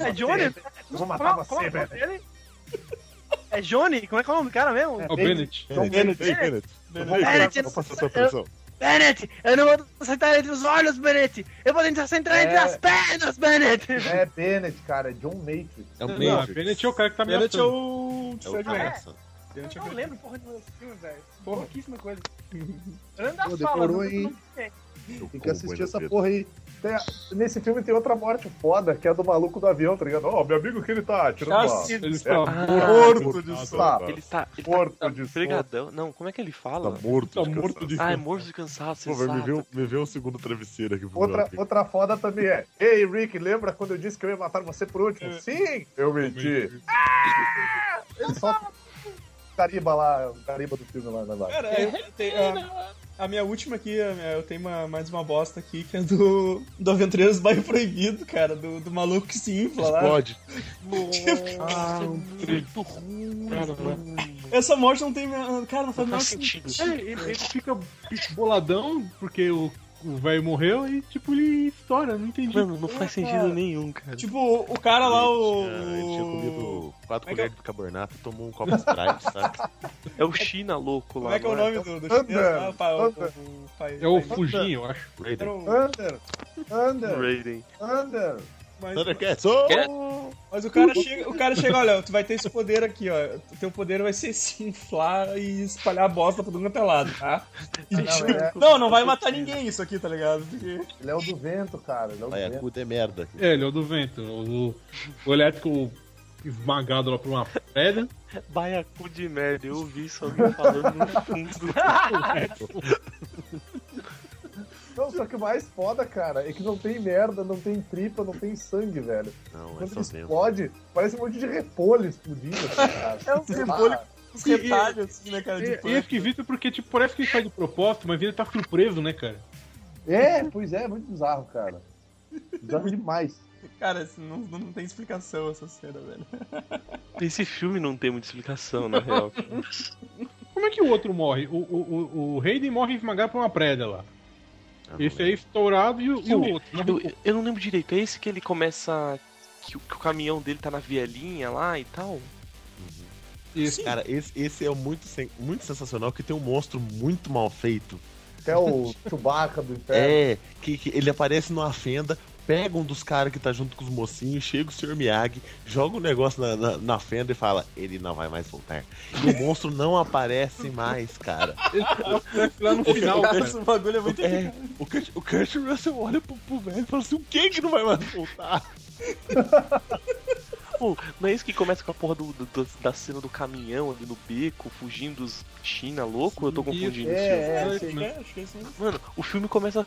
[SPEAKER 9] É Johnny?
[SPEAKER 7] Eu vou matar
[SPEAKER 9] Qual- qual é
[SPEAKER 7] você,
[SPEAKER 9] o nome
[SPEAKER 7] velho.
[SPEAKER 9] dele? É Johnny? Como é que é o nome do cara mesmo?
[SPEAKER 6] Ó, O Bennett.
[SPEAKER 7] um
[SPEAKER 5] Ei,
[SPEAKER 4] Bennett,
[SPEAKER 5] ei, Bennett, eu vou
[SPEAKER 9] Bennett,
[SPEAKER 5] passar- eu vou passar sua pressão.
[SPEAKER 9] Bennett! Eu não vou sentar entre os olhos, Bennett! Eu vou tentar sentar entre
[SPEAKER 7] É.
[SPEAKER 9] as pernas, Bennett!
[SPEAKER 7] É Bennett, cara. É John Matrix.
[SPEAKER 5] É um
[SPEAKER 6] Não,
[SPEAKER 5] Bennett.
[SPEAKER 6] Bennett é o cara que tá me
[SPEAKER 4] Bennett é
[SPEAKER 6] matando.
[SPEAKER 4] o
[SPEAKER 5] É o
[SPEAKER 4] Fred Mercury.
[SPEAKER 5] cara.
[SPEAKER 4] Bennett é
[SPEAKER 9] Eu
[SPEAKER 4] o
[SPEAKER 9] não
[SPEAKER 4] Fred-
[SPEAKER 9] lembro porra de desse filme, velho.
[SPEAKER 4] Porra.
[SPEAKER 9] Pouquíssima coisa. Eu lembro das
[SPEAKER 7] Pô,
[SPEAKER 9] falas,
[SPEAKER 7] demorou,
[SPEAKER 9] mas eu
[SPEAKER 7] hein?
[SPEAKER 9] não sei.
[SPEAKER 7] Tem que
[SPEAKER 5] é
[SPEAKER 7] assistir essa porra aí. Tem a- Nesse filme tem outra morte foda, que é a do maluco do avião, tá ligado? Ó, meu amigo que ele tá atirando
[SPEAKER 6] Ah,
[SPEAKER 4] Nossa,
[SPEAKER 7] uma...
[SPEAKER 6] Eles falam,
[SPEAKER 7] Morto de
[SPEAKER 5] Tá
[SPEAKER 7] sono.
[SPEAKER 3] Ah, Ele tá. Ele
[SPEAKER 7] Morto
[SPEAKER 3] tá
[SPEAKER 7] de sono.
[SPEAKER 3] pregadão. Não, como é que ele
[SPEAKER 5] Tá
[SPEAKER 3] fala?
[SPEAKER 5] morto
[SPEAKER 6] tá
[SPEAKER 5] de
[SPEAKER 6] morto
[SPEAKER 5] morto
[SPEAKER 6] de
[SPEAKER 3] Ah, é morto de cansaço.
[SPEAKER 5] Pô, velho, me
[SPEAKER 3] exato.
[SPEAKER 5] vê, um- me vê um segundo travesseiro aqui pro
[SPEAKER 7] Outra,
[SPEAKER 5] meu amigo.
[SPEAKER 7] outra foda também é. Ei, Rick, lembra quando eu disse que eu ia matar você por último? Sim! Eu menti. Ah! Ele só. Cariba lá, o cariba do filme lá, lá, lá.
[SPEAKER 4] Cara, eu tenho- a, a minha última aqui, a minha- eu tenho uma- mais uma bosta aqui, que é do, do Aventureiros do Bairro Proibido, cara, do, do maluco que se infla lá.
[SPEAKER 5] Explode.
[SPEAKER 3] Nossa, é muito
[SPEAKER 5] um-
[SPEAKER 3] ruim. mano.
[SPEAKER 4] Essa morte não tem. Cara, não faz o
[SPEAKER 3] Não
[SPEAKER 4] menor
[SPEAKER 3] faz
[SPEAKER 4] sentido.
[SPEAKER 3] sentido.
[SPEAKER 6] É, ele, ele fica boladão porque o o velho morreu e, tipo, ele estoura. Não entendi.
[SPEAKER 3] Mano, não faz sentido nenhum, cara.
[SPEAKER 4] Tipo, o cara lá, o.
[SPEAKER 5] Ele tinha- Ele tinha comido
[SPEAKER 4] Como é
[SPEAKER 5] quatro
[SPEAKER 4] que é?
[SPEAKER 5] colheres de bicarbonato e tomou um copo de Sprite, sabe?
[SPEAKER 3] É o China louco lá.
[SPEAKER 4] Como é que é o
[SPEAKER 3] não
[SPEAKER 4] nome
[SPEAKER 5] né?
[SPEAKER 4] do, do
[SPEAKER 7] Thunder,
[SPEAKER 4] chinês lá? O pai- o-
[SPEAKER 7] Thunder.
[SPEAKER 4] o pai-
[SPEAKER 6] É o
[SPEAKER 4] pai-
[SPEAKER 6] Fujin, eu acho.
[SPEAKER 5] Raiden.
[SPEAKER 4] era o-
[SPEAKER 7] Under! Under!
[SPEAKER 3] É Raiden.
[SPEAKER 7] Under!
[SPEAKER 4] mas-
[SPEAKER 5] Thundercats, oh!
[SPEAKER 4] Mas o cara chega, o cara chega, olha, tu vai ter esse poder aqui, ó. O teu poder vai ser se inflar e espalhar a bosta pra todo mundo pelado, tá?
[SPEAKER 7] Não, é-
[SPEAKER 4] Não, não vai matar ninguém isso aqui, tá ligado? Porque...
[SPEAKER 7] ele é o do vento, cara. Ele é o do
[SPEAKER 5] Vai, a
[SPEAKER 7] vento.
[SPEAKER 5] cu de merda.
[SPEAKER 6] É, ele é o do vento. O, o- o elétrico esmagado lá por uma pedra.
[SPEAKER 3] Baiacu de merda. Eu ouvi isso alguém falando no fundo do.
[SPEAKER 7] Não, só que o mais foda, cara, é que não tem merda, não tem tripa, não tem sangue, velho.
[SPEAKER 5] Não, é
[SPEAKER 7] Quando
[SPEAKER 5] só
[SPEAKER 7] ele
[SPEAKER 5] vento.
[SPEAKER 7] explode, parece um monte de repolho explodindo, assim, cara. É um
[SPEAKER 4] repolho. Os retalhos, assim, né, cara? De
[SPEAKER 6] E, e é
[SPEAKER 4] pano.
[SPEAKER 6] esquisito porque, tipo, parece que ele sai de propósito, mas ele tá surpreso, né, cara?
[SPEAKER 7] É, pois é, muito bizarro, cara. Bizarro demais.
[SPEAKER 4] Cara, isso não, não tem explicação essa cena, velho.
[SPEAKER 3] Esse filme não tem muita explicação, na real. cara.
[SPEAKER 6] Como é que o outro morre? O, o, o, o Hayden morre esmagado por uma preda lá.
[SPEAKER 5] Eu Ah, não
[SPEAKER 6] Esse
[SPEAKER 5] lembro.
[SPEAKER 6] aí é estourado e o, e o
[SPEAKER 3] Tá né? Sim.
[SPEAKER 6] outro.
[SPEAKER 3] Eu, eu não lembro direito. É esse que ele começa. Que, o- que o caminhão dele tá na vielinha lá e tal?
[SPEAKER 6] Esse.
[SPEAKER 5] Cara, esse, esse é muito, sen- muito sensacional, porque tem um monstro muito mal feito.
[SPEAKER 7] Até o Chewbacca do inferno.
[SPEAKER 5] É, que, que ele aparece numa fenda, pega um dos caras que tá junto com os mocinhos, chega o Sr. Miyagi, joga um negócio na, na, na fenda e fala, ele não vai mais voltar. E o monstro não aparece mais, cara.
[SPEAKER 6] Esse aparece lá no final,
[SPEAKER 4] Cara,
[SPEAKER 6] cara.
[SPEAKER 4] esse bagulho é muito
[SPEAKER 5] É, o Kurt, o Kurt Russell olha pro, pro velho e fala assim, o que que não vai mais voltar?
[SPEAKER 3] Pô, não é isso que começa com a porra do, do- do- da cena do caminhão ali no beco, fugindo dos China, louco? ou eu tô
[SPEAKER 6] Sim,
[SPEAKER 3] confundindo
[SPEAKER 7] É,
[SPEAKER 3] os filmes?
[SPEAKER 7] é,
[SPEAKER 4] acho
[SPEAKER 6] esse
[SPEAKER 4] que
[SPEAKER 6] mesmo.
[SPEAKER 4] é, acho que é isso mesmo.
[SPEAKER 3] Mano, o filme começa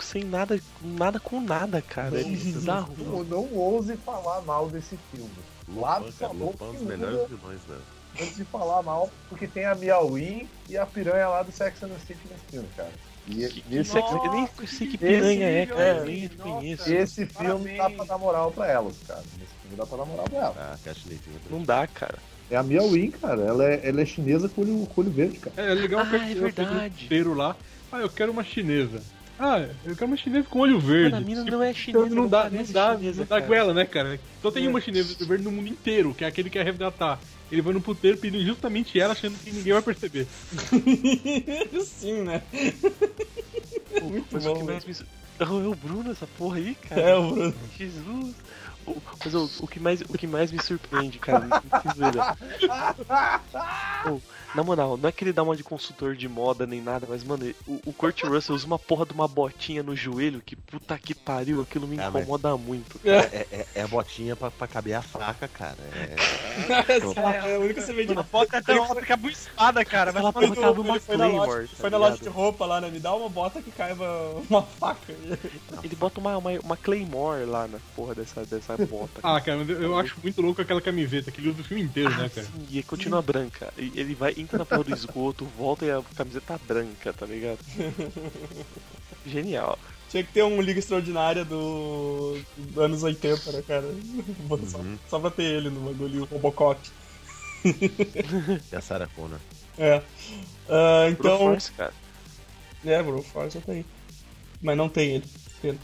[SPEAKER 3] sem nada, nada com nada, cara. É bizarro.
[SPEAKER 7] Não, não ouse falar mal desse filme. Lá
[SPEAKER 5] Lopan, cara,
[SPEAKER 7] falou
[SPEAKER 5] Lopan é um
[SPEAKER 7] que
[SPEAKER 5] dos
[SPEAKER 7] muda
[SPEAKER 5] melhores vilões, né?
[SPEAKER 7] antes de falar mal, porque tem a Miauí e a piranha lá do Sex and the City nesse filme, cara. E
[SPEAKER 3] Que- que-
[SPEAKER 7] esse,
[SPEAKER 3] isso é- eu nem sei que piranha é, cara. Eu nem
[SPEAKER 9] Nossa.
[SPEAKER 3] conheço.
[SPEAKER 7] esse filme
[SPEAKER 9] Parabéns.
[SPEAKER 7] dá pra dar moral pra elas, cara. Esse filme dá pra dar moral pra elas.
[SPEAKER 5] Ah, que a chinesinha.
[SPEAKER 3] Não dá, cara.
[SPEAKER 7] É a Miauí, cara. Ela é, ela é chinesa com olho, com olho verde, cara.
[SPEAKER 6] É legal
[SPEAKER 3] Ah,
[SPEAKER 6] que
[SPEAKER 3] é
[SPEAKER 6] eu
[SPEAKER 3] verdade.
[SPEAKER 6] inteiro lá. Ah, eu quero uma chinesa. Ah, eu quero uma chinesa com olho
[SPEAKER 3] Mano, a
[SPEAKER 6] verde.
[SPEAKER 3] mina
[SPEAKER 6] Tipo,
[SPEAKER 3] não é
[SPEAKER 6] Então
[SPEAKER 3] chinesa.
[SPEAKER 6] não dá, não
[SPEAKER 3] parece
[SPEAKER 6] dá,
[SPEAKER 3] chinesa,
[SPEAKER 6] não dá
[SPEAKER 3] cara. É.
[SPEAKER 6] com ela, né, cara? Só tem uma chinesa do governo no mundo inteiro, que é aquele que quer resgatar. Ele vai no puteiro pedindo justamente ela, achando que ninguém vai perceber.
[SPEAKER 4] Sim, né? Muito
[SPEAKER 3] Mas o que
[SPEAKER 4] bom.
[SPEAKER 3] mais me... su- Não, é o Bruno essa porra aí, cara.
[SPEAKER 4] É, o Bruno.
[SPEAKER 3] Jesus. O- Mas o, o que mais, o que mais me surpreende, cara, não preciso ver, né? Ô, na moral, não é que ele dá uma de consultor de moda nem nada, mas, mano, o, o Kurt Russell usa uma porra de uma botinha no joelho que puta que pariu, aquilo me
[SPEAKER 5] Ah, mas-
[SPEAKER 3] incomoda muito.
[SPEAKER 5] É, é, é a botinha pra, pra caber a faca, cara. É,
[SPEAKER 4] Essa é a única semente.
[SPEAKER 9] A foto é tão alta que é espada, cara. Vai
[SPEAKER 3] Ela
[SPEAKER 9] tomar no
[SPEAKER 3] foi
[SPEAKER 9] cu.
[SPEAKER 3] do- Tava uma
[SPEAKER 4] Ele foi na loja,
[SPEAKER 3] Claymore,
[SPEAKER 4] foi na
[SPEAKER 3] tá
[SPEAKER 4] loja de
[SPEAKER 3] ligado?
[SPEAKER 4] roupa lá, né? Me dá uma bota que caiba uma faca.
[SPEAKER 3] Ele bota uma, uma, uma Claymore lá na porra dessa, dessa bota.
[SPEAKER 6] Ah, cara, eu- eu acho muito louco aquela camiseta que ele usa o filme inteiro, né, cara?
[SPEAKER 3] Sim, e continua branca. E ele vai, entra na porra do esgoto, volta e a camiseta tá branca, tá ligado? Genial.
[SPEAKER 4] Tinha que ter um Liga Extraordinária do dos anos 80, né, cara? Só,
[SPEAKER 5] Uhum.
[SPEAKER 4] só pra ter ele no bagulho, o Robocop.
[SPEAKER 5] é a Sarah Connor.
[SPEAKER 4] É. Ah,
[SPEAKER 3] Então...
[SPEAKER 4] então.
[SPEAKER 3] Force, cara.
[SPEAKER 4] É, Bro Force já tem. Mas não tem ele. Pena.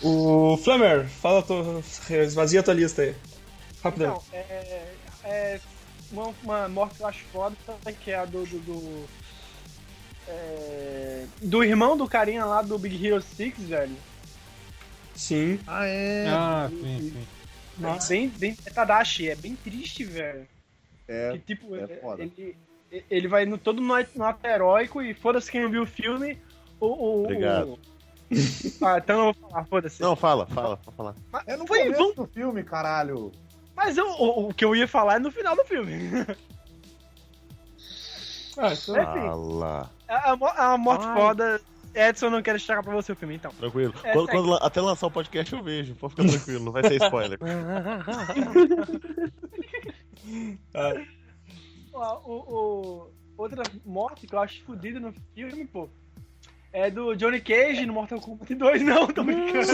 [SPEAKER 4] O Flamer, fala, tu, esvazia a tua lista aí. Rapidão.
[SPEAKER 9] Então, é, é uma, uma morte que eu acho foda, que é a do. Do, do, é, do irmão do carinha lá do Big Hero 6, velho.
[SPEAKER 4] Sim.
[SPEAKER 7] Ah, é.
[SPEAKER 6] Ah, sim, sim.
[SPEAKER 4] Nossa.
[SPEAKER 9] Né? Bem, bem é Tadashi, é bem triste, velho.
[SPEAKER 7] É,
[SPEAKER 9] Que, tipo,
[SPEAKER 7] é
[SPEAKER 9] é-
[SPEAKER 7] foda.
[SPEAKER 9] ele, ele vai no, todo no, no ato heróico e foda-se quem não viu o filme. O, o-
[SPEAKER 5] Obrigado.
[SPEAKER 9] o- Ah, então eu não vou falar, foda-se.
[SPEAKER 5] Não, fala, fala, pode falar.
[SPEAKER 9] mas,
[SPEAKER 7] é no
[SPEAKER 9] foi-
[SPEAKER 7] começo
[SPEAKER 9] vamos-
[SPEAKER 7] do filme, caralho.
[SPEAKER 9] mas eu- o, o que eu ia falar é no final do filme.
[SPEAKER 4] Ah, então-
[SPEAKER 9] É, sim.
[SPEAKER 5] Fala.
[SPEAKER 9] A, a, mo- a morte
[SPEAKER 3] Ai.
[SPEAKER 9] foda. Edson, não quero estragar pra você o filme, então.
[SPEAKER 5] Tranquilo.
[SPEAKER 9] É,
[SPEAKER 5] Quando-
[SPEAKER 9] tá
[SPEAKER 5] quando lan- até lançar o podcast eu vejo, pode ficar tranquilo, não vai ser spoiler.
[SPEAKER 4] Ah,
[SPEAKER 9] Ó, o- o- outra morte que eu acho fodida no filme, pô. É do Johnny Cage no Mortal Kombat 2, não, tô brincando.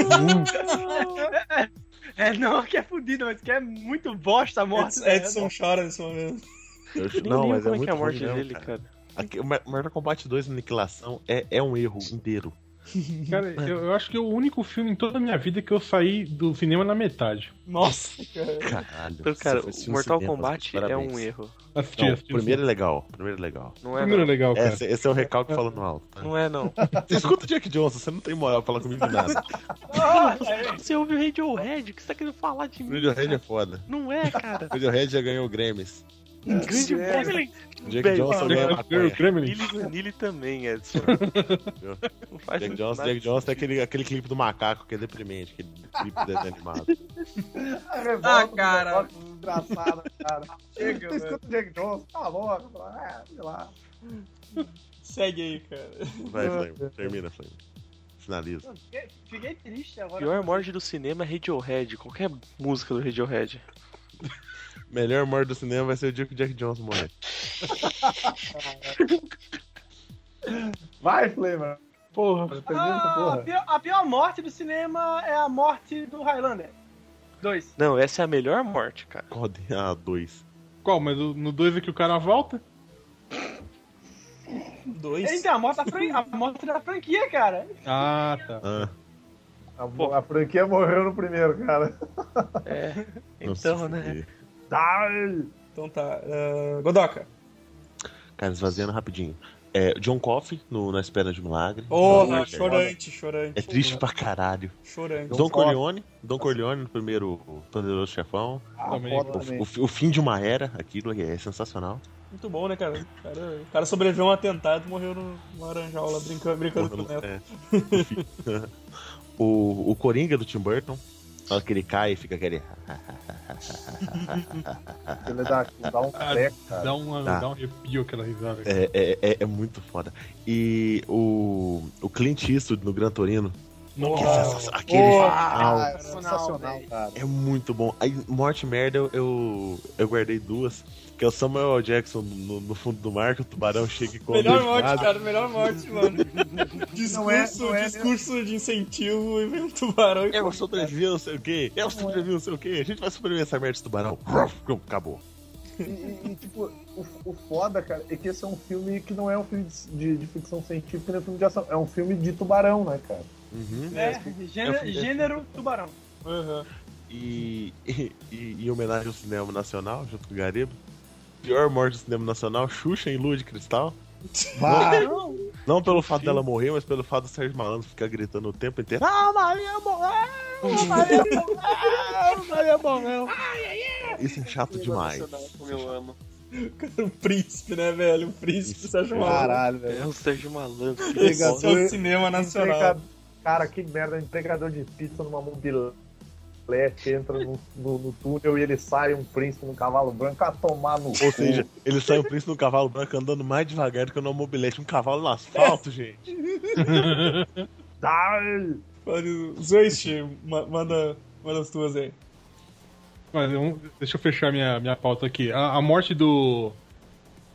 [SPEAKER 9] é, não, que é fodida, mas que é muito bosta a morte.
[SPEAKER 4] Edson,
[SPEAKER 9] né?
[SPEAKER 4] Edson é chora nesse momento.
[SPEAKER 5] Eu
[SPEAKER 3] Eu
[SPEAKER 5] acho-
[SPEAKER 3] nem lembro como é, que é a
[SPEAKER 5] ruim
[SPEAKER 3] morte
[SPEAKER 5] mesmo,
[SPEAKER 3] dele,
[SPEAKER 5] cara.
[SPEAKER 3] cara.
[SPEAKER 5] Aqui, o Mar- Mortal Kombat 2 Aniquilação é, é um erro inteiro.
[SPEAKER 6] Cara, eu, eu acho que é o único filme em toda a minha vida que eu saí do cinema na metade.
[SPEAKER 4] Nossa, cara.
[SPEAKER 5] Caralho.
[SPEAKER 3] Então, cara,
[SPEAKER 5] você foi
[SPEAKER 3] o Mortal
[SPEAKER 5] cinema,
[SPEAKER 3] Kombat é
[SPEAKER 5] parabéns.
[SPEAKER 3] um erro.
[SPEAKER 6] Assisti,
[SPEAKER 5] Não, o
[SPEAKER 6] assisti.
[SPEAKER 5] primeiro é legal, o primeiro é legal.
[SPEAKER 3] Não
[SPEAKER 6] O
[SPEAKER 3] é
[SPEAKER 6] primeiro é
[SPEAKER 3] não.
[SPEAKER 6] legal, cara.
[SPEAKER 5] Esse, esse é o recalque falando alto.
[SPEAKER 3] Não é não.
[SPEAKER 5] Você escuta o Jack Johnson, você não tem moral pra falar comigo de nada.
[SPEAKER 3] Você ouve o Radiohead? O que você tá querendo falar de
[SPEAKER 5] O
[SPEAKER 3] mim?
[SPEAKER 5] Radiohead é foda.
[SPEAKER 3] Não é, cara.
[SPEAKER 5] O Radiohead já ganhou o Grammys.
[SPEAKER 3] Grande bosta.
[SPEAKER 5] O Jack
[SPEAKER 3] Bem,
[SPEAKER 5] Johnson ganha
[SPEAKER 6] Jack- Jack
[SPEAKER 5] maconha.
[SPEAKER 6] Kremlin.
[SPEAKER 3] Lily Vanilli também, Edson. Não faz
[SPEAKER 5] Jack
[SPEAKER 3] nada.
[SPEAKER 5] Johnson, Jack Johnson é aquele, aquele clipe do macaco que é deprimente, aquele clipe desanimado.
[SPEAKER 7] A revolta
[SPEAKER 9] Ah,
[SPEAKER 7] do
[SPEAKER 9] cara.
[SPEAKER 7] negócio Desgraçado, cara.
[SPEAKER 9] Chega,
[SPEAKER 7] tu escuta o Jack Johnson, tá louco. Ah, sei lá.
[SPEAKER 4] Segue aí, cara.
[SPEAKER 5] Vai, Flame. Termina, Flame. Finaliza.
[SPEAKER 9] Fiquei- Fiquei triste
[SPEAKER 3] A
[SPEAKER 9] agora.
[SPEAKER 3] pior morte do cinema é Radiohead. Qualquer música do Radiohead.
[SPEAKER 5] Melhor morte do cinema vai ser o dia que o Jack Johnson morrer.
[SPEAKER 7] Vai, Flamer.
[SPEAKER 4] Porra.
[SPEAKER 7] Pergunta,
[SPEAKER 9] Ah, a,
[SPEAKER 7] porra.
[SPEAKER 9] pior, a pior morte do cinema é a morte do Highlander. Dois.
[SPEAKER 3] Não, essa é a melhor morte, cara.
[SPEAKER 5] Code a 2.
[SPEAKER 6] Qual? Mas o- no 2 é que o cara volta?
[SPEAKER 4] Dois.
[SPEAKER 9] Então, a morte, da fran- a morte da franquia, cara.
[SPEAKER 6] Ah, tá.
[SPEAKER 5] Ah,
[SPEAKER 7] A, a franquia morreu no primeiro, cara.
[SPEAKER 5] não se
[SPEAKER 3] Então, né?
[SPEAKER 5] fuder.
[SPEAKER 7] Dai!
[SPEAKER 4] Então tá. ah, Godoka.
[SPEAKER 5] Cara, esvaziando rapidinho. É, John Coffey no Na Espera de um Milagre.
[SPEAKER 4] Porra,
[SPEAKER 5] John-
[SPEAKER 4] chorante, chorante.
[SPEAKER 5] É triste pra caralho.
[SPEAKER 4] Chorante.
[SPEAKER 5] Don,
[SPEAKER 7] Don
[SPEAKER 5] Corleone. Don Corleone no primeiro Poderoso Chefão.
[SPEAKER 7] Ah,
[SPEAKER 6] Também.
[SPEAKER 7] foda
[SPEAKER 5] O,
[SPEAKER 7] também.
[SPEAKER 5] o- o fim de uma era, aquilo é sensacional.
[SPEAKER 4] Muito bom, né, cara? O cara, o cara sobreviveu a um atentado e morreu no laranjal lá brincando, brincando com o neto.
[SPEAKER 5] É. o, o Coringa do Tim Burton. Olha que ele cai e fica aquele.
[SPEAKER 7] Ele dá, dá um treco, cara.
[SPEAKER 6] Dá, uma,
[SPEAKER 5] Tá.
[SPEAKER 6] dá um arrepio aquela risada. cara.
[SPEAKER 5] É, é, é- é muito foda. E o, o Clint Eastwood no Gran Torino. que
[SPEAKER 6] Nossa.
[SPEAKER 5] sensação- Aquele final
[SPEAKER 7] Ah, é sensacional, cara.
[SPEAKER 5] é muito bom. Aí, morte e merda, eu, eu, eu guardei duas. Que é o Samuel L. Jackson no, no fundo do mar, que o tubarão chega e come.
[SPEAKER 4] Melhor
[SPEAKER 5] ele.
[SPEAKER 4] morte, cara, melhor morte, mano. Discurso,
[SPEAKER 7] Não é- não é-
[SPEAKER 4] discurso de incentivo e vem um tubarão e
[SPEAKER 9] É,
[SPEAKER 5] Eu sobrevivi, não sei o quê. Eu sobrevivi, não sei o quê. A gente vai sobreviver essa merda de tubarão. Acabou.
[SPEAKER 7] E, e- e, tipo, o, o foda, cara, é que esse é um filme que não é um filme de, de- de ficção científica, nem um filme de ação. É um filme de tubarão, né, cara?
[SPEAKER 5] Uhum.
[SPEAKER 9] É, gênero,
[SPEAKER 5] fui-
[SPEAKER 9] gênero tubarão.
[SPEAKER 4] Aham.
[SPEAKER 5] E, e, e em homenagem ao cinema nacional, junto com o Garibo. Pior morte do cinema nacional, Xuxa em Lua de Cristal.
[SPEAKER 7] Vai!
[SPEAKER 5] Não pelo fato dela morrer, mas pelo fato do Sérgio Malandro ficar gritando o tempo inteiro. Ah, Maria morreu! Ah, Maria morreu! Ah, Maria morreu! Isso é chato demais.
[SPEAKER 8] Emocional, Como eu amo.
[SPEAKER 4] O príncipe, né, velho? O príncipe, você acha uma
[SPEAKER 7] Caralho, velho.
[SPEAKER 3] É o Sérgio Malandro. que
[SPEAKER 7] Legal.
[SPEAKER 3] bosta.
[SPEAKER 4] Esse é o cinema nacional.
[SPEAKER 7] Entrega- Cara, que merda, entregador de pizza numa mobilete entra no, no- no túnel e ele sai um príncipe num cavalo branco a tomar no
[SPEAKER 5] Ou
[SPEAKER 7] cu.
[SPEAKER 5] seja, ele sai o príncipe no cavalo branco andando mais devagar do que no mobilete. Um cavalo no asfalto, gente.
[SPEAKER 7] Dai!
[SPEAKER 4] Olha, Zoist, ma- manda, manda as tuas aí.
[SPEAKER 6] Mas eu- um, deixa eu fechar minha, minha pauta aqui. A, a morte do.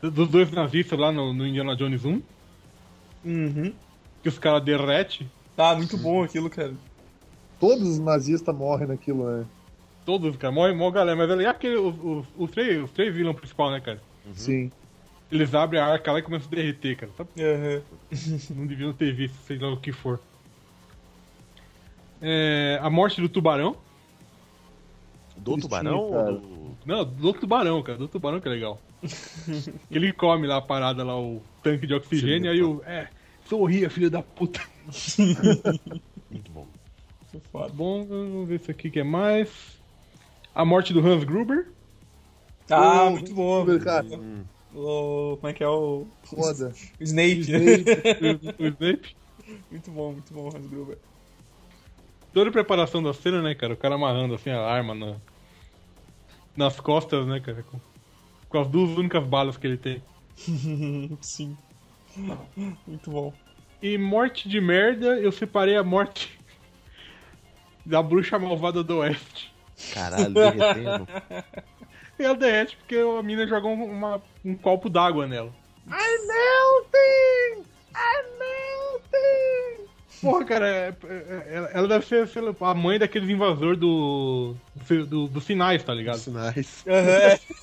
[SPEAKER 6] Dos dois nazistas lá no, no Indiana Jones 1,
[SPEAKER 4] Uhum.
[SPEAKER 6] que os caras derretem,
[SPEAKER 4] Tá, muito bom aquilo, cara.
[SPEAKER 7] Todos os nazistas morrem naquilo, né?
[SPEAKER 6] todos, cara, morre mó galera, mas ali é aquele, os, os, os três, os três vilões principal, né, cara?
[SPEAKER 8] Uhum.
[SPEAKER 7] Sim.
[SPEAKER 6] Eles abrem a arca lá e começam a derreter, cara. Tá-
[SPEAKER 4] Aham.
[SPEAKER 6] Não deviam ter visto, sei lá o que for. É, a morte do tubarão.
[SPEAKER 5] Do
[SPEAKER 7] Tristinho,
[SPEAKER 5] tubarão
[SPEAKER 7] cara.
[SPEAKER 5] ou do.
[SPEAKER 6] Não, do tubarão, cara. Do tubarão que é legal. Ele come lá a parada, lá, o tanque de oxigênio, aí o. É, sorria, filho da puta.
[SPEAKER 5] Muito bom.
[SPEAKER 4] Foda.
[SPEAKER 6] Bom, vamos ver isso aqui que é mais. A morte do Hans Gruber.
[SPEAKER 4] Ah,
[SPEAKER 7] Ô,
[SPEAKER 4] muito bom.
[SPEAKER 7] Cara,
[SPEAKER 4] O, como é que é o.
[SPEAKER 7] foda.
[SPEAKER 4] O Snape, né?
[SPEAKER 6] o o Snape.
[SPEAKER 4] Muito bom, muito bom, Hans Gruber.
[SPEAKER 6] Toda a preparação da cena, né, cara? O cara amarrando assim a arma na- nas costas, né, cara? Com... com as duas únicas balas que ele tem.
[SPEAKER 4] Sim. Muito bom.
[SPEAKER 6] E morte de merda, eu separei a morte da bruxa malvada do oeste.
[SPEAKER 5] Caralho, derretendo.
[SPEAKER 6] E ela derrete porque a mina jogou uma- um copo d'água nela. Porra, cara, é- é- ela- ela deve ser sei lá, a mãe daqueles invasor do, do, do- dos sinais, tá ligado?
[SPEAKER 5] Sinais.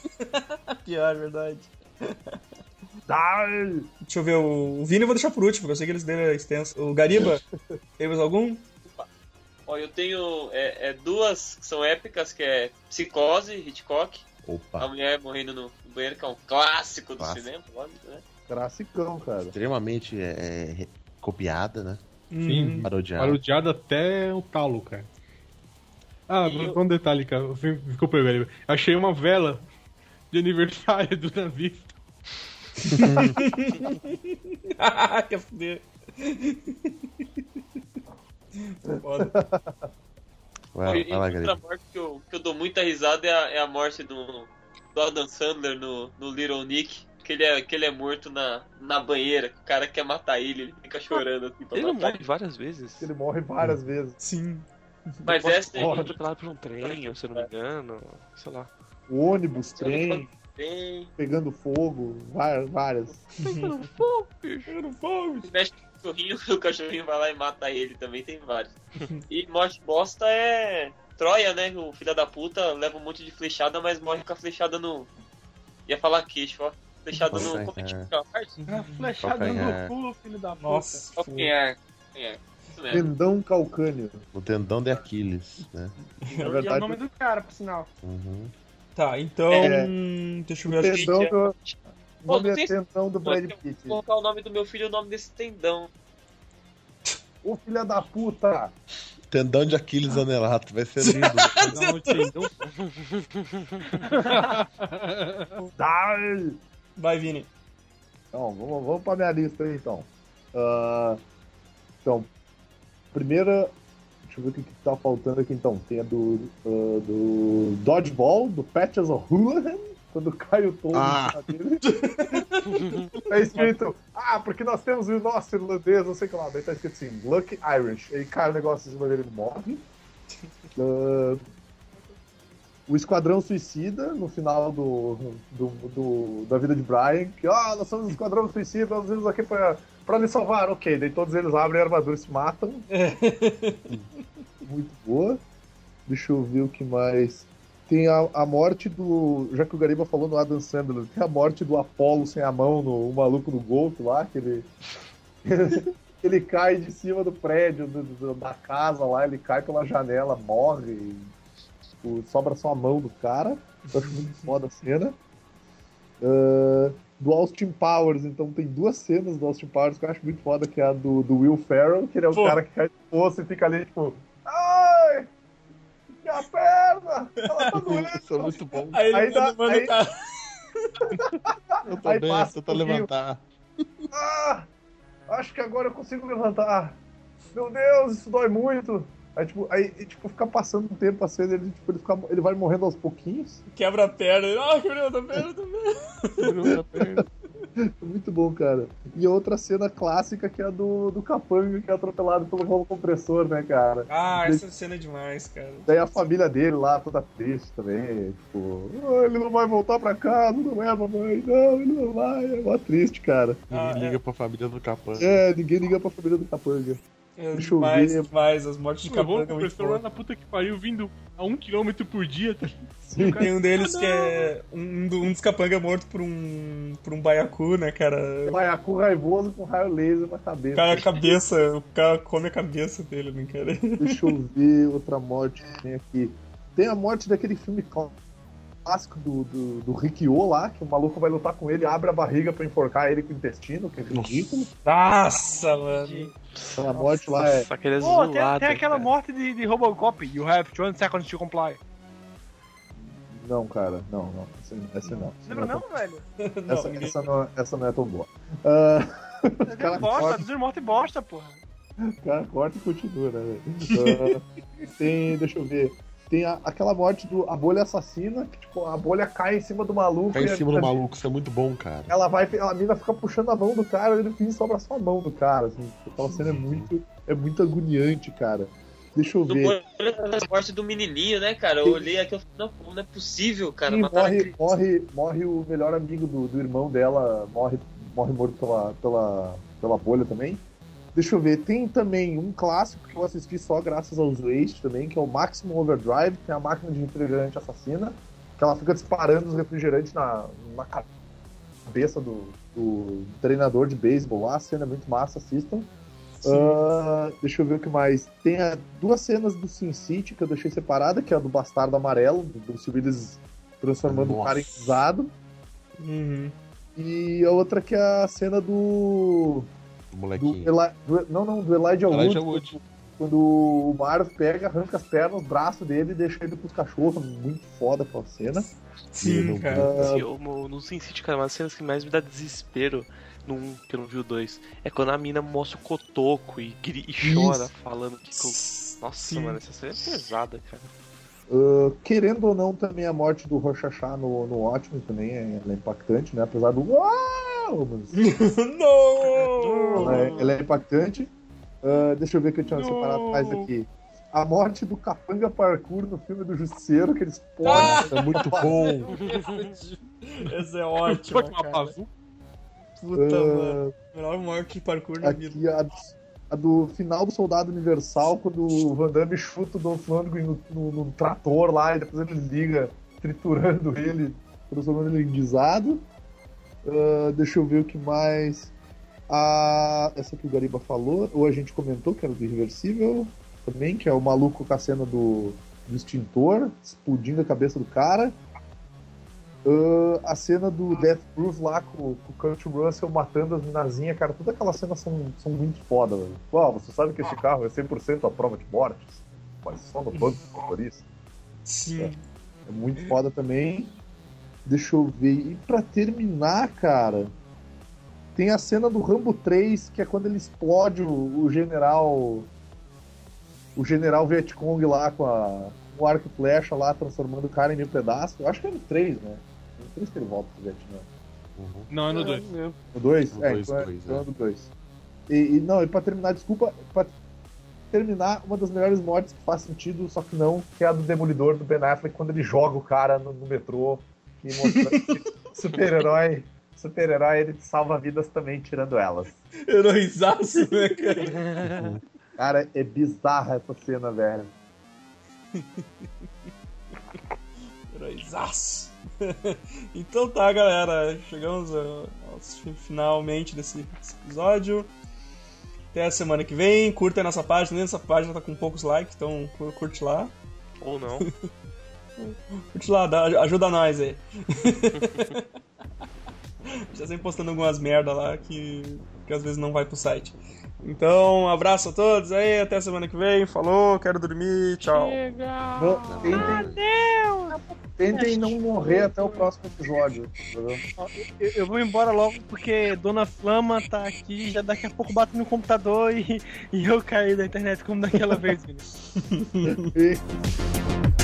[SPEAKER 4] Pior, verdade.
[SPEAKER 7] Dai!
[SPEAKER 4] Deixa eu ver, o o Vini eu vou deixar por último, porque eu sei que eles deram extenso. O Gariba, teve mais algum?
[SPEAKER 8] Ó, eu tenho é, é duas que são épicas, que é Psicose, Hitchcock, a
[SPEAKER 5] Opa.
[SPEAKER 8] mulher morrendo no banheiro, que é um clássico do
[SPEAKER 5] Clássico.
[SPEAKER 8] cinema, óbvio, né?
[SPEAKER 7] Classicão, cara.
[SPEAKER 5] Extremamente é, é, copiada, né?
[SPEAKER 4] Hum.
[SPEAKER 6] Sim,
[SPEAKER 5] Parodiada.
[SPEAKER 6] parodiado até o talo, cara. Ah,
[SPEAKER 8] E eu-
[SPEAKER 6] só um detalhe, cara. Assim, Desculpa, velho. Achei uma vela de aniversário do nazista.
[SPEAKER 4] Quer fuder. Foda.
[SPEAKER 5] Vai,
[SPEAKER 8] e e
[SPEAKER 5] vai lá,
[SPEAKER 8] outra
[SPEAKER 5] galera.
[SPEAKER 8] morte que eu, que eu dou muita risada é a, é a morte do, do Adam Sandler no, no Little Nick. Que ele, é, que ele é morto na, na banheira, que o cara quer matar ele, ele fica chorando assim pra
[SPEAKER 3] Ele não
[SPEAKER 8] matar
[SPEAKER 3] morre várias vezes.
[SPEAKER 7] Ele morre várias vezes.
[SPEAKER 4] Sim.
[SPEAKER 8] Mas essa é
[SPEAKER 3] Ele foi atropelado por um trem, se eu não me engano. Sei lá.
[SPEAKER 7] O ônibus, trem,
[SPEAKER 8] bem.
[SPEAKER 7] pegando fogo, vai- várias.
[SPEAKER 4] Eu não vou, bicho.
[SPEAKER 8] Mexe com cachorrinho, o cachorrinho vai lá e mata ele também, tem vários. E morte bosta é Troia, né? O filho da puta leva um monte de flechada, mas morre com a flechada no. Ia falar queixo, ó. Flechada no. Como é que fica a parte?
[SPEAKER 9] Flechada no
[SPEAKER 5] Calcanhar.
[SPEAKER 9] cu, filho da puta.
[SPEAKER 4] Nossa.
[SPEAKER 8] Calcanhar. Calcanhar. é? Isso mesmo.
[SPEAKER 7] Tendão calcâneo.
[SPEAKER 5] O tendão de Aquiles, né?
[SPEAKER 9] É
[SPEAKER 7] Na
[SPEAKER 9] o
[SPEAKER 7] verdade,
[SPEAKER 9] nome do cara, por sinal.
[SPEAKER 5] Uhum.
[SPEAKER 4] Tá, então.
[SPEAKER 7] É.
[SPEAKER 4] Deixa eu
[SPEAKER 7] o
[SPEAKER 4] ver. acho que-
[SPEAKER 7] tendão do. O
[SPEAKER 8] Pô,
[SPEAKER 7] nome
[SPEAKER 8] não
[SPEAKER 7] é
[SPEAKER 8] tem-
[SPEAKER 7] tendão do Brad
[SPEAKER 8] Vou
[SPEAKER 7] Pitt.
[SPEAKER 8] colocar o nome do meu filho e o nome desse tendão.
[SPEAKER 7] Ô filha da puta!
[SPEAKER 5] Tendão de Aquiles anelato, vai ser lindo.
[SPEAKER 6] Dá um tendão.
[SPEAKER 7] Dai!
[SPEAKER 4] Vai, Vini.
[SPEAKER 7] Então, vamos, vamos pra minha lista aí, então. Ah, então, primeira. Deixa eu ver o que, que tá faltando aqui, então. Tem a do, ah, do Dodgeball, do Patches O'Hoolahan, quando cai o tolo
[SPEAKER 5] Ah.
[SPEAKER 7] na dele. tá escrito, ah, porque nós temos o nosso irlandês, não sei o que lá. Daí tá escrito assim, Lucky Irish. Aí cai o negócio em cima dele, ele morre. Ah, o Esquadrão Suicida, no final do, do, do- da vida de Brian, que, ah, nós somos o Esquadrão Suicida, nós vimos aqui pra, pra lhe salvar. Ok, daí todos eles abrem a armadura e se matam. Muito boa. Deixa eu ver o que mais. Tem a, a morte do. Já que o Gariba falou no Adam Sandler, tem a morte do Apollo sem a mão, no, o maluco do golfe lá, que ele. ele cai de cima do prédio, do- do- da casa lá, ele cai pela janela, morre. e, tipo, sobra só a mão do cara. Eu acho muito foda a cena. Ah, do Austin Powers, então tem duas cenas do Austin Powers que eu acho muito foda, que é a do, do Will Ferrell, que ele é o
[SPEAKER 4] Pô.
[SPEAKER 7] cara que cai do poço e fica ali, tipo. Ai! Minha perna! Ela tá doendo!
[SPEAKER 5] Isso é muito bom.
[SPEAKER 4] Aí ele
[SPEAKER 7] Aí dá-
[SPEAKER 4] manda
[SPEAKER 7] aí-
[SPEAKER 4] o cara.
[SPEAKER 5] Eu tô
[SPEAKER 7] Aí
[SPEAKER 5] bem,
[SPEAKER 7] passa
[SPEAKER 5] eu tô
[SPEAKER 7] um pouquinho.
[SPEAKER 5] levantar.
[SPEAKER 7] Ah, acho que agora eu consigo levantar. Meu Deus, isso dói muito. Aí, tipo, aí, e, tipo fica passando um tempo assim, ele, tipo, ele, fica- ele vai morrendo aos pouquinhos.
[SPEAKER 4] Quebra a perna. Ah, quebrou a perna também.
[SPEAKER 7] Muito bom, cara. E a outra cena clássica que é a do, do Capanga, que é atropelado pelo rolo compressor, né, cara?
[SPEAKER 4] Ah, essa cena é demais, cara.
[SPEAKER 7] Daí a família dele lá, toda triste também, tipo, "Ah, ele não vai voltar pra casa, não é, mamãe, não, ele não vai, é mó triste, cara.
[SPEAKER 4] Ah,
[SPEAKER 5] Ninguém liga pra família do Capanga.
[SPEAKER 7] É, ninguém liga pra família do Capanga.
[SPEAKER 4] É
[SPEAKER 7] Deixa eu
[SPEAKER 4] demais,
[SPEAKER 7] ver.
[SPEAKER 4] demais. As mortes de
[SPEAKER 6] Acabou
[SPEAKER 4] capanga
[SPEAKER 6] o
[SPEAKER 8] um
[SPEAKER 4] é muito
[SPEAKER 6] professor lá
[SPEAKER 4] boa.
[SPEAKER 6] na puta que pariu vindo a um quilômetro por dia. Tá?
[SPEAKER 7] Sim.
[SPEAKER 4] Tem um deles que é um, do- um dos capanga é morto por um por um baiacu, né, cara?
[SPEAKER 7] Baiacu raivoso com raio laser na cabeça.
[SPEAKER 4] O cara a cabeça, o cara come a cabeça dele, né, cara?
[SPEAKER 7] Deixa eu ver outra morte que tem aqui. Tem a morte daquele filme clá- clássico do, do, do Rikyo lá, que o maluco vai lutar com ele, abre a barriga pra enforcar ele com o intestino, que é ridículo.
[SPEAKER 4] Nossa, mano.
[SPEAKER 7] Então a morte lá é.
[SPEAKER 3] Nossa, aquele é
[SPEAKER 9] Pô,
[SPEAKER 3] zoado.
[SPEAKER 9] tem, tem aquela
[SPEAKER 3] cara.
[SPEAKER 9] morte de, de Robocop. You have 20 seconds to comply.
[SPEAKER 7] Não, cara, não, não. Essa, essa não. Essa
[SPEAKER 9] Lembra
[SPEAKER 7] não, é
[SPEAKER 9] não, velho?
[SPEAKER 7] tão-
[SPEAKER 4] Não,
[SPEAKER 7] essa,
[SPEAKER 4] ninguém-
[SPEAKER 7] essa não, essa não é tão boa. Ah,
[SPEAKER 9] Desenho
[SPEAKER 7] Cara,
[SPEAKER 9] bosta,
[SPEAKER 7] corta.
[SPEAKER 9] desenho morte bosta, porra.
[SPEAKER 7] o cara corta e continua, né? velho? Ah, tem, deixa eu ver. Tem a- aquela morte do a bolha assassina, que tipo, a bolha cai em cima do maluco.
[SPEAKER 5] Cai
[SPEAKER 7] e
[SPEAKER 5] em
[SPEAKER 7] a-
[SPEAKER 5] cima do maluco, isso é muito bom, cara.
[SPEAKER 7] ela vai, a mina fica puxando a mão do cara e no fim sobra só a mão do cara, assim. Aquela cena é muito, é muito agoniante, cara. Deixa eu
[SPEAKER 8] No
[SPEAKER 7] ver.
[SPEAKER 8] transporte do menininho, né, cara? Eu olhei aqui e falei, não, pô, não é possível, cara.
[SPEAKER 7] Sim,
[SPEAKER 8] mataram a
[SPEAKER 7] morre,
[SPEAKER 8] criança.
[SPEAKER 7] morre, morre o melhor amigo do, do irmão dela, morre, morre morto pela, pela, pela bolha também. Deixa eu ver, tem também um clássico que eu assisti só graças aos Waste também, que é o Maximum Overdrive, que é a máquina de refrigerante assassina, que ela fica disparando os refrigerantes na, na cabeça do, do treinador de beisebol lá, a cena é muito massa, assistam. Ah, deixa eu ver o que mais. Tem a- duas cenas do Sin City que eu deixei separada, que é a do Bastardo Amarelo, do Bruce Willis transformando o cara em
[SPEAKER 5] Nossa.
[SPEAKER 7] usado.
[SPEAKER 4] Uhum.
[SPEAKER 7] E a outra que é a cena do.
[SPEAKER 5] O
[SPEAKER 7] do
[SPEAKER 5] molequinho.
[SPEAKER 7] Eli, do- não, não, do Elijah Wood.
[SPEAKER 5] Elijah Wood.
[SPEAKER 7] Quando o Marv pega, arranca as pernas, o braço dele e deixa ele pros cachorros. Muito foda aquela cena.
[SPEAKER 4] Sim,
[SPEAKER 5] Meu
[SPEAKER 4] cara.
[SPEAKER 3] Assim, eu, no, no Sin City, cara, uma das cenas que mais me dá desespero no 1, que eu não vi o 2, é quando a mina mostra o cotoco e, gri- e chora
[SPEAKER 7] Isso.
[SPEAKER 3] falando que. co- Nossa,
[SPEAKER 4] Sim.
[SPEAKER 3] mano, essa cena é pesada, cara.
[SPEAKER 7] Ah, querendo ou não, também a morte do Rochachá no, no Ótimo também é, ela é impactante, né? Apesar do. Uau! Mas...
[SPEAKER 4] Não!
[SPEAKER 7] Ela é, ela é impactante. Ah, deixa eu ver o que eu tinha
[SPEAKER 4] Não.
[SPEAKER 7] separado mais aqui. A morte do Capanga Parkour no filme do Justiceiro, que eles podem.
[SPEAKER 4] Ah!
[SPEAKER 5] É muito bom.
[SPEAKER 4] Essa é ótima,
[SPEAKER 6] Pode uma
[SPEAKER 8] né?
[SPEAKER 4] cara.
[SPEAKER 6] bazuca?
[SPEAKER 4] Puta,
[SPEAKER 7] Ah,
[SPEAKER 4] mano. Melhor morte de parkour da vida.
[SPEAKER 7] Aqui a, a do final do Soldado Universal, quando o Van Damme chuta o Dolph Lundgren no, no- no trator lá e depois ele liga, triturando ele, transformando ele em guisado. Ah, deixa eu ver o que mais. A, essa que o Gariba falou, ou a gente comentou, que era do Irreversível também, que é o maluco com a cena do, do extintor, explodindo a cabeça do cara. Ah, a cena do Death Proof lá com, com o Kurt Russell matando as minazinhas, cara, todas aquelas cenas são, são muito foda, velho. Uau, você sabe que este carro é 100% à prova de mortes, mas só no banco do motorista.
[SPEAKER 4] Sim.
[SPEAKER 7] É muito foda também. Deixa eu ver. E pra terminar, cara, tem a cena do Rambo 3, que é quando ele explode o, o general. O general Vietcong lá com, a, com o arco e flecha lá, transformando o cara em mil pedaços. Eu acho que é no 3, né? É No 3 que ele volta pro Vietnã.
[SPEAKER 5] Uhum.
[SPEAKER 6] Não, é no 2.
[SPEAKER 7] No 2?
[SPEAKER 5] No
[SPEAKER 7] É,
[SPEAKER 5] dois,
[SPEAKER 7] então é,
[SPEAKER 5] dois,
[SPEAKER 7] então
[SPEAKER 5] é.
[SPEAKER 7] é no 2. E, e não, e pra terminar, desculpa, pra terminar, uma das melhores mortes que faz sentido, só que não, que é a do Demolidor do Ben Affleck, quando ele joga o cara no, no metrô e mostra que super-herói. Super-herói, ele salva vidas também, tirando elas.
[SPEAKER 4] Heroizaço, né, cara?
[SPEAKER 7] Cara, é bizarra essa cena, velho.
[SPEAKER 4] Heroizaço. então tá, galera. Chegamos ao, ao fi- finalmente desse, desse episódio. Até a semana que vem. Curta a nossa página. Nossa página tá com poucos likes, então cu- curte lá.
[SPEAKER 3] Ou não.
[SPEAKER 4] Curte lá, dá- ajuda nós aí. Já sempre postando algumas merda lá que, que às vezes não vai pro site. Então, um abraço a todos aí, até a semana que vem. Falou, quero dormir, tchau.
[SPEAKER 7] Não, tentem, tentem não morrer até o próximo episódio. tá entendeu?
[SPEAKER 9] Eu, eu vou embora logo porque Dona Flama tá aqui, já daqui a pouco bato no computador e, e eu caí da internet como daquela vez. Vinícius.
[SPEAKER 7] E-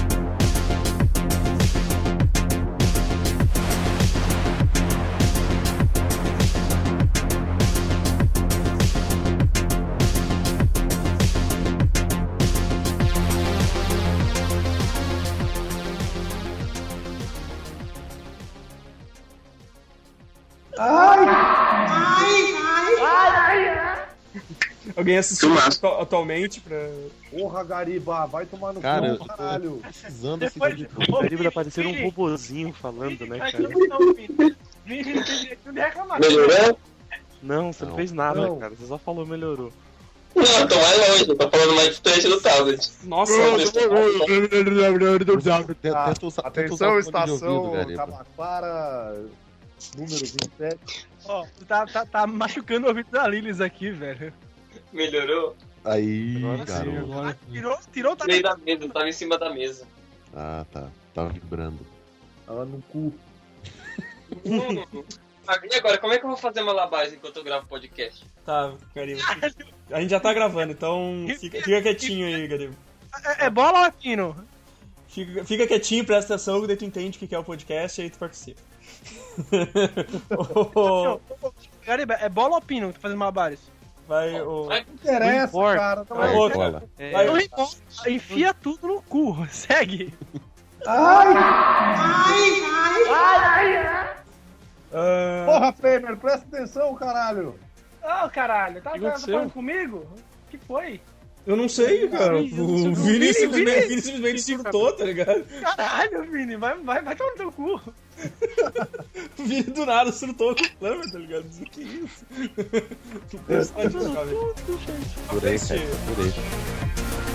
[SPEAKER 4] Alguém assistiu
[SPEAKER 8] Filmaço.
[SPEAKER 4] atu- atualmente pra.
[SPEAKER 7] Porra, Gariba, vai tomar no
[SPEAKER 5] Cara, eu
[SPEAKER 7] cu,
[SPEAKER 5] tô-
[SPEAKER 7] caralho.
[SPEAKER 5] Precisando assim
[SPEAKER 9] Depois-
[SPEAKER 5] de
[SPEAKER 3] O Gariba tá parecendo um robozinho falando, né,
[SPEAKER 9] Aqui
[SPEAKER 3] cara?
[SPEAKER 9] não, tá não, Vinícius. Vinícius, Vinícius, não reclamar.
[SPEAKER 8] Melhorou?
[SPEAKER 3] Não, você não
[SPEAKER 5] Não.
[SPEAKER 3] fez nada,
[SPEAKER 7] Não.
[SPEAKER 3] cara. Você só falou melhorou.
[SPEAKER 8] Não, tô mais longe, tô falando mais distante do tablet.
[SPEAKER 4] Nossa,
[SPEAKER 5] Tenta usar- tenta usar
[SPEAKER 7] Atenção,
[SPEAKER 5] o fone de
[SPEAKER 7] estação tá
[SPEAKER 5] ouvido, Gariba.
[SPEAKER 7] Tabaquara, número 27.
[SPEAKER 9] Ó, tu tá, tá, tá machucando o ouvido da Lilis aqui, velho.
[SPEAKER 8] Melhorou?
[SPEAKER 5] Aí,
[SPEAKER 3] Agora sim,
[SPEAKER 5] garoto.
[SPEAKER 6] Agora.
[SPEAKER 9] Tirou, tirou tá
[SPEAKER 8] Tirei da mesa, tava em cima da mesa.
[SPEAKER 5] Ah, tá. Tava vibrando.
[SPEAKER 7] Ela no cu.
[SPEAKER 8] Hum. E agora, como é que eu vou fazer uma lavagem enquanto eu gravo podcast?
[SPEAKER 4] Tá, Gariba. A gente já tá gravando, então fica, fica quietinho aí, Gariba.
[SPEAKER 9] É, é bola latino.
[SPEAKER 4] Fica, fica quietinho, presta atenção, que daí tu entende o que que é o podcast e aí tu participa. Ô, ô,
[SPEAKER 9] Gariba, é bola ou pino que tu faz malabares?
[SPEAKER 4] vai, ô.
[SPEAKER 8] Vai.
[SPEAKER 7] Não interessa,
[SPEAKER 3] importa.
[SPEAKER 7] cara. Tá
[SPEAKER 4] Vai,
[SPEAKER 7] bom.
[SPEAKER 4] outra.
[SPEAKER 5] Bola.
[SPEAKER 4] Vai,
[SPEAKER 3] É.
[SPEAKER 9] Não importa, enfia tudo no cu. Segue.
[SPEAKER 4] Ah,
[SPEAKER 7] Porra, Framer, presta atenção, caralho.
[SPEAKER 9] Ô, caralho, tá,
[SPEAKER 3] que tá aconteceu? falando
[SPEAKER 9] comigo? O que foi?
[SPEAKER 4] eu não sei, cara.
[SPEAKER 9] Ai, eu não
[SPEAKER 4] O
[SPEAKER 9] sei, não.
[SPEAKER 4] Vini
[SPEAKER 9] Vini,
[SPEAKER 4] simplesmente,
[SPEAKER 9] Vini.
[SPEAKER 4] Vini simplesmente surtou, tá ligado?
[SPEAKER 9] Caralho, Vini, vai, vai, vai tomar no teu cu.
[SPEAKER 4] O Vini do nada surtou com o Plummer, tá ligado? Que isso? Não pode, cara.
[SPEAKER 5] Por aí, cara. Por aí.